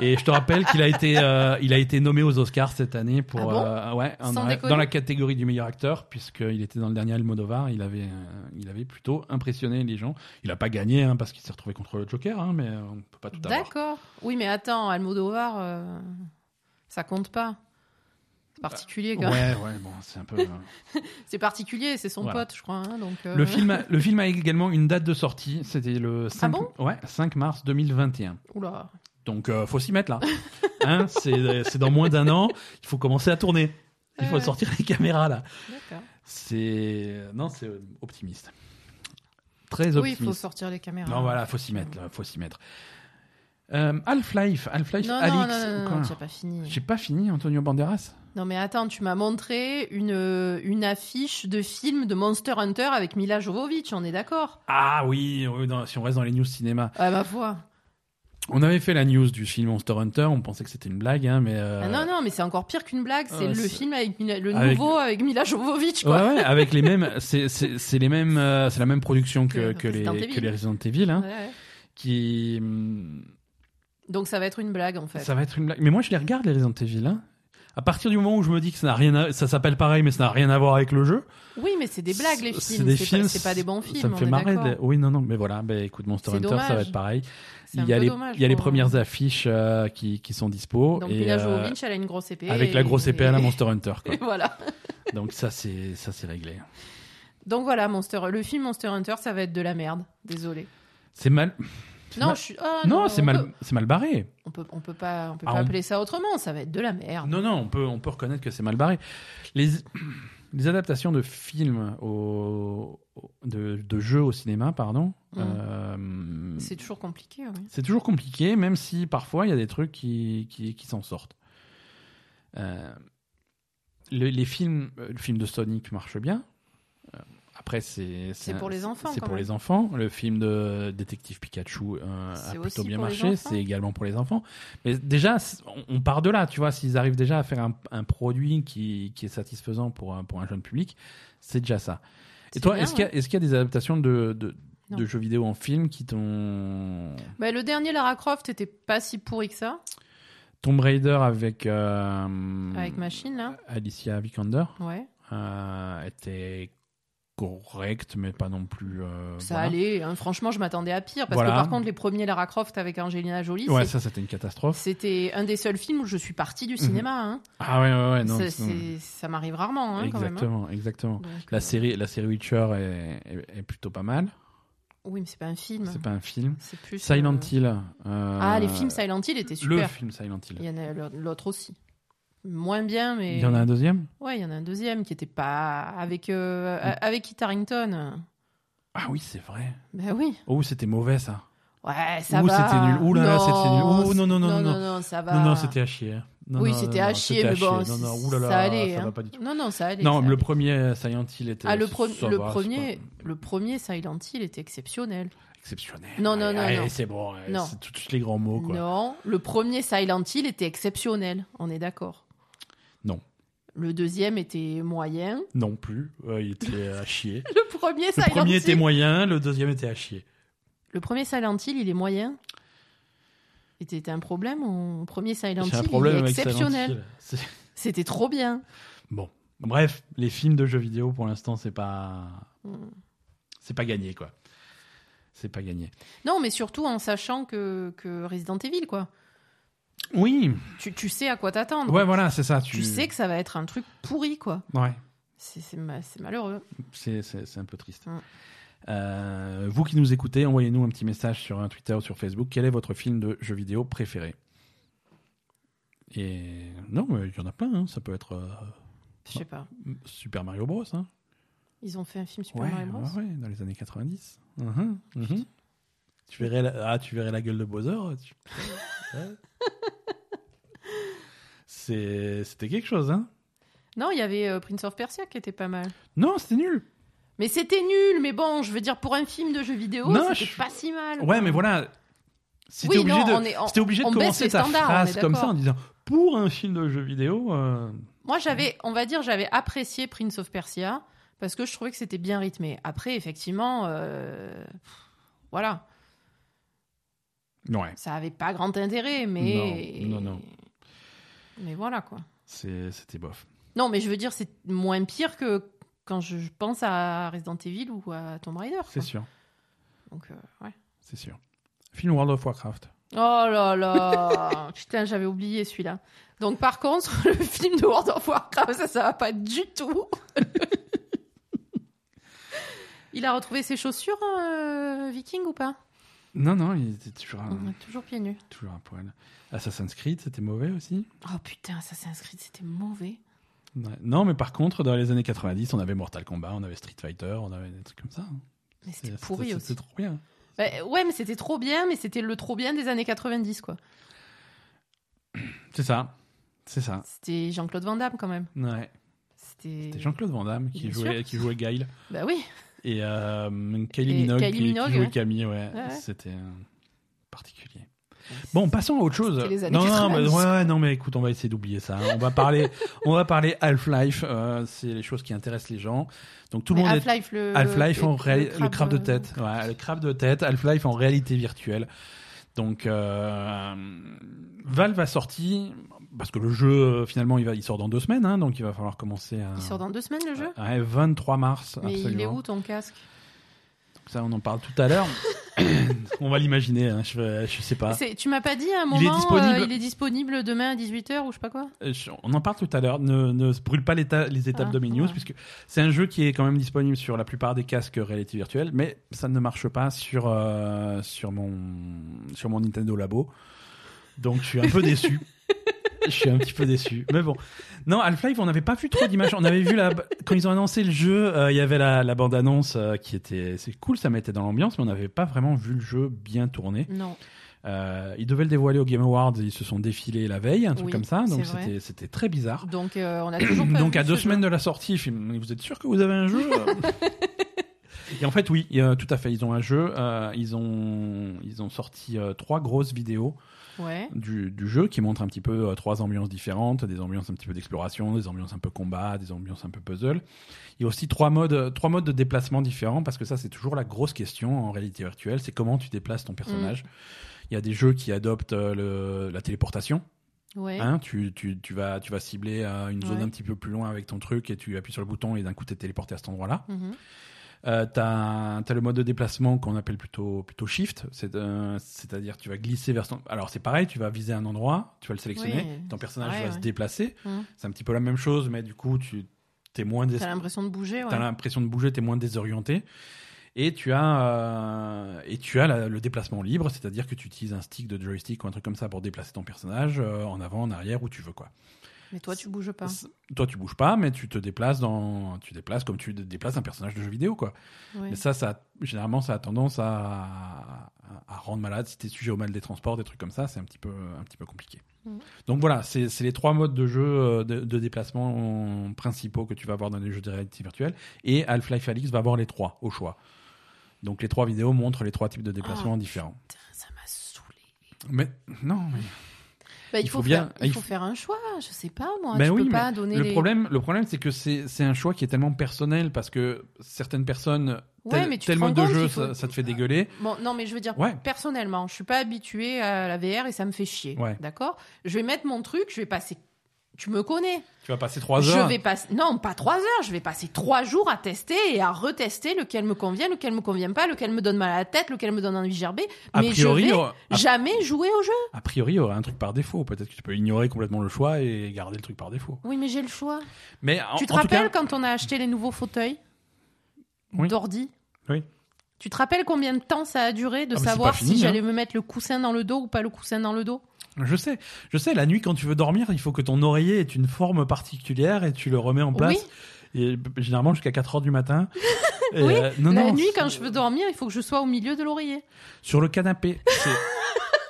S1: Et je te rappelle qu'il a été, euh, il a été nommé aux Oscars cette année pour,
S2: Ah bon
S1: euh, ouais,
S2: Sans
S1: dans, la-
S2: déconner.
S1: dans la catégorie du meilleur acteur, puisqu'il était dans le dernier Almodovar, il avait, euh, il avait plutôt impressionné les gens. Il n'a pas gagné hein, parce qu'il s'est retrouvé contre le Joker, hein, mais euh, on ne peut pas tout avoir.
S2: D'accord. Oui, mais attends, Almodovar, euh, ça compte pas. C'est particulier,
S1: Euh, Ouais,
S2: quand même.
S1: ouais, bon, c'est un peu. euh,
S2: C'est particulier, c'est son
S1: Voilà.
S2: pote, je crois. hein, donc, euh, Ah
S1: Le film, a, le film a également une date de sortie, c'était le 5, ouais, 5 mars 2021.
S2: Oula.
S1: Donc euh, faut s'y mettre là. Hein, c'est c'est dans moins d'un an, il faut commencer à tourner. Il faut
S2: Ouais.
S1: sortir les caméras là.
S2: D'accord.
S1: C'est euh, non, c'est optimiste. Très
S2: Oui, il faut
S1: optimiste.
S2: sortir les caméras.
S1: non voilà, faut s'y mettre, là, faut s'y mettre. Euh, Half-Life, Half-Life,
S2: Non, non,
S1: Alix.
S2: non, non, non,
S1: quoi.
S2: non, t'as pas fini.
S1: J'ai pas fini Antonio Banderas.
S2: Non mais attends, tu m'as montré une, euh, une affiche de film de Monster Hunter avec Mila Jovovich, on est d'accord
S1: Ah oui, oui, non, si on reste dans les news cinéma.
S2: Ah ma foi.
S1: On avait fait la news du film Monster Hunter, on pensait que c'était une blague, hein, mais euh,
S2: Ah non non, mais c'est encore pire qu'une blague, c'est
S1: ouais,
S2: le
S1: c'est-
S2: film avec Mila- le
S1: Avec-
S2: nouveau avec Mila Jovovich quoi.
S1: Ouais, ouais, avec les mêmes, c'est c'est- c'est les mêmes, euh, c'est la même production que,
S2: Que
S1: que les
S2: Resident Evil.
S1: que les Resident Evil, hein,
S2: Ouais, ouais.
S1: qui hum,
S2: Donc ça va être une blague en fait.
S1: ça va être une blague. Mais moi, je les regarde les Resident Evil. Hein. À partir du moment où je me dis que ça n'a rien, à- ça s'appelle pareil, mais ça n'a rien à voir avec le jeu.
S2: Oui, mais c'est des blagues les
S1: c'est-
S2: films,
S1: des
S2: c'est
S1: films,
S2: pas, c'est pas des bons films.
S1: Ça me
S2: on
S1: fait
S2: est
S1: marrer.
S2: d'accord.
S1: de les- Oui, non, non, mais voilà. Ben écoute, Monster
S2: C'est
S1: Hunter, ça va
S2: dommage.
S1: être pareil.
S2: C'est un
S1: Il y a
S2: peu
S1: les,
S2: dommage
S1: il y a les
S2: pour-
S1: premières affiches euh, qui, qui sont dispo
S2: Donc
S1: et
S2: Mila
S1: euh,
S2: Jovovich, elle a une grosse épée.
S1: avec la grosse
S2: et-
S1: épée à la Monster Hunter. Quoi.
S2: et [laughs] voilà.
S1: Donc ça, c'est ça, c'est réglé.
S2: Donc voilà, Monster, le film Monster Hunter, ça va être de la merde. Désolé.
S1: C'est mal.
S2: Non,
S1: mal-
S2: je suis. ah,
S1: Non, c'est
S2: on
S1: mal,
S2: peut-
S1: c'est mal barré.
S2: On peut, on peut pas, on peut
S1: Ah,
S2: pas
S1: on-
S2: appeler ça autrement. Ça va être de la merde.
S1: Non, non, on peut, on peut reconnaître que c'est mal barré. Les, [clears throat] les adaptations de films au, au- de, de jeux au cinéma, pardon,
S2: Mm.
S1: euh,
S2: C'est toujours compliqué. hein. Oui.
S1: c'est toujours compliqué, même si parfois il y a des trucs qui, qui, qui s'en sortent. Euh, le- les films, euh, le film de Sonic marche bien. Euh, Après, c'est
S2: C'est
S1: un-
S2: pour les enfants,
S1: C'est
S2: quand
S1: pour
S2: même.
S1: les enfants. Le film de Détective Pikachu euh,
S2: C'est
S1: a
S2: aussi
S1: plutôt bien
S2: pour les
S1: marché.
S2: enfants.
S1: C'est également pour les enfants. Mais déjà, c- on, on part de là, tu vois. S'ils arrivent déjà à faire un, un produit qui, qui est satisfaisant pour un, pour un jeune public, c'est déjà ça. Et
S2: C'est
S1: toi,
S2: bien,
S1: est-ce qu'il y, a- est-ce qu'il y a des adaptations de, de,
S2: Non.
S1: de jeux vidéo en film qui t'ont.
S2: Bah, le dernier Lara Croft était pas si pourri que ça
S1: Tomb Raider avec. euh,
S2: avec Machine là.
S1: Alicia Vikander
S2: Ouais.
S1: euh, était correct, mais pas non plus. euh,
S2: Ça
S1: voilà.
S2: allait. hein. Franchement, je m'attendais à pire parce
S1: Voilà.
S2: que par contre, les premiers Lara Croft avec Angelina Jolie,
S1: Ouais,
S2: c'est-
S1: ça c'était une catastrophe.
S2: c'était un des seuls films où je suis partie du cinéma. hein.
S1: Ah ouais, ouais, ouais, non.
S2: ça
S1: sinon-
S2: c'est- ça m'arrive rarement. Hein, Quand même,
S1: exactement, exactement.
S2: hein. Donc,
S1: La
S2: euh,
S1: série, la série Witcher est, est- est plutôt pas mal.
S2: Oui, mais c'est pas un film.
S1: C'est pas un film.
S2: C'est plus.
S1: Silent
S2: euh,
S1: Hill. euh,
S2: Ah, les films Silent Hill étaient
S1: Le
S2: super.
S1: film Silent
S2: Il
S1: Hill.
S2: y en a l'autre aussi. Moins bien, mais.
S1: Il y en a un deuxième
S2: Ouais, il y en a un deuxième qui était pas avec euh, a- avec Kit Harington.
S1: Ah oui, c'est vrai.
S2: Ben oui.
S1: Oh, c'était mauvais ça.
S2: Ouais, ça
S1: Ouh,
S2: va.
S1: c'était nul. Ouh là là, c'était nul. Ouh, non, non, non, non,
S2: non, ça va.
S1: Non, non, c'était à chier. Non,
S2: Bah. oui,
S1: non,
S2: c'était
S1: non,
S2: à
S1: non,
S2: chier, mais bon,
S1: Non, non,
S2: c-
S1: ouh là là,
S2: ça allait.
S1: ça
S2: hein.
S1: va pas du tout.
S2: Non, non, ça allait.
S1: Non,
S2: ça
S1: le
S2: allait.
S1: premier euh, Silent Hill était
S2: Ah, le, pro-
S1: ça
S2: le
S1: va, c'est
S2: premier,
S1: pas
S2: le premier Silent Hill était exceptionnel.
S1: exceptionnel.
S2: Non, non,
S1: Allez,
S2: non,
S1: allez,
S2: non.
S1: c'est bon, allez,
S2: Non.
S1: c'est tout de suite les grands mots Oh, quoi.
S2: Non, le premier Silent Hill était exceptionnel. On est d'accord.
S1: Non.
S2: Le deuxième était moyen. [laughs]
S1: Non plus, euh, il était à chier.
S2: Le premier
S1: Le
S2: Silent
S1: premier
S2: Hill.
S1: était moyen, le deuxième était à chier.
S2: Le premier Silent Hill, il est moyen. C'était un problème. ou- Le premier Silent
S1: J'ai
S2: Hill,
S1: un problème
S2: il est
S1: avec Silent
S2: exceptionnel.
S1: Hill. C'est- [laughs]
S2: C'était trop bien.
S1: Bon, bref, les films de jeux vidéo pour l'instant c'est pas
S2: Hmm.
S1: c'est pas gagné quoi. C'est pas gagné.
S2: Non, mais surtout en sachant que, que Resident Evil, quoi.
S1: Oui,
S2: Tu, tu sais à quoi t'attendre.
S1: ouais voilà, c'est ça.
S2: Tu sais que ça va être un truc pourri, quoi.
S1: Ouais,
S2: C'est c'est ma- c'est malheureux.
S1: c'est c'est- c'est un peu triste.
S2: Mm.
S1: Euh, vous qui nous écoutez, envoyez-nous un petit message sur un Twitter ou sur Facebook. Quel est votre film de jeu vidéo préféré Et non, mais il y en a plein. hein. Ça peut être euh,
S2: Je sais pas.
S1: Super Mario Bros. Hein.
S2: Ils ont fait un film Super
S1: ouais,
S2: Mario Bros.
S1: ouais, ouais, dans les années 90. Mhm, mhm. Tu verrais la... Ah, tu verrais la gueule de Bowser. tu- [laughs] Ouais. C'est- C'était quelque chose, hein
S2: Non, il y avait euh, Prince of Persia qui était pas mal.
S1: Non, c'était nul.
S2: Mais c'était nul, mais bon, je veux dire, pour un film de jeu vidéo,
S1: Non,
S2: c'était
S1: je-
S2: pas si mal.
S1: Ouais, mais voilà. Si
S2: Oui,
S1: t'es obligé
S2: non,
S1: de,
S2: on est- on-
S1: si t'es obligé de
S2: on baisse
S1: commencer
S2: les
S1: ta
S2: standards, on
S1: phrase
S2: est
S1: comme ça
S2: d'accord.
S1: en disant pour un film de jeu vidéo. euh,
S2: Moi, j'avais, on va dire, j'avais apprécié Prince of Persia parce que je trouvais que c'était bien rythmé. Après, effectivement, euh, voilà,
S1: Ouais.
S2: ça avait pas grand intérêt, mais
S1: Non, non, non.
S2: Mais voilà quoi.
S1: c'est- C'était bof.
S2: Non, mais je veux dire, c'est moins pire que quand je je pense à Resident Evil ou à Tomb Raider.
S1: C'est
S2: quoi.
S1: sûr.
S2: Donc, euh, ouais.
S1: C'est sûr. Film World of Warcraft.
S2: Oh là là
S1: [laughs]
S2: Putain, j'avais oublié celui-là. Donc par contre, [laughs] le film de World of Warcraft, ça, ça va pas du
S1: [laughs]
S2: tout. Il a retrouvé ses chaussures, euh, viking ou pas
S1: Non, non, il était toujours un,
S2: On est toujours pieds nus.
S1: toujours un poil. Assassin's Creed, c'était mauvais aussi.
S2: Oh putain, ça s'est inscrit, c'était mauvais.
S1: Ouais. Non, mais par contre, dans les années 90, on avait Mortal Kombat, on avait Street Fighter, on avait des trucs comme ça.
S2: Mais c'était pourri
S1: c'était-
S2: aussi.
S1: C'était trop bien.
S2: Bah, ouais, mais c'était trop bien, mais c'était le trop bien des années 90, quoi.
S1: C'est ça. C'est ça.
S2: C'était Jean-Claude Van Damme, quand même.
S1: Ouais.
S2: C'était...
S1: C'était Jean-Claude Van Damme qui
S2: Bien
S1: jouait, qui jouait Guile.
S2: Bah oui,
S1: Et euh, Kylie
S2: Et
S1: Minogue,
S2: Kylie
S1: qui- qui,
S2: Minogue,
S1: jouait
S2: ouais.
S1: Camille, ouais.
S2: Ouais, ouais.
S1: C'était euh, particulier. Bon, passons à autre chose.
S2: C'était les années
S1: Non, non,
S2: 90.
S1: mais- ouais, ouais, non, mais écoute, on va essayer d'oublier ça. hein. On va
S2: [laughs]
S1: parler, on va parler Half-Life. euh, c'est les choses qui intéressent les gens. Donc tout le
S2: mais
S1: monde est
S2: Half-Life, le...
S1: Half-Life
S2: le-
S1: en réa- le, crabe de
S2: euh,
S1: tête, Ouais, le crabe de tête, Half-Life en réalité virtuelle. Donc euh, Valve a sorti parce que le jeu euh, finalement il va il sort dans deux semaines, hein, donc il va falloir commencer à.
S2: Il sort dans deux semaines, le jeu
S1: Ouais, 23 mars.
S2: Mais il est
S1: absolument.
S2: où ton casque
S1: Ça, on en parle tout à
S2: [coughs]
S1: l'heure. [coughs] on va l'imaginer. hein, Je, je sais pas.
S2: C'est- Tu m'as pas dit à un
S1: Il est
S2: moment euh,
S1: disponible.
S2: il est disponible demain à 18h ou je sais pas quoi
S1: Euh, je- on en parle tout à l'heure. Ne, ne se brûle pas les, ta- les étapes
S2: Ah,
S1: de mes news,
S2: ouais.
S1: puisque c'est un jeu qui est quand même disponible sur la plupart des casques réalité virtuelle, mais ça ne marche pas sur euh, sur mon sur mon Nintendo Labo. Donc je suis un peu
S2: [laughs]
S1: déçu. Je suis un petit peu déçu. Mais bon. Non, Half-Life, on n'avait pas vu trop d'images. On avait vu la... quand ils ont annoncé le jeu, euh, il y avait la, la bande-annonce euh, qui était c'est cool, ça mettait dans l'ambiance, mais on n'avait pas vraiment vu le jeu bien tourné.
S2: Non.
S1: Euh, ils devaient le dévoiler au Game Awards, ils se sont défilés la veille, un truc
S2: Oui,
S1: comme ça, donc
S2: c'est vrai.
S1: c'était- c'était très bizarre.
S2: Donc euh, on
S1: [clears throat]
S2: a toujours pas
S1: Donc
S2: vu
S1: à deux
S2: ce
S1: semaines
S2: jeu.
S1: de la sortie, je fais, Mais vous êtes sûr que vous avez un
S2: [laughs]
S1: jeu Et en fait, oui, euh, tout à fait, ils ont un jeu, euh, ils, ont, ils ont sorti euh, trois grosses vidéos
S2: Ouais.
S1: du, du jeu qui montrent un petit peu euh, trois ambiances différentes, des ambiances un petit peu d'exploration, des ambiances un peu combat, des ambiances un peu puzzle. Il y a aussi trois modes, euh, trois modes de déplacement différents parce que ça c'est toujours la grosse question en réalité virtuelle, c'est comment tu déplaces ton personnage. Il y a des jeux qui adoptent euh, le- la téléportation.
S2: Ouais.
S1: Hein, tu, tu, tu, vas, tu vas cibler euh, une zone
S2: Ouais.
S1: un petit peu plus loin avec ton truc et tu appuies sur le bouton et d'un coup t'es téléporté à cet endroit-là.
S2: Mhm.
S1: Euh, t'as as le mode de déplacement qu'on appelle plutôt plutôt shift, c'est euh, c'est-à-dire tu vas glisser vers ton. Alors c'est pareil, tu vas viser un endroit, tu vas le sélectionner,
S2: Oui,
S1: ton
S2: c'est
S1: personnage
S2: pareil,
S1: va
S2: ouais.
S1: se déplacer.
S2: Mhm.
S1: C'est un petit peu la même chose, mais du coup tu t'es moins dés-
S2: T'as l'impression de bouger, ouais.
S1: t'as l'impression de bouger, t'es moins désorienté. Et tu as euh, et tu as la- le déplacement libre, c'est-à-dire que tu utilises un stick de joystick ou un truc comme ça pour déplacer ton personnage euh, en avant, en arrière, où tu veux quoi.
S2: Mais toi, tu bouges pas.
S1: C'est- Toi tu bouges pas, mais tu te déplaces dans tu déplaces comme tu dé- déplaces un personnage de jeu vidéo quoi.
S2: Ouais.
S1: Mais ça, ça, généralement, ça a tendance à, à rendre malade. Si t'es sujet au mal des transports, des trucs comme ça, c'est un petit peu, un petit peu compliqué.
S2: Mhm.
S1: Donc voilà, c'est c'est les trois modes de jeu euh, de, de déplacement euh, principaux que tu vas avoir dans les jeux de réalité virtuelle. Et Half-Life Alix va avoir les trois au choix. Donc les trois vidéos montrent les trois types de
S2: Ah.
S1: déplacements différents.
S2: Putain, ça m'a saoulé.
S1: Mais non, mais
S2: Bah, il,
S1: Il
S2: faut,
S1: faut
S2: faire,
S1: bien-
S2: il
S1: il
S2: faut
S1: faut-
S2: faire un choix, je sais pas moi.
S1: Ben
S2: tu
S1: oui,
S2: peux
S1: mais
S2: pas donner
S1: le
S2: les-
S1: problème, le problème, c'est que c'est c'est un choix qui est tellement personnel parce que certaines personnes,
S2: Ouais,
S1: tel,
S2: mais tu te
S1: tel
S2: rends
S1: mode de
S2: compte
S1: jeu,
S2: qu'il faut-
S1: ça,
S2: euh,
S1: ça te fait dégueuler.
S2: Bon, non, mais je veux dire,
S1: Ouais.
S2: personnellement, je suis pas habituée à la VR et ça me fait chier.
S1: Ouais.
S2: D'accord Je vais mettre mon truc, je vais passer. Tu me connais.
S1: Tu vas passer trois
S2: je
S1: heures.
S2: vais passer. Non, pas trois heures. Je vais passer trois jours à tester et à retester lequel me convient, lequel me convient pas, lequel me donne mal à la tête, lequel me donne envie de gerber.
S1: A
S2: mais
S1: priori,
S2: je vais
S1: euh, a
S2: jamais jouer au jeu.
S1: A priori, il y aurait un truc par défaut. Peut-être que tu peux ignorer complètement le choix et garder le truc par défaut.
S2: Oui, mais j'ai le choix.
S1: Mais en,
S2: tu te
S1: en tout
S2: rappelles
S1: cas,
S2: quand on a acheté les nouveaux fauteuils
S1: Oui.
S2: d'ordi
S1: Oui.
S2: Tu te rappelles combien de temps ça a duré
S1: Ah,
S2: de
S1: mais c'est
S2: savoir
S1: pas fini,
S2: si
S1: hein.
S2: j'allais me mettre le coussin dans le dos ou pas le coussin dans le dos
S1: Je sais, je sais, la nuit quand tu veux dormir, il faut que ton oreiller ait une forme particulière et tu le remets en place. Et b- généralement jusqu'à 4 heures du
S2: [laughs]
S1: matin. Et,
S2: Oui,
S1: euh, non,
S2: La
S1: non,
S2: nuit,
S1: c'est-
S2: quand je veux dormir, il faut que je sois au milieu de l'oreiller.
S1: Sur le canapé. c'est-
S2: [laughs]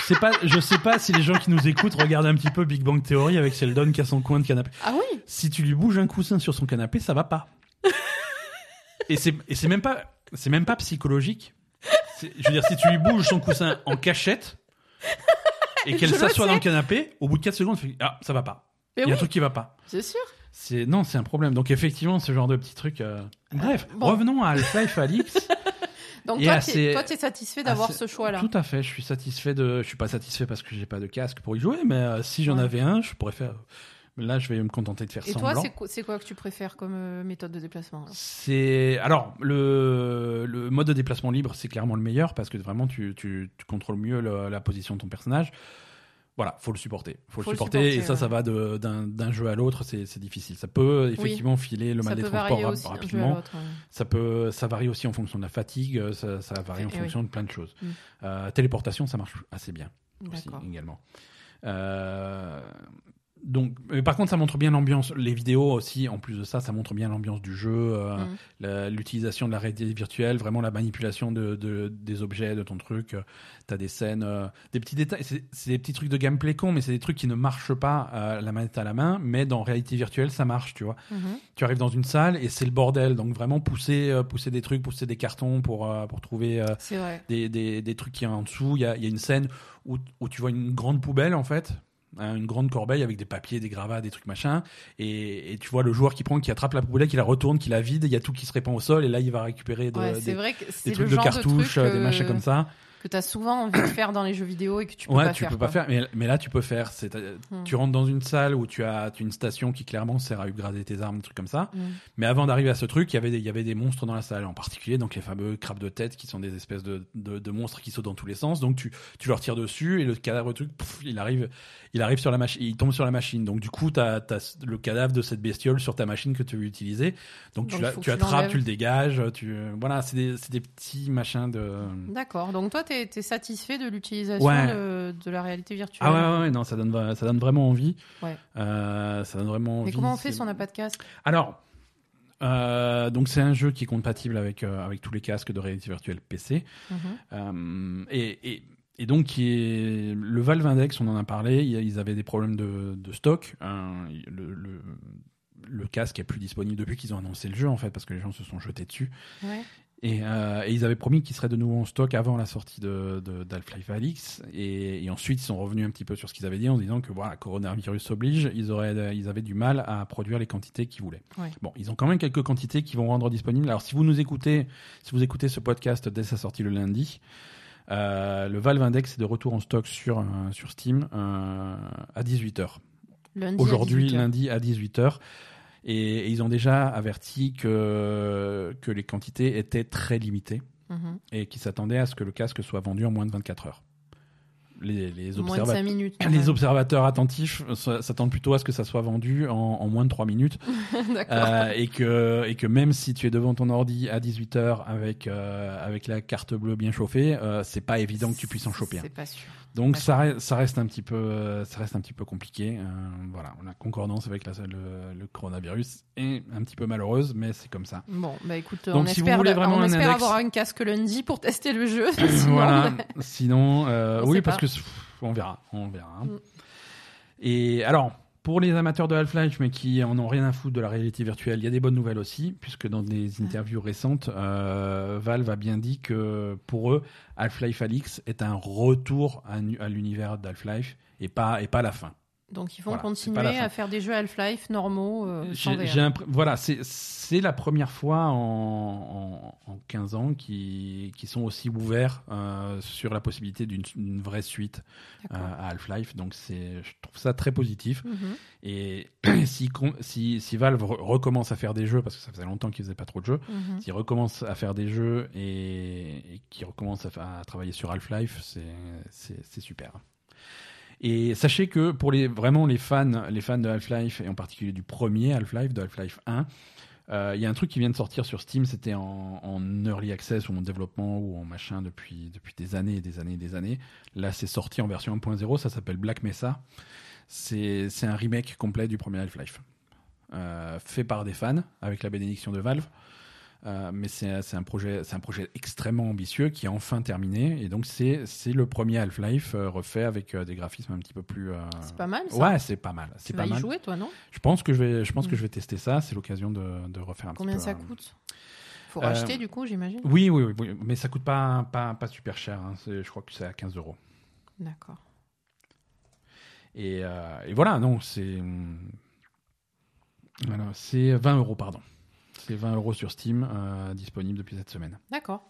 S1: Je sais pas, je sais pas si les gens qui nous écoutent regardent un petit peu Big Bang Theory avec Sheldon qui a son coin de canapé.
S2: Ah oui
S1: Si tu lui bouges un coussin sur son canapé, ça va
S2: [laughs]
S1: pas. Et c'est et c'est même pas c'est même pas psychologique. C'est- Je veux dire, si tu lui bouges son coussin en cachette et qu'elle
S2: [laughs] Je le
S1: s'assoit
S2: sais.
S1: dans le canapé, au bout de 4 secondes, tu fais, ah ça va pas. Il y
S2: Mais
S1: a
S2: oui,
S1: un truc qui va pas.
S2: c'est sûr.
S1: C'est non, c'est un problème. Donc effectivement, ce genre de petit truc. euh, Bref,
S2: bon.
S1: revenons à Half-Life
S2: [laughs]
S1: Alix.
S2: Donc
S1: Et
S2: toi,
S1: assez-
S2: t'es- toi, t'es satisfait d'avoir
S1: assez-
S2: ce choix-là.
S1: Tout à fait. Je suis satisfait de. Je suis pas satisfait parce que j'ai pas de casque pour y jouer, mais euh, si j'en
S2: Ouais.
S1: avais un, je pourrais faire. Là, je vais me contenter de faire
S2: Et
S1: semblant.
S2: toi, c'est quoi, c'est quoi que tu préfères comme euh, méthode de déplacement alors
S1: C'est alors le, le mode de déplacement libre, c'est clairement le meilleur parce que vraiment tu, tu, tu contrôles mieux le- la position de ton personnage. Voilà, faut le supporter, faut,
S2: Faut
S1: le
S2: le
S1: supporter, et
S2: supporter,
S1: ça,
S2: ouais.
S1: ça va de- d'un d'un jeu à l'autre, c'est c'est difficile. Ça peut effectivement filer le mal
S2: Ça
S1: des
S2: peut
S1: transports
S2: varier
S1: rap-
S2: aussi d'un jeu à
S1: rapidement.
S2: l'autre. hein. ouais.
S1: Ça peut, ça varie aussi en fonction de la fatigue, euh, ça, ça varie en
S2: Eh oui.
S1: fonction de plein de choses.
S2: Mm.
S1: Euh, téléportation, ça marche assez bien aussi
S2: D'accord.
S1: également. Euh, donc, mais par contre, ça montre bien l'ambiance. Les vidéos aussi, en plus de ça, ça montre bien l'ambiance du jeu, euh,
S2: Mm.
S1: la- l'utilisation de la réalité virtuelle, vraiment la manipulation de, de- des objets, de ton truc. Euh, T'as des scènes, euh, des petits détails. C'est c'est des petits trucs de gameplay con, mais c'est des trucs qui ne marchent pas euh, la manette à la main, mais dans réalité virtuelle, ça marche, tu vois
S2: Mhm.
S1: tu arrives dans une salle et c'est le bordel. Donc vraiment pousser, euh, pousser des trucs, pousser des cartons pour, euh, pour trouver euh,
S2: C'est vrai.
S1: des, des, des trucs qui y a en dessous. Il y a, il y a une scène où, où tu vois une grande poubelle en fait. hein, une grande corbeille avec des papiers, des gravats, des trucs machin, et, et tu vois le joueur qui prend, qui attrape la poubelle, qui la retourne, qui la vide, il y a tout qui se répand au sol, et là il va récupérer de-
S2: Ouais,
S1: des,
S2: c'est vrai que
S1: des
S2: c'est le
S1: trucs de
S2: genre
S1: cartouches,
S2: de truc
S1: euh, des machins comme ça.
S2: que t'as souvent envie de faire dans les jeux vidéo et que tu peux
S1: ouais,
S2: pas
S1: tu
S2: faire.
S1: peux pas
S2: quoi.
S1: faire, mais, mais là tu peux faire. C'est, euh,
S2: Hmm.
S1: Tu rentres dans une salle où tu as une station qui clairement sert à upgrader tes armes, des trucs comme ça,
S2: Mm.
S1: Mais avant d'arriver à ce truc, il y avait des- il y avait des monstres dans la salle, en particulier donc les fameux crabes de tête qui sont des espèces de, de, de monstres qui sautent dans tous les sens. Donc tu, tu leur tires dessus et le cadavre truc, pff, il arrive, il arrive sur la machine, il tombe sur la machine. Donc du coup, t'as as le cadavre de cette bestiole sur ta machine que tu veux utiliser. Donc,
S2: Donc,
S1: tu, la-
S2: il faut que
S1: tu
S2: tu
S1: attrapes,
S2: l'enlèves.
S1: tu le dégages, tu voilà, c'est des, c'est des petits machins de.
S2: D'accord. Donc toi, t'es es satisfait de l'utilisation
S1: Ouais.
S2: de, de la réalité virtuelle.
S1: Ah ouais, ouais, ouais, non, ça donne vra- ça donne vraiment envie.
S2: Ouais.
S1: Euh, ça donne vraiment.
S2: Mais
S1: envie,
S2: comment on fait
S1: c'est-
S2: si on n'a pas de casque
S1: Alors, euh, donc c'est un jeu qui est compatible avec, euh, avec tous les casques de réalité virtuelle PC.
S2: Mhm.
S1: Euh, et, et- et donc, qui est- le Valve Index, on en a parlé, il y a- ils avaient des problèmes de, de stock. hein, le, le- le casque est plus disponible depuis qu'ils ont annoncé le jeu, en fait, parce que les gens se sont jetés dessus.
S2: Ouais.
S1: Et, euh, et ils avaient promis qu'il serait de nouveau en stock avant la sortie de, de, d'Half-Life Alyx. Et, et ensuite, ils sont revenus un petit peu sur ce qu'ils avaient dit en disant que voilà, coronavirus oblige, ils, auraient, ils avaient du mal à produire les quantités qu'ils voulaient.
S2: Ouais.
S1: Bon, ils ont quand même quelques quantités qu'ils vont rendre disponibles. Alors, si vous nous écoutez, si vous écoutez ce podcast dès sa sortie le lundi, euh, le Valve Index est de retour en stock sur, euh, sur Steam euh, à 18h
S2: Lundi à
S1: aujourd'hui,
S2: 18 heures.
S1: lundi à 18h. Et, et ils ont déjà averti que, que les quantités étaient très limitées
S2: Mhm.
S1: et qu'ils s'attendaient à ce que le casque soit vendu en moins de 24 heures. Les, les,
S2: Moins de
S1: observa- [laughs]
S2: 5
S1: [clears throat]
S2: minutes.
S1: les observateurs attentifs s- s'attendent plutôt à ce que ça soit vendu en, en moins de 3
S2: [laughs]
S1: minutes
S2: D'accord.
S1: Euh, et, que, et que même si tu es devant ton ordi à 18h avec, euh, avec la carte bleue bien chauffée, euh, c'est pas évident que tu puisses en choper. un.
S2: C'est pas sûr.
S1: Donc
S2: Ouais.
S1: ça, re- ça reste un petit peu, euh, ça reste un petit peu compliqué. Euh, voilà, la concordance avec la, le, le coronavirus est un petit peu malheureuse, mais c'est comme ça.
S2: Bon, bah écoute,
S1: Donc,
S2: on
S1: si vous
S2: espère,
S1: voulez
S2: d'a-
S1: vraiment
S2: on
S1: un
S2: espère
S1: index-
S2: avoir un casque lundi pour tester le
S1: [laughs]
S2: jeu. Ah, Sinon,
S1: voilà. Sinon, euh,
S2: On
S1: oui,
S2: sait
S1: parce
S2: pas.
S1: que pff, on verra, on verra. hein.
S2: Mm.
S1: Et alors. Pour les amateurs de Half-Life, mais qui en ont rien à foutre de la réalité virtuelle, il y a des bonnes nouvelles aussi, puisque dans des interviews récentes, euh, Valve a bien dit que pour eux, Half-Life Alix est un retour à, nu- à l'univers d'Half-Life et pas, et pas la fin.
S2: Donc ils vont
S1: Voilà, c'est pas la
S2: continuer
S1: fin.
S2: à faire des jeux Half-Life normaux euh, sans
S1: J'ai-
S2: VR.
S1: j'ai l'impr- voilà, c'est- c'est la première fois en, en, en 15 ans qui, qui sont aussi ouverts euh, sur la possibilité d'une d'une vraie suite euh,
S2: D'accord.
S1: à Half-Life. Donc c'est- je trouve ça très positif.
S2: Mhm.
S1: Et [clears throat] si, con- si, si Valve re- recommence à faire des jeux, parce que ça faisait longtemps qu'ils faisaient pas trop de jeux,
S2: Mhm.
S1: s'ils recommencent à faire des jeux et, et qu'ils recommencent à, fa- à travailler sur Half-Life, c'est- c'est c'est super. Et sachez que pour les, vraiment les fans, les fans de Half-Life, et en particulier du premier Half-Life, de Half-Life 1, Euh, Il y a un truc qui vient de sortir sur Steam, c'était en, en early access ou en développement ou en machin depuis, depuis des années et des années et des années. Là, c'est sorti en version 1.0, ça s'appelle Black Mesa. C'est c'est un remake complet du premier Half-Life, euh, fait par des fans, avec la bénédiction de Valve. Euh, mais c'est c'est un, projet- c'est un projet extrêmement ambitieux qui est enfin terminé. Et donc, c'est c'est le premier Half-Life euh, refait avec euh, des graphismes un petit peu plus. euh,
S2: C'est pas mal ça.
S1: Ouais, c'est pas mal. C'est
S2: tu
S1: pas
S2: vas y
S1: mal.
S2: jouer toi, non
S1: Je pense que je vais, je pense
S2: Mm.
S1: que je vais tester ça. C'est l'occasion de, de refaire un
S2: Combien
S1: petit peu.
S2: ça
S1: euh,
S2: coûte Faut
S1: euh,
S2: racheter du coup, j'imagine.
S1: Oui, oui, oui, oui, mais ça coûte pas, pas, pas super cher. hein. C'est- Je crois que c'est à 15 euros.
S2: D'accord.
S1: Et, euh, et voilà, non, c'est. hum, Voilà, c'est 20 euros, pardon. C'est 20 euros sur Steam, euh, disponible depuis cette semaine.
S2: D'accord.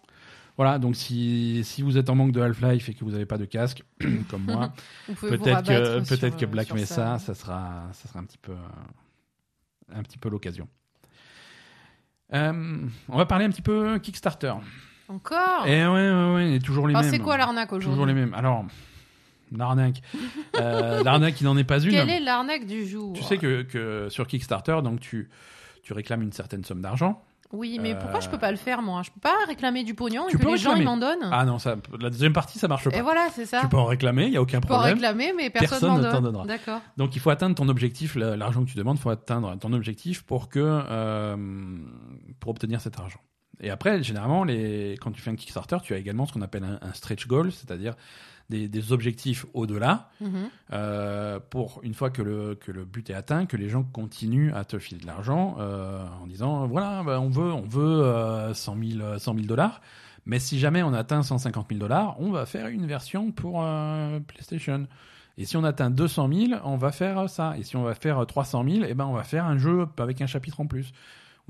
S1: Voilà, donc si, si vous êtes en manque de Half-Life et que vous n'avez pas de casque, [coughs] comme moi,
S2: Vous pouvez vous
S1: peut-être que,
S2: rabattre sur,
S1: peut-être que
S2: euh,
S1: Black
S2: sur
S1: Mesa, ça.
S2: ça.
S1: sera, ça sera un petit peu, euh, un petit peu l'occasion. Euh, on va parler un petit peu Kickstarter.
S2: Encore
S1: Et ouais, ouais, ouais, et toujours les
S2: Alors,
S1: mêmes.
S2: Ah. C'est quoi l'arnaque aujourd'hui
S1: Eh, Toujours les mêmes. Alors, l'arnaque. Euh, l'arnaque, il n'en est pas une.
S2: Quelle est l'arnaque du jour
S1: Tu sais que, que sur Kickstarter, donc tu, tu réclames une certaine somme d'argent.
S2: Oui, mais
S1: Euh,
S2: pourquoi je peux pas le faire moi Je peux pas réclamer du pognon et
S1: Tu
S2: que
S1: peux
S2: les gens
S1: réclamer.
S2: ils m'en donnent.
S1: Ah non, ça, la deuxième partie, ça marche pas.
S2: Hum. et voilà, c'est ça.
S1: Tu peux en réclamer, il n'y a aucun
S2: Je peux en
S1: problème.
S2: réclamer, mais
S1: Personne ne
S2: personne
S1: t'en
S2: m'en donne.
S1: donnera.
S2: D'accord.
S1: Donc il faut atteindre ton objectif, le- l'argent que tu demandes, il faut atteindre ton objectif pour que euh, pour obtenir cet argent. Et après, généralement, les, quand tu fais un Kickstarter, tu as également ce qu'on appelle un, un stretch goal, c'est-à-dire des, des objectifs au-delà
S2: Mhm.
S1: euh, pour une fois que le, que le but est atteint, que les gens continuent à te filer de l'argent euh, en disant voilà, bah, on veut, on veut euh, 100 000 100 000 dollars, mais si jamais on atteint 150 000 dollars, on va faire une version pour euh, PlayStation. Et si on atteint 200 000, on va faire ça. Et si on va faire 300 000, eh ben on va faire un jeu avec un chapitre en plus.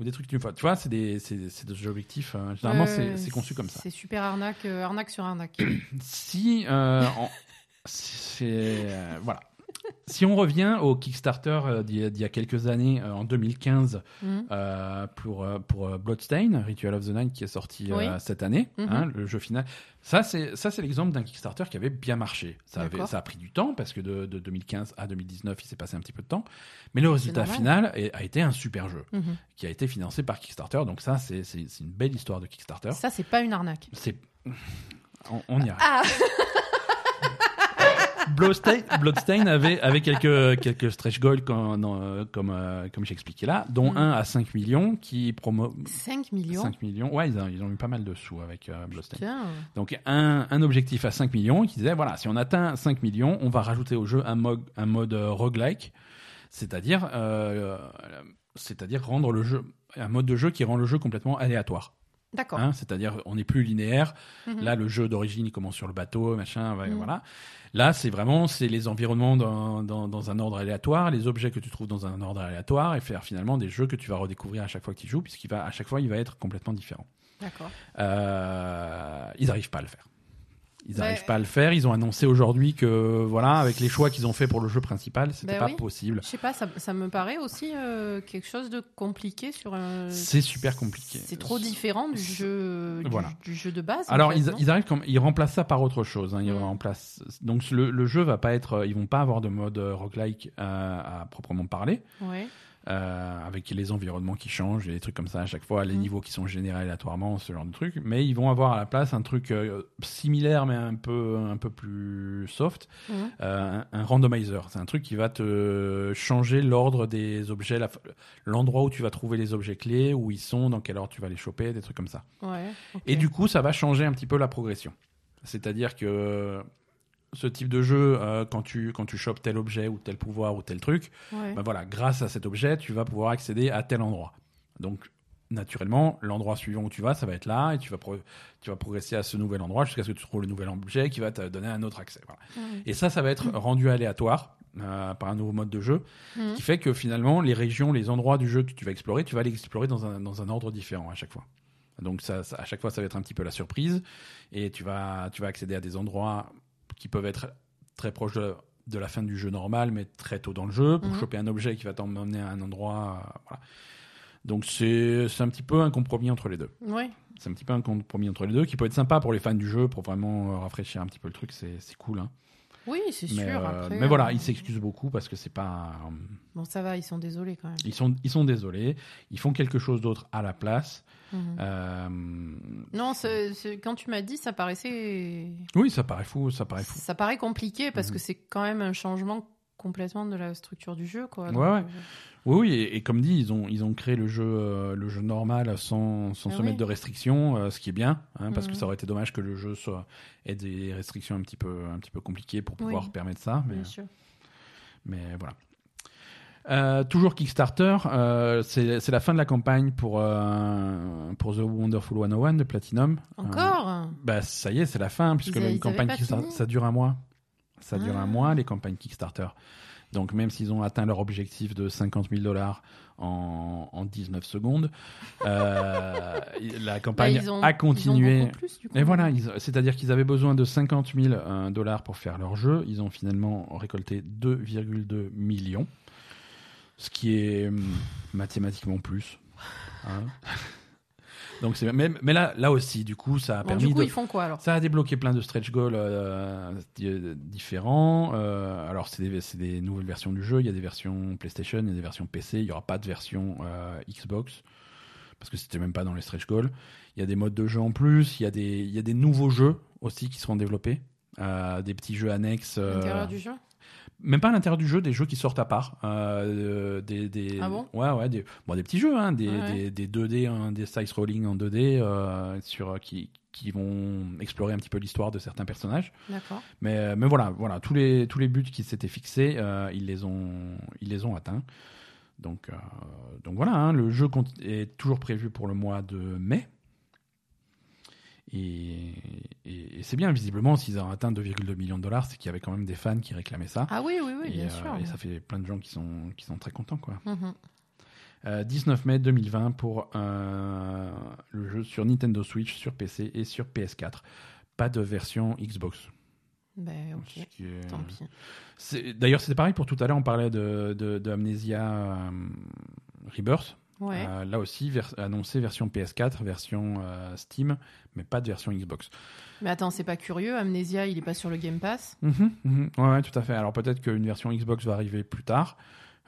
S1: Ou des trucs d'une fois. Tu vois, c'est des, c'est- c'est des objectifs. euh, généralement, c'est-
S2: Euh,
S1: c'est conçu comme ça.
S2: C'est super arnaque, euh, arnaque sur arnaque.
S1: Si, euh, en- [laughs] c'est- euh, voilà. Si on revient au Kickstarter euh, d'il y a- d'il y a quelques années, euh, en 2015,
S2: Mhm.
S1: euh, pour, euh, pour euh, Bloodstain, Ritual of the Night, qui est sorti euh,
S2: Oui.
S1: cette année,
S2: Mhm.
S1: hein, le jeu final. Ça, c'est ça, c'est l'exemple d'un Kickstarter qui avait bien marché. Ça, avait-
S2: D'accord.
S1: ça a pris du temps, parce que de, de 2015 à 2019, il s'est passé un petit peu de temps. Mais le résultat
S2: normal.
S1: final est- a été un super jeu,
S2: Mhm.
S1: qui a été financé par Kickstarter. Donc ça, c'est c'est- c'est une belle histoire de Kickstarter.
S2: Ça, c'est pas une arnaque.
S1: C'est... On, on y arrive.
S2: Ah
S1: Bloodstain, Bloodstain avait, avait quelques, quelques stretch goals comme, euh, comme, euh, comme j'expliquais là, dont
S2: Mm.
S1: un à 5 millions qui promo.
S2: 5 millions
S1: 5 millions, ouais, ils ont, ils ont eu pas mal de sous avec euh, Bloodstain.
S2: Tiens.
S1: Donc un, un objectif à 5 millions qui disait voilà, si on atteint 5 millions, on va rajouter au jeu un, mode un mode euh, roguelike, c'est-à-dire euh, euh, c'est-à-dire rendre le jeu un mode de jeu qui rend le jeu complètement aléatoire.
S2: D'accord.
S1: hein, c'est-à-dire on n'est plus linéaire,
S2: Mhm.
S1: Là, le jeu d'origine, il commence sur le bateau, machin, ouais,
S2: Mm.
S1: voilà. Là, c'est vraiment, c'est les environnements dans, dans, dans un ordre aléatoire, les objets que tu trouves dans un ordre aléatoire, et faire finalement des jeux que tu vas redécouvrir à chaque fois que tu y joues, puisqu'il va, à chaque fois, il va être complètement différent.
S2: D'accord.
S1: Euh, ils n'arrivent pas à le faire. Ils
S2: Mais-
S1: n'arrivent pas à le faire. Ils ont annoncé aujourd'hui que, voilà, avec les choix qu'ils ont fait pour le jeu principal, c'était
S2: Ben
S1: pas
S2: oui.
S1: possible.
S2: Je sais pas, ça, ça me paraît aussi euh, quelque chose de compliqué sur. un-
S1: C'est super compliqué.
S2: Euh, C'est trop différent du
S1: c'est-
S2: jeu, du,
S1: Voilà.
S2: du jeu de base. en
S1: Alors
S2: fait,
S1: ils,
S2: non
S1: ils arrivent comme ils remplacent ça par autre chose. hein, ils
S2: Mm.
S1: remplacent donc le, le jeu va pas être, euh, ils vont pas avoir de mode euh, roguelike euh, à proprement parler,
S2: Ouais.
S1: euh, avec les environnements qui changent et des trucs comme ça à chaque fois, les
S2: Mm.
S1: niveaux qui sont générés aléatoirement, ce genre de truc. Mais ils vont avoir à la place un truc euh, similaire mais un peu un peu plus soft,
S2: Mhm.
S1: euh, un, un randomizer. C'est un truc qui va te changer l'ordre des objets, la- l'endroit où tu vas trouver les objets clés, où ils sont, dans quelle ordre tu vas les choper, des trucs comme ça.
S2: Ouais. ok.
S1: Et du coup, ça va changer un petit peu la progression. C'est-à-dire que ce type de jeu, euh, quand, tu, quand tu chopes tel objet ou tel pouvoir ou tel truc,
S2: Ouais.
S1: ben voilà, grâce à cet objet, tu vas pouvoir accéder à tel endroit. Donc, naturellement, l'endroit suivant où tu vas, ça va être là, et tu vas, pro- tu vas progresser à ce nouvel endroit jusqu'à ce que tu trouves le nouvel objet qui va te donner un autre accès. Voilà.
S2: Mhm.
S1: Et ça, ça va être rendu aléatoire euh, par un nouveau mode de jeu
S2: Mhm.
S1: qui fait que finalement, les régions, les endroits du jeu que tu vas explorer, tu vas les explorer dans un, dans un ordre différent à chaque fois. Donc, ça, ça- à chaque fois, ça va être un petit peu la surprise. Et tu vas, tu vas accéder à des endroits qui peuvent être très proches de, de la fin du jeu normal, mais très tôt dans le jeu, pour
S2: Mhm.
S1: choper un objet qui va t'emmener à un endroit. euh, voilà. Donc, c'est c'est un petit peu un compromis entre les deux.
S2: Ouais.
S1: C'est un petit peu un compromis entre les deux qui peut être sympa pour les fans du jeu, pour vraiment euh, rafraîchir un petit peu le truc. C'est c'est cool. hein.
S2: Oui, c'est
S1: Mais,
S2: sûr.
S1: euh,
S2: après,
S1: mais voilà,
S2: euh,
S1: ils s'excusent beaucoup parce que c'est pas. euh,
S2: Bon, ça va, ils sont désolés quand même.
S1: Ils sont, ils sont désolés. Ils font quelque chose d'autre à la place.
S2: Mhm.
S1: Euh,
S2: Non, c'est- c'est- quand tu m'as dit, ça paraissait.
S1: Oui, ça paraît fou, ça paraît fou.
S2: Ça paraît compliqué parce
S1: Mhm.
S2: que c'est quand même un changement complètement de la structure du jeu, quoi.
S1: Ouais,
S2: Donc,
S1: ouais.
S2: euh,
S1: Oui, oui, et, et comme dit, ils ont, ils ont créé le jeu, euh, le jeu normal sans, sans
S2: Ah
S1: se
S2: oui.
S1: mettre de restrictions, euh, ce qui est bien, hein, parce que
S2: Mhm.
S1: ça aurait été dommage que le jeu soit, ait des restrictions un petit peu, un petit peu compliquées pour
S2: Oui.
S1: pouvoir permettre ça. Mais, euh,
S2: Bien sûr.
S1: mais voilà. Euh, toujours Kickstarter, euh, c'est c'est la fin de la campagne pour, euh, pour The Wonderful 101 de Platinum. Euh,
S2: Encore
S1: Bah ça y est, c'est la fin, puisque
S2: Ils a-
S1: les
S2: ils
S1: campagnes
S2: avaient pas
S1: Kickstarter,
S2: fini
S1: ça dure un mois. Ça dure
S2: Ah.
S1: un mois, les campagnes Kickstarter. Donc même s'ils ont atteint leur objectif de 50 000 dollars en, en 19 secondes,
S2: [laughs]
S1: euh, la
S2: Bah,
S1: campagne
S2: ils ont-
S1: a
S2: ils ont
S1: continué.
S2: beaucoup plus, du coup.
S1: Et voilà, ils- c'est-à-dire qu'ils avaient besoin de 50 000 euh, dollars pour faire leur jeu. Ils ont finalement récolté 2,2 millions, ce qui est hum, mathématiquement plus.
S2: [laughs]
S1: hein. Donc c'est mais, mais là là aussi du coup ça a
S2: Bon,
S1: permis
S2: du coup,
S1: de
S2: ils font quoi alors
S1: ça a débloqué plein de stretch goals euh, di- différents. Euh, alors, c'est des, c'est des nouvelles versions du jeu. Il y a des versions PlayStation, il y a des versions PC. Il n'y aura pas de version euh, Xbox parce que c'était même pas dans les stretch goals. Il y a des modes de jeu en plus. Il y a des, il y a des nouveaux jeux aussi qui seront développés. Euh, des petits jeux annexes. euh,
S2: L'intérieur du jeu
S1: Même pas à l'intérieur du jeu, des jeux qui sortent à part. Euh, des, des,
S2: Ah bon
S1: Ouais, ouais. Des, bon, des petits jeux, hein, des,
S2: Ouais.
S1: des, des 2D, hein, des side rolling en 2D euh, sur, euh, qui, qui vont explorer un petit peu l'histoire de certains personnages.
S2: D'accord.
S1: Mais, euh, mais voilà, voilà tous, les, tous les buts qui s'étaient fixés, euh, ils, les ont, ils les ont atteints. Donc, euh, donc voilà, hein, le jeu compte- est toujours prévu pour le mois de mai. Et, et- et c'est bien, visiblement, s'ils ont atteint 2,2 millions de dollars, c'est qu'il y avait quand même des fans qui réclamaient ça
S2: Ah oui, oui, oui,
S1: et,
S2: bien
S1: euh,
S2: sûr.
S1: et ça fait plein de gens qui sont, qui sont très contents. Quoi.
S2: Mhm.
S1: Euh, 19 mai 2020 pour euh, le jeu sur Nintendo Switch, sur PC et sur PS4. Pas de version Xbox.
S2: Ben, ok.
S1: ce qui est-
S2: Tant pis.
S1: C'est- D'ailleurs, c'était pareil pour tout à l'heure, on parlait de, de, de Amnesia euh, Rebirth.
S2: Ouais.
S1: Euh, là aussi, vers- annoncé version PS4, version euh, Steam, mais pas de version Xbox.
S2: Mais attends, c'est pas curieux. Amnesia, il est pas sur le Game Pass
S1: Mhm, mhm. Ouais, ouais, tout à fait. Alors peut-être qu'une version Xbox va arriver plus tard.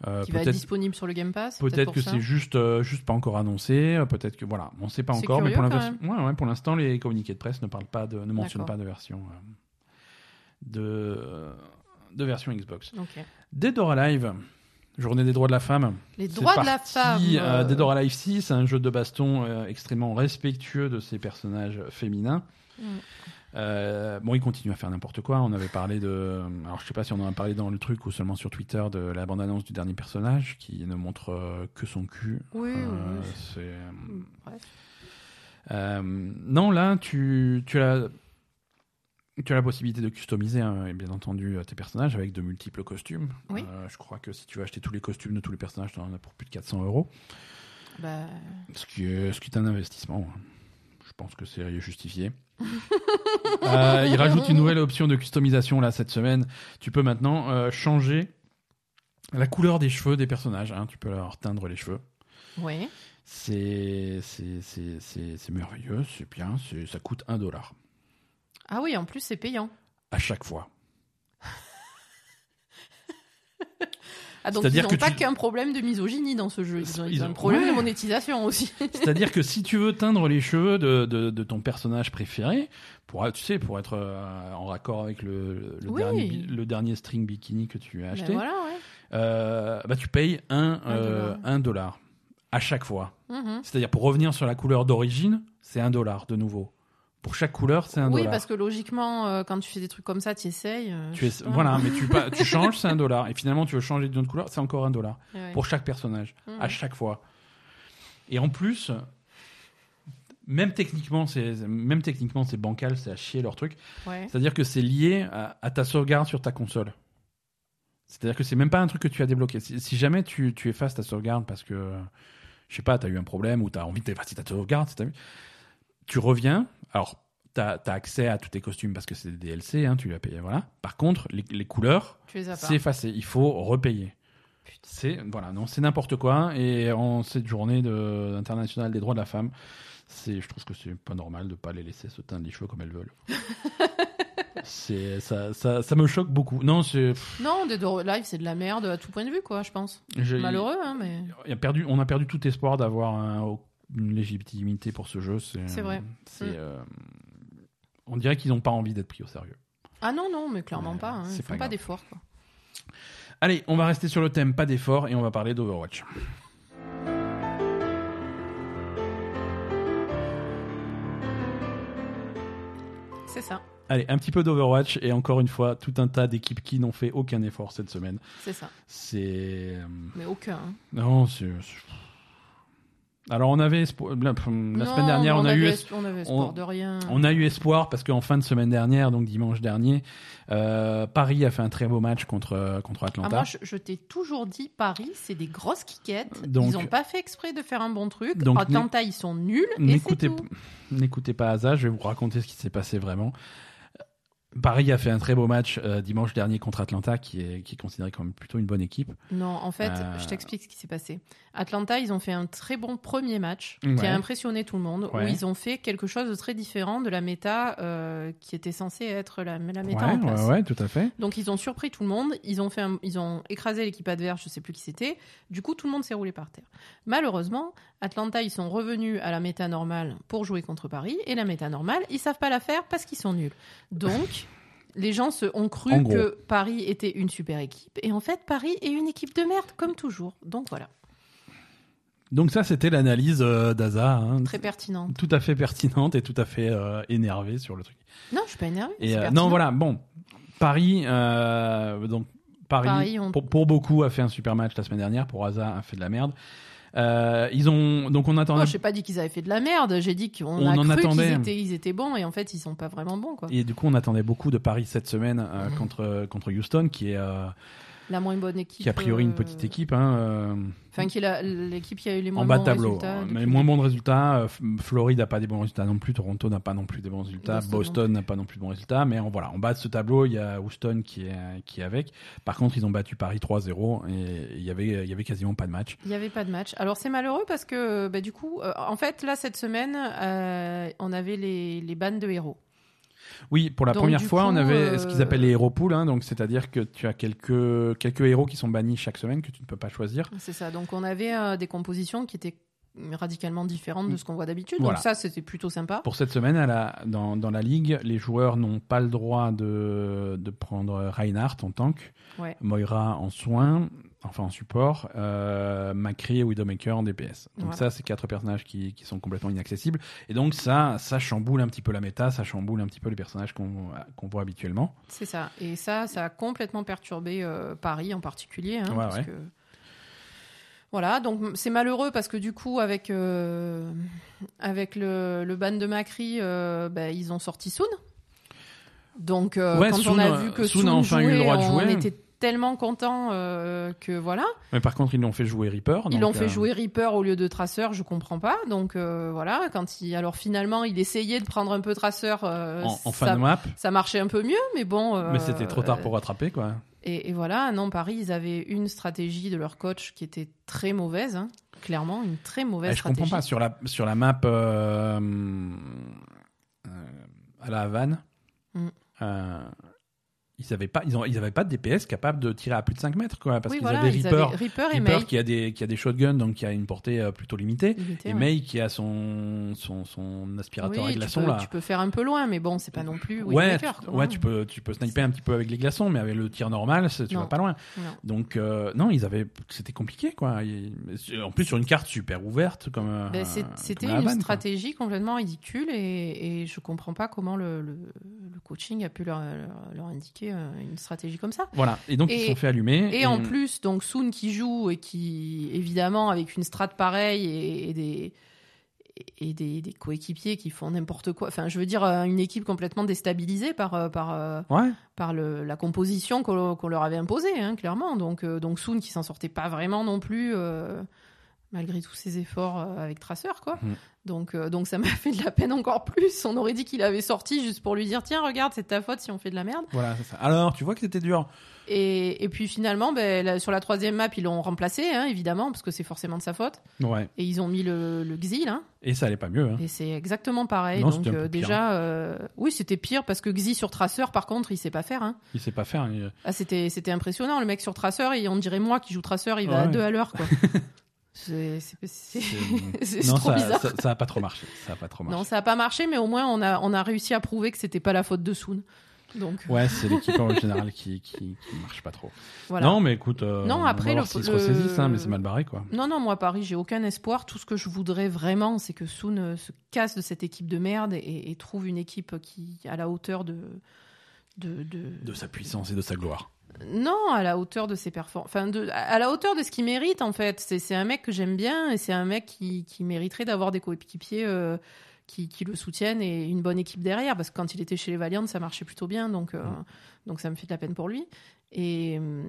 S1: Euh,
S2: qui va être
S1: peut-être-
S2: disponible sur le Game Pass.
S1: Peut-être
S2: pour
S1: que
S2: ça.
S1: c'est juste, euh, juste pas encore annoncé. euh, Peut-être que voilà, on sait pas
S2: C'est
S1: encore. Mais
S2: curieux
S1: pour
S2: quand
S1: l'instant, ouais, ouais, pour l'instant, les communiqués de presse ne parlent pas de, ne mentionnent
S2: D'accord.
S1: pas de version euh, de euh, de version Xbox.
S2: Ok.
S1: Dead or Alive, journée des droits de la femme.
S2: Les
S1: C'est
S2: droits de la
S1: parti,
S2: femme.
S1: euh,
S2: euh,
S1: Dead or Alive 6, un jeu de baston euh, extrêmement respectueux de ses personnages féminins.
S2: Mm.
S1: Euh, bon, il continue à faire n'importe quoi. On avait parlé de. euh, Alors, je sais pas si on en a parlé dans le truc ou seulement sur Twitter de la bande-annonce du dernier personnage qui ne montre euh, que son cul.
S2: Oui, oui,
S1: Euh,
S2: oui.
S1: c'est-
S2: Mm, bref.
S1: Euh, non, là, tu, tu as. Tu as la possibilité de customiser, hein, et bien entendu, tes personnages avec de multiples costumes.
S2: Oui.
S1: Euh, je crois que si tu veux acheter tous les costumes de tous les personnages, tu en as pour plus de 400 euros.
S2: Bah,
S1: Ce qui est, ce qui est un investissement. hein. Je pense que c'est
S2: [laughs]
S1: justifié. Euh, il rajoute une nouvelle option de customisation là cette semaine. Tu peux maintenant euh, changer la couleur des cheveux des personnages. hein. Tu peux leur teindre les cheveux.
S2: oui.
S1: C'est c'est- c'est- c'est- c'est merveilleux, c'est bien, c'est- ça coûte un dollar
S2: Ah oui, en plus, c'est payant.
S1: à chaque fois.
S2: Ah, donc
S1: C'est-à-dire
S2: ils n'ont
S1: que
S2: pas
S1: tu-
S2: qu'un problème de misogynie dans ce jeu. Ils ont, ils
S1: Ils
S2: ont
S1: ont-
S2: un problème
S1: ouais.
S2: de monétisation
S1: [laughs]
S2: aussi.
S1: C'est-à-dire que si tu veux teindre les cheveux de, de- de ton personnage préféré, pour, tu sais, pour être euh, en raccord avec le, le
S2: Oui.
S1: dernier, bi- le dernier string bikini que tu as
S2: Ben
S1: acheté,
S2: voilà, ouais.
S1: euh, bah, tu payes un,
S2: Un
S1: euh,
S2: dollar.
S1: un dollar à chaque fois.
S2: Mhm.
S1: C'est-à-dire pour revenir sur la couleur d'origine, c'est un dollar de nouveau. Pour chaque couleur, c'est un
S2: Oui,
S1: dollar.
S2: parce que logiquement, euh, quand tu fais des trucs comme ça, tu essayes. euh,
S1: Tu
S2: je
S1: es-
S2: sais pas.
S1: voilà, mais tu, pa- tu changes, c'est un dollar. Et finalement, tu veux changer d'une autre couleur, c'est encore un dollar.
S2: Ouais.
S1: Pour chaque personnage,
S2: Mhm.
S1: à chaque fois. Et en plus, même techniquement, c'est même techniquement, c'est bancal, c'est à chier leur truc.
S2: Ouais.
S1: C'est-à-dire que c'est lié à, à ta sauvegarde sur ta console. C'est-à-dire que c'est même pas un truc que tu as débloqué. Si, si jamais tu, tu effaces ta sauvegarde parce que, je sais pas, t'as eu un problème ou t'as envie d'effacer ta sauvegarde, si t'as vu, tu reviens. Alors, t'as as accès à tous tes costumes parce que c'est des DLC, hein, tu les as payé, voilà. Par contre, les, les couleurs,
S2: Tu les as pas.
S1: c'est effacé. Il faut repayer.
S2: Putain.
S1: C'est voilà, non, c'est n'importe quoi. Et en cette journée de, internationale des droits de la
S2: [laughs]
S1: femme, c'est, je trouve que c'est pas normal de pas les laisser se teindre les cheveux comme elles veulent. C'est ça, ça, ça me choque beaucoup. Non, c'est pff,
S2: Non, Dead or Alive, c'est de la merde à tout point de vue, quoi, je pense.
S1: j'ai-
S2: Malheureux, hein, mais.
S1: Euh, il a perdu, on a perdu tout espoir d'avoir un- une légitimité pour ce jeu.
S2: C'est vrai.
S1: c'est,
S2: Mm.
S1: euh, on dirait qu'ils n'ont pas envie d'être pris au sérieux.
S2: Ah non, non, mais clairement
S1: Ouais,
S2: pas. hein.
S1: c'est pas
S2: Ils font pas
S1: grave.
S2: d'efforts, quoi.
S1: Allez, on va rester sur le thème pas d'effort et on va parler d'Overwatch.
S2: C'est ça,
S1: Allez, un petit peu d'Overwatch et encore une fois, tout un tas d'équipes qui n'ont fait aucun effort cette semaine.
S2: c'est ça.
S1: C'est. euh,
S2: Mais aucun. hein.
S1: Non, c'est. c'est- Alors, on avait. espo- La, la semaine
S2: Non,
S1: dernière, on, a eu.
S2: avait
S1: es-
S2: esp- on avait espoir
S1: on-
S2: de rien.
S1: On a eu espoir parce qu'en fin de semaine dernière, donc dimanche dernier, euh, Paris a fait un très beau match contre, euh, contre
S2: Ah,
S1: Atlanta.
S2: moi, je, je t'ai toujours dit, Paris, c'est des grosses quiquettes.
S1: Donc-
S2: ils n'ont pas fait exprès de faire un bon truc.
S1: Donc,
S2: Atlanta, ils sont nuls. Et c'est
S1: N'écoutez
S2: tout.
S1: n'écoutez pas Asa, je vais vous raconter ce qui s'est passé vraiment. Paris a fait un très beau match euh, dimanche dernier contre Atlanta, qui est, qui est considéré comme plutôt une bonne équipe.
S2: Non, en fait,
S1: Euh,
S2: je t'explique ce qui s'est passé. Atlanta, ils ont fait un très bon premier match
S1: Ouais.
S2: qui a impressionné tout le monde, où
S1: Ouais.
S2: ils ont fait quelque chose de très différent de la méta euh, qui était censée être la, la méta
S1: ouais,
S2: en place.
S1: ouais, ouais, tout à fait.
S2: Donc ils ont surpris tout le monde, ils ont, fait un- ils ont écrasé l'équipe adverse, je sais plus qui c'était, du coup tout le monde s'est roulé par terre. Malheureusement, Atlanta, ils sont revenus à la méta normale pour jouer contre Paris, et la méta normale, ils savent pas la faire parce qu'ils sont nuls. Donc, [laughs] les gens se ont cru
S1: En gros.
S2: que Paris était une super équipe, et en fait Paris est une équipe de merde, comme toujours. Donc voilà,
S1: Donc ça, c'était l'analyse euh, d'Aza, hein.
S2: très pertinent.
S1: tout à fait pertinente et tout à fait euh, énervée sur le truc.
S2: Non, je suis pas énervée.
S1: Et
S2: c'est
S1: euh,
S2: pertinent.
S1: non, voilà, bon, Paris, euh, donc Paris,
S2: Paris, on-
S1: pour, pour beaucoup, a fait un super match la semaine dernière. Pour Asa, a fait de la merde. Euh, ils ont donc on
S2: Moi,
S1: attendait.
S2: Oh, j'ai pas dit qu'ils avaient fait de la merde, j'ai dit qu'on
S1: On
S2: a
S1: en
S2: cru
S1: attendait.
S2: qu'ils étaient, ils étaient bons, et en fait ils sont pas Mhm. vraiment bons quoi.
S1: Et du coup, on attendait beaucoup de Paris cette semaine euh, contre contre Houston, qui est euh,
S2: La moins bonne équipe.
S1: qui est a priori une
S2: euh,
S1: petite équipe, hein, euh,
S2: Enfin, qui est la- l'équipe qui a eu les moins
S1: en bas de
S2: bons
S1: tableau.
S2: résultats
S1: hein.
S2: depuis
S1: Mais
S2: le
S1: moins
S2: début.
S1: bons résultats. euh, F- Floride n'a pas des bons résultats non plus. Toronto n'a pas non plus des bons résultats.
S2: Boston hein. non
S1: Boston n'a pas non plus de bons résultats. Mais en, voilà, en bas de ce tableau, il y a Houston qui est qui est avec. Par contre, ils ont battu Paris 3-0 et il y avait il y avait quasiment pas de match.
S2: Il n'y avait pas de match. Alors c'est malheureux parce que bah, du coup, euh, en fait, là cette semaine, euh, on avait les, les bannes de héros.
S1: Oui, pour la
S2: Donc,
S1: première
S2: du
S1: fois, on
S2: coup,
S1: avait
S2: euh,
S1: ce qu'ils appellent les héros pools, hein, donc c'est-à-dire que tu as quelques quelques héros qui sont bannis chaque semaine que tu ne peux pas choisir.
S2: C'est ça. Donc on avait euh, des compositions qui étaient euh, radicalement différentes de ce qu'on voit d'habitude.
S1: Mm. Voilà.
S2: Donc ça, c'était plutôt sympa.
S1: Pour cette semaine, à la- dans, dans la ligue, les joueurs n'ont pas le droit de, de prendre Reinhardt en tank,
S2: Ouais.
S1: Moira en soins, enfin en support, euh, Macri et Widowmaker en DPS. Donc
S2: Voilà.
S1: ça, c'est quatre personnages qui, qui sont complètement inaccessibles. Et donc ça, ça chamboule un petit peu la méta, ça chamboule un petit peu les personnages qu'on qu'on voit habituellement.
S2: C'est ça. Et ça, ça a complètement perturbé euh, Paris en particulier. hein,
S1: Ouais,
S2: parce
S1: ouais.
S2: que- Voilà, donc m- c'est malheureux parce que du coup, avec, euh, avec le, le ban de Macri, euh, bah, ils ont sorti Soon. Donc, euh,
S1: Ouais,
S2: quand
S1: Soon,
S2: on a
S1: euh,
S2: vu que
S1: Soon
S2: Soon,
S1: a enfin eu le
S2: jouait,
S1: droit de
S2: on
S1: jouer.
S2: était tellement contents euh, que voilà.
S1: Mais par contre, ils l'ont fait jouer Reaper.
S2: Ils
S1: donc,
S2: l'ont
S1: euh,
S2: fait jouer Reaper au lieu de Tracer, je comprends pas. Donc euh, voilà, quand il... alors finalement, il essayait de prendre un peu Tracer, euh,
S1: en, en
S2: ça,
S1: fin de map,
S2: ça marchait un peu mieux, mais bon. euh,
S1: mais c'était trop tard
S2: euh,
S1: pour rattraper, quoi.
S2: Et, et voilà, non, Paris, ils avaient une stratégie de leur coach qui était très mauvaise, hein. clairement, une très mauvaise
S1: Eh, je
S2: stratégie.
S1: comprends pas sur la sur la map euh, euh, à la Havane.
S2: Mm.
S1: euh, ils avaient pas ils ont ils avaient pas de DPS capable de tirer à plus de 5 mètres quoi parce
S2: oui,
S1: qu'ils
S2: voilà,
S1: avaient
S2: ils
S1: Reaper,
S2: avaient Reaper et
S1: Reaper
S2: May.
S1: qui a des qui a des shotguns donc qui a une portée euh, plutôt limitée
S2: Limité,
S1: et
S2: ouais.
S1: May qui a son son son aspirateur
S2: Oui,
S1: à
S2: tu
S1: glaçons
S2: peux,
S1: là.
S2: tu peux faire un peu loin, mais bon, c'est pas non plus
S1: ouais,
S2: Windmaker,
S1: tu,
S2: quoi,
S1: ouais,
S2: hein.
S1: tu peux tu peux sniper un petit peu avec les glaçons mais avec le tir normal, c'est- tu
S2: Non.
S1: vas pas loin.
S2: Non.
S1: Donc euh, non, ils avaient c'était compliqué quoi. Ils- en plus sur une carte super ouverte comme euh,
S2: Ben, c'est-
S1: comme
S2: C'était
S1: la
S2: une
S1: Havane, quoi.
S2: stratégie complètement ridicule et, et je comprends pas comment le, le- le coaching a pu leur, leur- leur indiquer euh, une stratégie comme ça.
S1: Voilà, et donc ils se
S2: Et-
S1: sont fait allumer.
S2: Et, en plus, donc Soon qui joue et qui, évidemment, avec une strat pareille et, et des et des, des coéquipiers qui font n'importe quoi. Enfin, je veux dire, euh, une équipe complètement déstabilisée par euh, par euh,
S1: Ouais,
S2: par le, la composition qu'on qu'on leur avait imposée, hein, clairement. Donc euh, donc Soon qui s'en sortait pas vraiment non plus. euh, malgré tous ses efforts euh, avec Tracer, quoi.
S1: Mm.
S2: Donc, euh, donc ça m'a [laughs] fait de la peine encore plus. On aurait dit qu'il avait sorti juste pour lui dire tiens, regarde, c'est de ta faute si on fait de la merde.
S1: Voilà, c'est ça. Alors, tu vois que c'était dur.
S2: Et, et puis finalement, ben, là, sur la troisième map, ils l'ont remplacé, hein, évidemment, parce que c'est forcément de sa faute.
S1: Ouais.
S2: Et ils ont mis le, le Xil, hein,
S1: Et ça allait pas mieux. hein.
S2: et c'est exactement pareil.
S1: Non,
S2: donc
S1: c'était un peu
S2: euh,
S1: pire,
S2: déjà, euh, oui, c'était pire parce que Xi sur traceur, par contre, il sait pas faire. Hein.
S1: Il sait pas faire. il-
S2: Ah, c'était, c'était impressionnant, le mec sur traceur, et on dirait moi qui joue traceur, il va à
S1: Ouais.
S2: deux
S1: [laughs]
S2: à l'heure, quoi. c'est, c'est, c'est-
S1: c'est- euh,
S2: [laughs] c'est
S1: non,
S2: trop
S1: ça,
S2: bizarre.
S1: ça, ça a pas trop marché. Ça a pas trop marché.
S2: Non, ça a pas marché, mais au moins on a, on a réussi à prouver que c'était pas la faute de Soon. Donc euh,
S1: Ouais, c'est l'équipe en général qui, qui, qui marche pas trop.
S2: voilà.
S1: Non, mais écoute, euh,
S2: Non,
S1: on va
S2: après,
S1: voir
S2: le-
S1: s'ils se
S2: le-
S1: ressaisissent, hein, mais c'est mal barré, quoi.
S2: Non, non, moi à Paris, j'ai aucun espoir. Tout ce que je voudrais vraiment, c'est que Soon euh, se casse de cette équipe de merde et, et trouve une équipe qui à la hauteur de de, de-
S1: De sa puissance et de sa gloire.
S2: non à la hauteur de ses performances, enfin de, à la hauteur de ce qu'il mérite en fait. C'est c'est un mec que j'aime bien et c'est un mec qui, qui mériterait d'avoir des coéquipiers. euh, qui, qui le soutiennent et une bonne équipe derrière parce que quand il était chez les Valiants ça marchait plutôt bien donc euh,
S1: Mm.
S2: donc ça me fait de la peine pour lui et hum,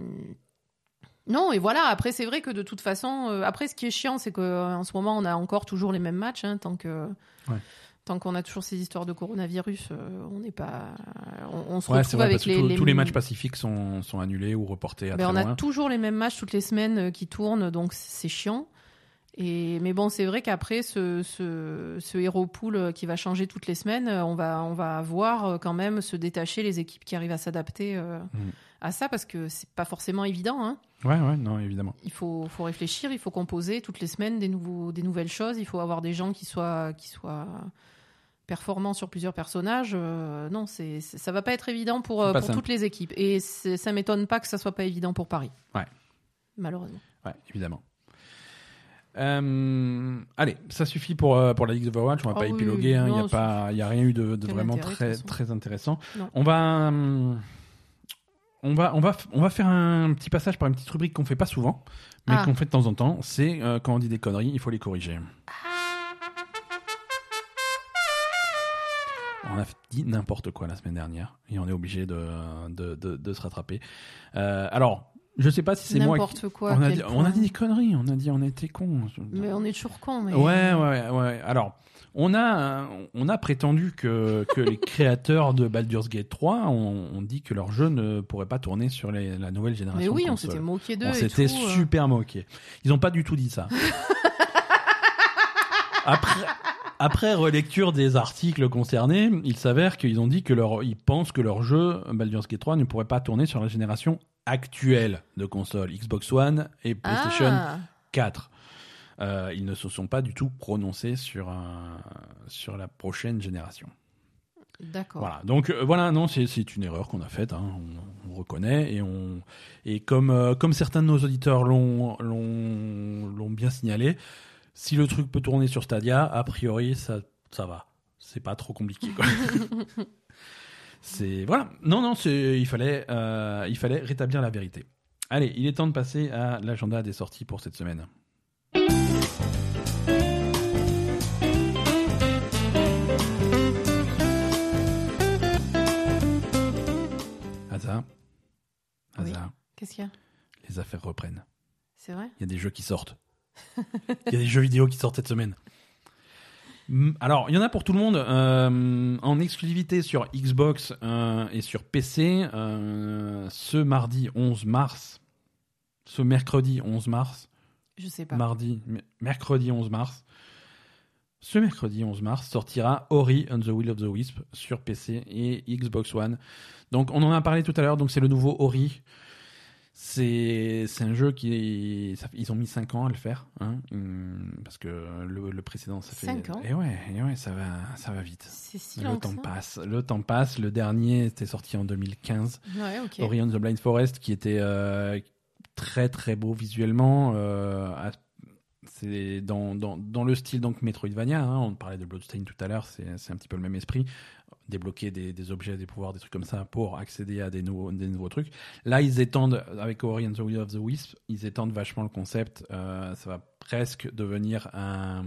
S2: non et voilà après c'est vrai que de toute façon euh, après ce qui est chiant c'est que euh, en ce moment on a encore toujours les mêmes matchs hein, tant que
S1: Ouais.
S2: tant qu'on a toujours ces histoires de coronavirus euh, on n'est pas on, on se
S1: Ouais, c'est
S2: retrouve
S1: vrai,
S2: avec
S1: parce que
S2: les,
S1: tous-
S2: les-
S1: tous les matchs pacifiques sont, sont annulés ou reportés à
S2: ben,
S1: très
S2: on a
S1: loin.
S2: toujours les mêmes matchs toutes les semaines euh, qui tournent, donc c'est chiant. Et, mais bon, c'est vrai qu'après ce, ce, ce hero pool euh, qui va changer toutes les semaines, euh, on va, on va voir euh, quand même se détacher les équipes qui arrivent à s'adapter euh,
S1: Mm.
S2: à ça parce que c'est pas forcément évident. hein.
S1: Ouais, ouais, non, évidemment.
S2: Il faut, faut réfléchir, il faut composer toutes les semaines des, nouveaux, des nouvelles choses, il faut avoir des gens qui soient, qui soient performants sur plusieurs personnages. Euh, non, c'est c'est- ça va pas être évident pour, euh,
S1: pas
S2: pour
S1: simple.
S2: toutes les équipes. Et c'est- ça m'étonne pas que ça soit pas évident pour Paris.
S1: Ouais.
S2: Malheureusement.
S1: Ouais, évidemment. Euh, allez, ça suffit pour, euh, pour la Ligue Overwatch. On va
S2: Ah
S1: pas
S2: oui,
S1: épiloguer. hein, Il
S2: non,
S1: n'y a,
S2: ça
S1: pas- il y a rien eu de, de
S2: Quel
S1: vraiment
S2: intérêt, de
S1: très,
S2: toute façon.
S1: très intéressant.
S2: Non.
S1: On va. hum, On va, on, va, f- on va faire un petit passage par une petite rubrique qu'on fait pas souvent, mais
S2: Ah.
S1: qu'on fait de temps en temps. C'est euh, quand on dit des conneries, il faut les corriger. On a dit n'importe quoi la semaine dernière et on est obligé de, de, de- de se rattraper. Euh, alors, je sais pas si c'est moi qui-
S2: N'importe quoi.
S1: on, a
S2: quel
S1: dit, on
S2: point.
S1: a dit des conneries, on a dit on était cons.
S2: Mais on est toujours con. Mais...
S1: Ouais, ouais, ouais, ouais. Alors, on a, on a prétendu que, que les créateurs de Baldur's Gate 3 ont, ont dit que leur jeu ne pourrait pas tourner sur les- la nouvelle génération.
S2: Mais oui,
S1: de
S2: on
S1: consoles.
S2: s'était moqué d'eux.
S1: On
S2: et
S1: s'était
S2: tout, euh.
S1: super moqué. Ils n'ont pas du tout dit
S2: [laughs]
S1: ça. Après. Après relecture des articles concernés, il s'avère qu'ils ont dit que leur, ils pensent que leur jeu Baldur's Gate 3 ne pourrait pas tourner sur la génération actuelle de consoles Xbox One et PlayStation
S2: Ah,
S1: 4. Euh, ils ne se sont pas du tout prononcés sur, un- sur la prochaine génération.
S2: d'accord.
S1: Voilà. Donc euh, voilà, non, c'est- c'est une erreur qu'on a faite. hein. On, on reconnaît et on et comme euh, comme certains de nos auditeurs l'ont l'ont l'ont bien signalé, si le truc peut tourner sur Stadia, a priori ça ça va. C'est pas trop compliqué.
S2: [laughs]
S1: quoi. c'est voilà. Non non, c'est il fallait euh, il fallait rétablir la vérité. Allez, il est temps de passer à l'agenda des sorties pour cette semaine. Hasard.
S2: Oui.
S1: Hasard.
S2: Qu'est-ce qu'il y a
S1: Les affaires reprennent.
S2: C'est vrai
S1: Il y a des jeux qui sortent. Il y a des jeux vidéo qui sortent cette semaine. Mm, Alors, il y en a pour tout le monde. Euh, en exclusivité sur Xbox euh, et sur PC, euh, ce mardi 11 mars, ce mercredi 11 mars,
S2: Je sais pas.
S1: mardi, m- mercredi 11 mars, ce mercredi 11 mars sortira Ori and the Will of the Wisp sur PC et Xbox One. Donc, on en a parlé tout à l'heure, donc c'est le nouveau Ori. C'est c'est un jeu qui. ça- ils ont mis 5 ans à le faire, hein, hum, parce que le, le précédent, ça fait.
S2: Cinq ans
S1: Et ouais, et ouais ça, va, ça va vite.
S2: C'est si
S1: Le
S2: lent que
S1: temps
S2: ça
S1: passe, le temps passe. Le dernier était sorti en 2015.
S2: Ouais, ok.
S1: Orion the Blind Forest qui était euh, très très beau visuellement. euh, à- c'est dans, dans, dans le style donc Metroidvania. hein, on parlait de Bloodstained tout à l'heure, c'est c'est un petit peu le même esprit. Débloquer des, des objets, des pouvoirs, des trucs comme ça pour accéder à des nouveaux, des nouveaux trucs. Là, ils étendent, avec Ori and the Will of the Wisp, ils étendent vachement le concept. euh, ça va presque devenir un,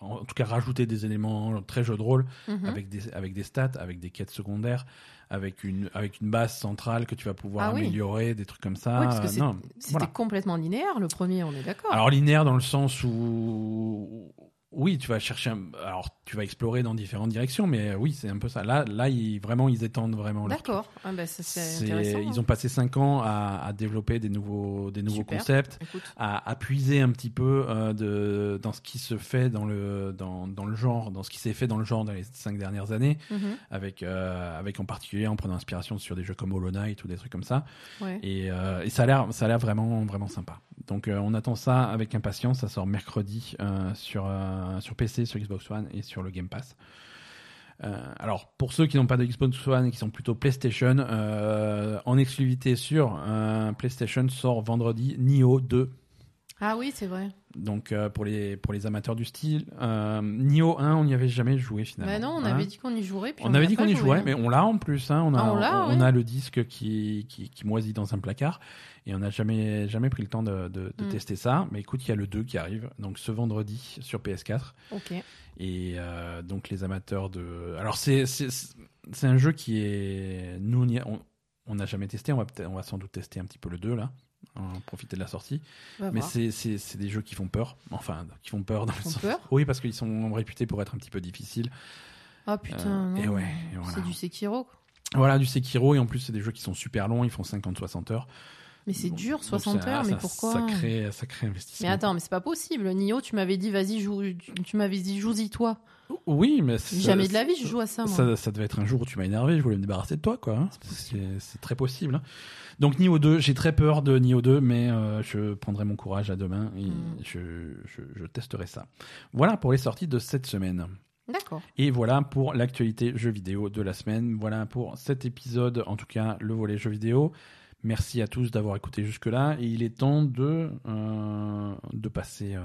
S1: en en tout cas rajouter des éléments très jeu de rôle
S2: Mhm.
S1: avec des avec des stats, avec des quêtes secondaires, avec une avec une base centrale que tu vas pouvoir
S2: Ah oui.
S1: améliorer, des trucs comme ça. euh,
S2: Oui, parce que c'est-
S1: Non,
S2: C'était
S1: voilà.
S2: complètement linéaire, le premier, on est d'accord.
S1: Alors linéaire dans le sens où oui, tu vas chercher un- alors tu vas explorer dans différentes directions mais euh, oui, c'est un peu ça. Là là ils, vraiment ils étendent vraiment leur
S2: D'accord. Ah ben, ça, c'est
S1: C'est-
S2: intéressant. hein.
S1: Ils ont passé 5 ans à, à développer des nouveaux, des nouveaux
S2: Super.
S1: concepts,
S2: Écoute,
S1: à, à puiser un petit peu euh, de, dans ce qui se fait dans le, dans, dans le genre, dans ce qui s'est fait dans le genre dans les 5 dernières années,
S2: mhm,
S1: avec, euh, avec en particulier en prenant inspiration sur des jeux comme Hollow Knight ou des trucs comme ça.
S2: ouais.
S1: Et, euh, et ça a l'air ça a l'air vraiment, vraiment sympa. Donc euh, on attend ça avec impatience, ça sort mercredi euh, sur, euh, sur PC, sur Xbox One et sur le Game Pass. Euh, alors, pour ceux qui n'ont pas de Xbox One et qui sont plutôt PlayStation, euh, en exclusivité sur euh, PlayStation sort vendredi Nioh 2.
S2: Ah oui, c'est vrai.
S1: Donc, euh, pour, les, pour les amateurs du style, euh, Nioh 1, on n'y avait jamais joué finalement.
S2: Bah non, on
S1: Hein.
S2: avait dit qu'on y jouerait. puis
S1: On
S2: n'y
S1: avait
S2: a
S1: dit
S2: pas
S1: qu'on y
S2: joué,
S1: jouait,
S2: non.
S1: mais on l'a en plus. hein. on a,
S2: Ah, on l'a,
S1: on
S2: ouais.
S1: a le disque qui, qui, qui moisit dans un placard et on n'a jamais, jamais pris le temps de, de- de
S2: Mm.
S1: tester ça. Mais écoute, il y a le 2 qui arrive, donc ce vendredi sur PS4.
S2: Ok.
S1: Et euh, donc les amateurs de. Alors c'est c'est c'est un jeu qui est nous on y a- on on n'a jamais testé. On va peut-être on va sans doute tester un petit peu le 2 là. en profiter de la sortie.
S2: on va
S1: Mais
S2: voir.
S1: c'est c'est c'est des jeux qui font peur. Enfin qui font peur dans le
S2: font
S1: sens.
S2: peur
S1: Oui parce qu'ils sont réputés pour être un petit peu difficiles.
S2: Ah putain.
S1: Euh, et
S2: non.
S1: ouais. et voilà.
S2: C'est du Sekiro. quoi.
S1: Voilà du Sekiro et en plus c'est des jeux qui sont super longs. Ils font 50-60 heures.
S2: Mais c'est
S1: Donc-
S2: dur,
S1: donc
S2: 60
S1: ça-
S2: heures,
S1: ça-
S2: mais pourquoi
S1: Ça crée ça crée investissement.
S2: Mais attends, mais c'est pas possible. Nio, tu m'avais dit, vas-y, joue, tu m'avais dit, joue-y toi.
S1: Oui mais ça-
S2: Jamais de la vie, je joue à ça, moi.
S1: Ça, ça devait être un jour où tu m'as énervé, je voulais me débarrasser de toi, quoi. hein. C'est c'est très possible. hein. Donc, Nioh 2, j'ai très peur de Nioh 2, mais euh, je prendrai mon courage à demain et
S2: Mm.
S1: je, je- je testerai ça. Voilà pour les sorties de cette semaine.
S2: D'accord.
S1: Et voilà pour l'actualité jeux vidéo de la semaine. Voilà pour cet épisode, en tout cas le volet jeux vidéo. Merci à tous d'avoir écouté jusque-là. Et il est temps de, euh, de passer. euh,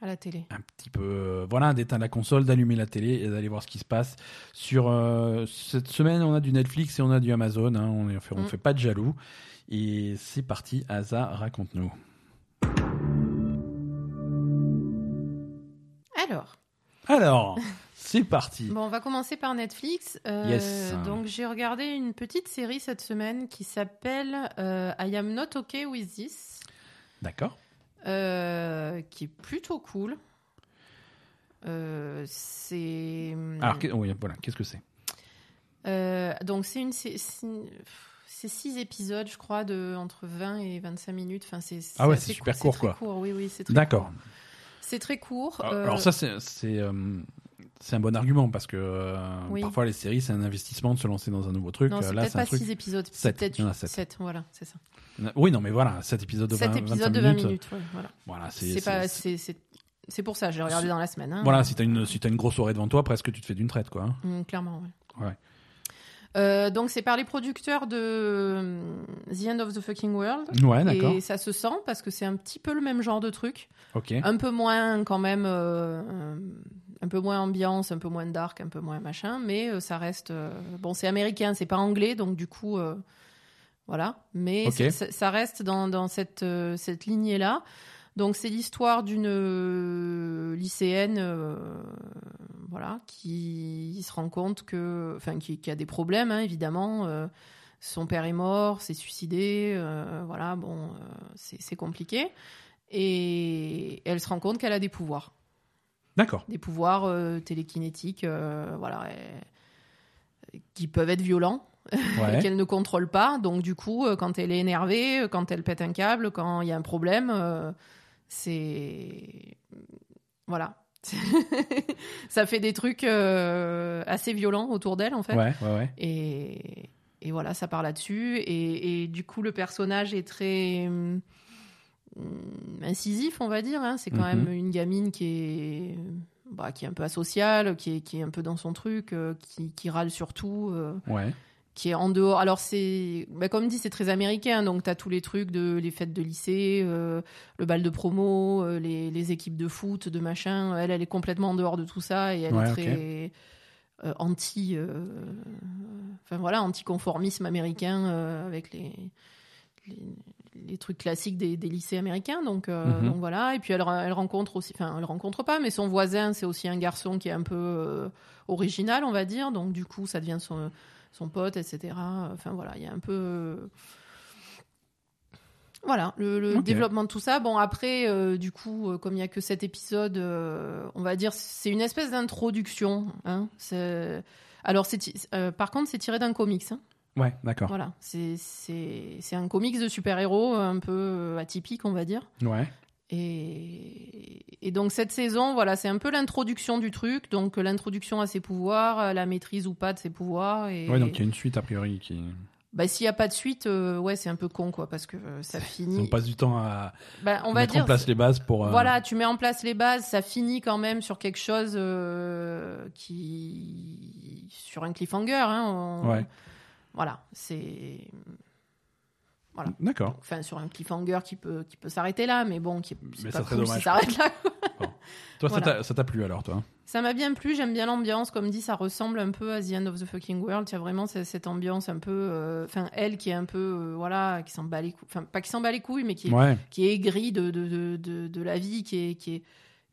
S2: À la télé.
S1: un petit peu, euh, voilà, d'éteindre la console, d'allumer la télé et d'aller voir ce qui se passe. Sur euh, cette semaine, on a du Netflix et on a du Amazon. hein, on ne fait, on
S2: Mm.
S1: fait pas de jaloux. Et c'est parti, Asa, raconte-nous.
S2: Alors, [laughs]
S1: Alors, c'est parti.
S2: bon, on va commencer par Netflix. Euh,
S1: Yes.
S2: Donc, j'ai regardé une petite série cette semaine qui s'appelle euh, I Am Not Okay With This,
S1: D'accord.
S2: euh, qui est plutôt cool. Euh, c'est
S1: Alors, Ah, que- oh, oui, voilà, qu'est-ce que c'est
S2: Euh, donc c'est une sé- c'est c'est six épisodes, je crois, de entre 20 et 25 minutes. Enfin, c'est c'est
S1: Ah ouais,
S2: assez
S1: c'est super
S2: cou-
S1: court,
S2: très
S1: quoi.
S2: court, Oui, oui, c'est très
S1: D'accord.
S2: court. C'est très court.
S1: Alors,
S2: euh,
S1: alors ça, c'est c'est, euh, c'est un bon argument parce que euh,
S2: Oui.
S1: parfois les séries, c'est un investissement de se lancer dans un nouveau truc.
S2: non,
S1: Euh,
S2: c'est
S1: Là,
S2: peut-être
S1: c'est un
S2: pas
S1: truc.
S2: six épisodes, c'est
S1: Sept,
S2: peut-être
S1: il y en a sept.
S2: sept, Voilà, c'est ça.
S1: Oui, non, mais voilà, cet épisode de 20,
S2: Sept
S1: 25
S2: épisodes de 20
S1: minutes.
S2: minutes. ouais, voilà.
S1: Voilà, c'est-
S2: C'est
S1: c'est-
S2: pas, c'est c'est- c'est pour ça. J'ai regardé dans la semaine. hein.
S1: Voilà, si t'as une, si t'as une grosse soirée devant toi, presque tu te fais d'une traite, quoi. hein.
S2: Mm, clairement. ouais.
S1: Ouais.
S2: Euh, donc c'est par les producteurs de euh, The End of the Fucking World.
S1: Ouais, Ah, d'accord.
S2: Et ça se sent parce que c'est un petit peu le même genre de truc.
S1: Ok.
S2: un peu moins quand même euh, euh, un peu moins ambiance un peu moins dark un peu moins machin mais euh, ça reste euh, bon c'est américain c'est pas anglais donc du coup euh, voilà mais
S1: Ok.
S2: ça- ça, ça reste dans, dans cette euh, cette lignée là donc c'est l'histoire d'une euh, lycéenne euh, voilà qui se rend compte que enfin qui, qui a des problèmes hein, évidemment euh, son père est mort, s'est suicidé, euh, voilà, bon, euh, c'est c'est compliqué. Et elle se rend compte qu'elle a des pouvoirs,
S1: D'accord.
S2: des pouvoirs euh, télékinétiques, euh, voilà, et- qui peuvent être violents, et
S1: Ouais.
S2: qu'elle ne contrôle pas. Donc du coup, euh, quand elle est énervée, euh, quand elle pète un câble, quand il y a un problème, euh, c'est voilà. [laughs] ça fait des trucs euh, assez violents autour d'elle en fait.
S1: ouais, ouais, ouais.
S2: Et, et voilà, ça part là-dessus. Et, et du coup, le personnage est très hum, hum, incisif, on va dire. hein. C'est quand
S1: Mhm.
S2: même une gamine qui est, bah, qui est un peu asociale, qui est, qui est un peu dans son truc, euh, qui, qui râle sur tout, euh,
S1: Ouais.
S2: qui est en dehors. Alors, c'est, bah, comme dit, c'est très américain. Donc, tu as tous les trucs de les fêtes de lycée, euh, le bal de promo, euh, les, les équipes de foot, de machin. Elle, elle est complètement en dehors de tout ça et elle
S1: Ouais,
S2: est
S1: ok.
S2: très euh, anti. euh, Enfin, voilà, anticonformisme américain euh, avec les, les, les les trucs classiques des, des lycées américains. Donc, euh,
S1: Mhm.
S2: donc voilà. Et puis elle, elle rencontre aussi, enfin elle rencontre pas, mais son voisin c'est aussi un garçon qui est un peu euh, original, on va dire. Donc du coup ça devient son, son pote, etc. Enfin voilà, il y a un peu. euh, Voilà, le, le
S1: Ok.
S2: développement de tout ça. Bon, après, euh, du coup, euh, comme il n'y a que cet épisode, euh, on va dire, c'est une espèce d'introduction. hein. C'est- Alors, c'est ti- euh, par contre, c'est tiré d'un comics. hein.
S1: Ouais, d'accord.
S2: Voilà, c'est- c'est c'est un comics de super-héros un peu euh, atypique, on va dire.
S1: Ouais.
S2: Et, et donc cette saison, voilà, c'est un peu l'introduction du truc, donc euh, l'introduction à ses pouvoirs, à la maîtrise ou pas de ses pouvoirs. Et
S1: Ouais, donc il y a une suite a priori qui.
S2: bah, s'il n'y a pas de suite, euh, ouais, c'est un peu con, quoi, parce que euh, ça finit.
S1: On passe du temps à
S2: Bah, on va
S1: mettre
S2: dire.
S1: en place les bases pour. euh,
S2: Voilà, tu mets en place les bases, ça finit quand même sur quelque chose euh, qui. sur un cliffhanger. Hein, on-
S1: Ouais.
S2: Voilà, c'est. voilà.
S1: D'accord.
S2: Enfin, sur un cliffhanger qui peut, qui peut s'arrêter là, mais bon, qui
S1: Mais
S2: c'est
S1: ça
S2: pas
S1: serait
S2: cool
S1: dommage.
S2: si ça s'arrête là.
S1: Toi, ça
S2: Voilà.
S1: t'a- ça t'a plu alors, toi
S2: Ça m'a bien plu, j'aime bien l'ambiance. Comme dit, ça ressemble un peu à The End of the Fucking World. Il y a vraiment ce- cette ambiance un peu. euh, Enfin, elle qui est un peu. euh, voilà, qui s'en bat les couilles. Enfin, pas qui s'en bat les couilles, mais qui est,
S1: Ouais.
S2: qui est aigrie de, de, de, de, de la vie, qui est, qui, est,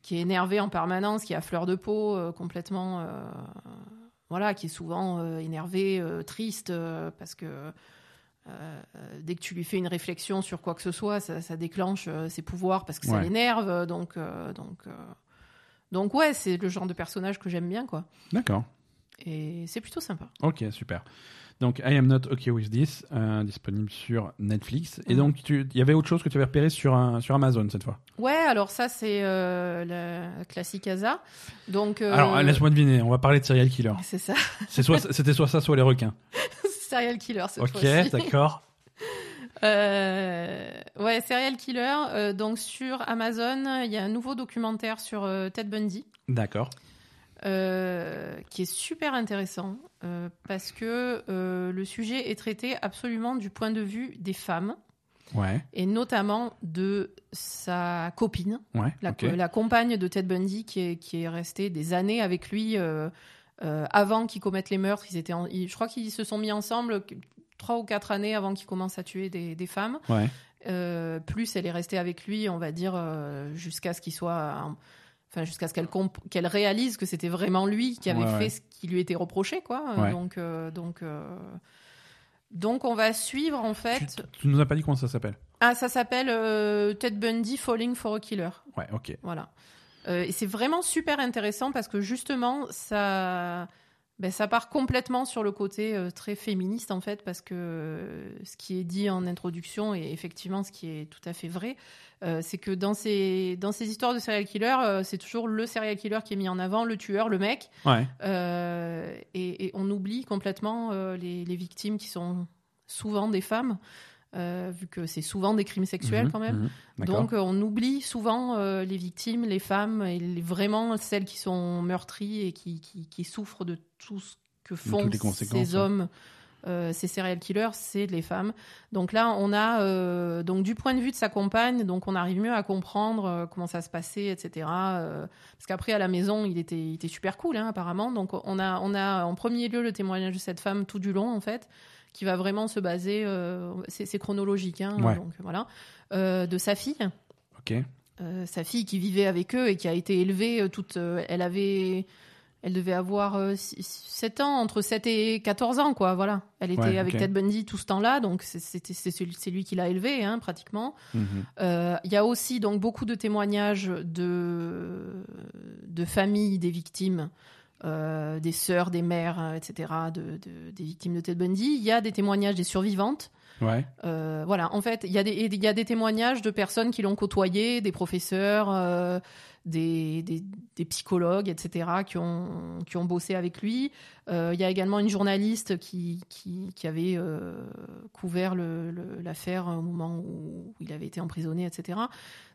S2: qui est énervée en permanence, qui est à fleur de peau, euh, complètement. euh, voilà, qui est souvent euh, énervée, euh, triste, euh, parce que. euh, euh, dès que tu lui fais une réflexion sur quoi que ce soit, ça, ça déclenche euh, ses pouvoirs parce que ça
S1: Ouais.
S2: l'énerve. euh, Donc, euh, donc, euh, donc ouais, c'est le genre de personnage que j'aime bien, quoi.
S1: D'accord.
S2: Et c'est plutôt sympa.
S1: Ok, super. Donc, I am not okay with this, euh, disponible sur Netflix. Et
S2: Mhm.
S1: donc, tu- il y avait autre chose que tu avais repéré sur, un- sur Amazon cette fois.
S2: Ouais, alors ça c'est euh, la classique Asa. Donc euh,
S1: Alors, euh, laisse-moi deviner, on va parler de serial killer.
S2: c'est ça, [laughs]
S1: C'est soit- C'était soit ça, soit les requins.
S2: serial killer cette
S1: Ok,
S2: fois-ci.
S1: d'accord.
S2: Euh, ouais, serial killer. euh, donc sur Amazon, il y a un nouveau documentaire sur euh, Ted Bundy.
S1: D'accord.
S2: euh, qui est super intéressant euh, parce que euh, le sujet est traité absolument du point de vue des femmes
S1: Ouais,
S2: et notamment de sa copine,
S1: ouais.
S2: la,
S1: ok.
S2: la compagne de Ted Bundy qui est, qui est restée des années avec lui euh, euh, avant qu'ils commettent les meurtres. Ils étaient en- ils- je crois qu'ils se sont mis ensemble que- trois ou quatre années avant qu'ils commencent à tuer des, des femmes.
S1: Ouais,
S2: Euh, plus elle est restée avec lui, on va dire, euh, jusqu'à ce qu'il soit. un- Enfin, jusqu'à ce qu'elle comp- qu'elle réalise que c'était vraiment lui qui avait
S1: Ouais,
S2: fait
S1: ouais.
S2: ce qui lui était reproché, quoi. Euh,
S1: Ouais.
S2: Donc, euh, donc, euh, donc, on va suivre en
S1: Tu,
S2: fait.
S1: tu nous as pas dit comment ça s'appelle
S2: Ah, ça s'appelle euh, Ted Bundy Falling for a Killer.
S1: Ouais, ok.
S2: Voilà. Euh, et c'est vraiment super intéressant parce que justement, ça, ben, ça part complètement sur le côté euh, très féministe en fait, parce que euh, ce qui est dit en introduction et effectivement ce qui est tout à fait vrai, euh, c'est que dans ces, dans ces histoires de serial killer, euh, c'est toujours le serial killer qui est mis en avant, le tueur, le mec,
S1: Ouais,
S2: euh, et, et on oublie complètement euh, les, les victimes qui sont souvent des femmes, euh, vu que c'est souvent des crimes sexuels
S1: Mhm,
S2: quand même.
S1: mhm, D'accord.
S2: Donc euh, on oublie souvent euh, les victimes, les femmes, et les- vraiment celles qui sont meurtries et qui, qui, qui souffrent de tout ce que font
S1: toutes les conséquences,
S2: ces
S1: ouais.
S2: hommes, euh, ces serial killers, c'est les femmes. Donc là, on a euh, donc du point de vue de sa compagne, donc on arrive mieux à comprendre euh, comment ça se passait, etc. euh, parce qu'après à la maison, il était, il était super cool hein, apparemment. Donc on a, on a en premier lieu le témoignage de cette femme tout du long en fait, qui va vraiment se baser, euh, c'est c'est chronologique, hein,
S1: Ouais.
S2: donc voilà, euh, de sa fille.
S1: Ok.
S2: Euh, sa fille qui vivait avec eux et qui a été élevée euh, toute. euh, elle avait. Elle devait avoir 7 ans, entre 7 et 14 ans, quoi, voilà. Elle était
S1: Ouais,
S2: avec
S1: ok.
S2: Ted Bundy tout ce temps-là, donc c'est- c'était- c'est celui- c'est lui qui l'a élevée, hein, pratiquement.
S1: Mhm.
S2: Euh, Il y a aussi donc beaucoup de témoignages de, de familles des victimes, euh, des sœurs, des mères, euh, etc., de- de- des victimes de Ted Bundy. Il y a des témoignages des survivantes,
S1: Ouais,
S2: euh, voilà, en fait, il y, a des- il y a des témoignages de personnes qui l'ont côtoyé, des professeurs, euh, des, des- des psychologues, etc., qui ont, qui ont bossé avec lui. Euh, Il y a également une journaliste qui, qui, qui avait euh, couvert le- le- l'affaire au moment où il avait été emprisonné, etc.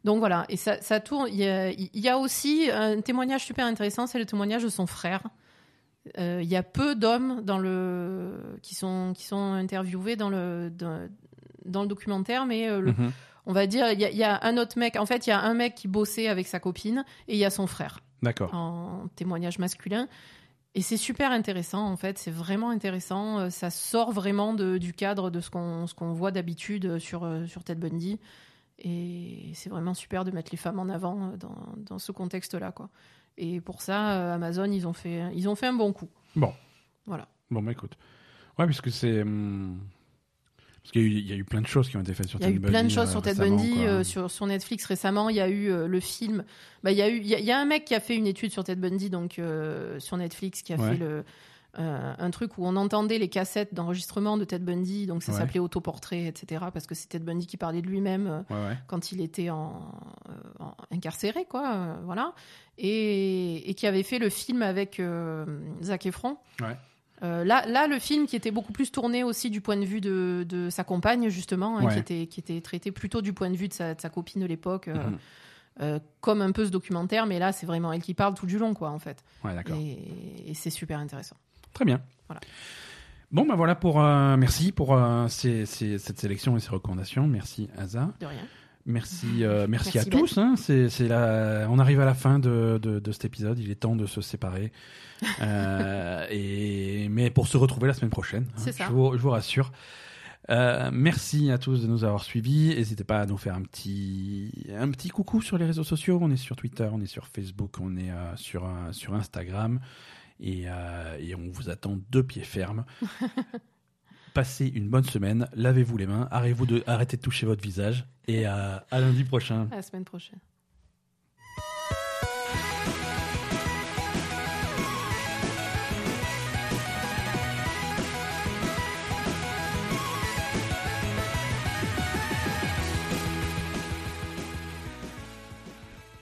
S2: Donc voilà, et ça, ça tourne. Il y, a, il y a aussi un témoignage super intéressant, c'est le témoignage de son frère. Euh, Il y a peu d'hommes dans le qui sont qui sont interviewés dans le dans, dans le documentaire, mais euh, le-
S1: mhm.
S2: on va dire il y, a- il y a un autre mec. En fait, il y a un mec qui bossait avec sa copine et il y a son frère
S1: D'accord.
S2: en témoignage masculin. Et c'est super intéressant, en fait. C'est vraiment intéressant. Euh, Ça sort vraiment de- du cadre de ce qu'on ce qu'on voit d'habitude sur, euh, sur Ted Bundy. Et c'est vraiment super de mettre les femmes en avant euh, dans, dans ce contexte-là, quoi. Et pour ça, euh, Amazon, ils ont, fait, ils ont fait un bon coup.
S1: Bon.
S2: Voilà.
S1: Bon, bah écoute. Ouais, parce que c'est. hum, Parce qu'il y, a eu- il y a eu plein de choses qui ont été faites sur
S2: Il y
S1: Ted
S2: a
S1: Bundy.
S2: eu plein de choses
S1: euh,
S2: sur Ted
S1: récemment,
S2: Bundy,
S1: quoi.
S2: euh, sur, sur Netflix récemment. Il y a eu euh, le film. Bah, il y a eu, il y a, il y a un mec qui a fait une étude sur Ted Bundy, donc euh, sur Netflix, qui a
S1: Ouais.
S2: fait le, euh, un truc où on entendait les cassettes d'enregistrement de Ted Bundy, donc ça
S1: Ouais.
S2: s'appelait autoportrait, etc. Parce que c'est Ted Bundy qui parlait de lui-même. euh,
S1: Ouais, ouais.
S2: quand il était en, euh, en- incarcéré, quoi, euh, voilà, et, et qui avait fait le film avec euh, Zac Efron.
S1: Ouais.
S2: Euh, là, là, le film qui était beaucoup plus tourné aussi du point de vue de, de sa compagne, justement, hein,
S1: Ouais.
S2: qui, était, qui était traité plutôt du point de vue de sa, de sa copine de l'époque, euh,
S1: Mhm.
S2: euh, comme un peu ce documentaire, mais là, c'est vraiment elle qui parle tout du long, quoi, en fait.
S1: Ouais, d'accord.
S2: Et, et c'est super intéressant.
S1: Très bien.
S2: Voilà.
S1: Bon, bah voilà pour. euh, merci pour euh, ces- ces- cette sélection et ces recommandations. Merci, Aza.
S2: De rien.
S1: Merci, euh, merci,
S2: [laughs] Merci,
S1: à
S2: Ben.
S1: tous. hein. C'est, c'est la... On arrive à la fin de, de, de cet épisode. Il est temps de se
S2: [laughs]
S1: séparer. Euh, et... Mais pour se retrouver la semaine prochaine, hein,
S2: C'est ça.
S1: Je, vous, je vous rassure. Euh, merci à tous de nous avoir suivis. N'hésitez pas à nous faire un petit, un petit coucou sur les réseaux sociaux. On est sur Twitter, on est sur Facebook, on est euh, sur, euh, sur Instagram. Et, euh, et on vous attend de pied ferme. Passez une bonne semaine, lavez-vous les mains, arrêtez de, arrêtez de toucher votre visage et euh, à lundi prochain.
S2: À la semaine prochaine.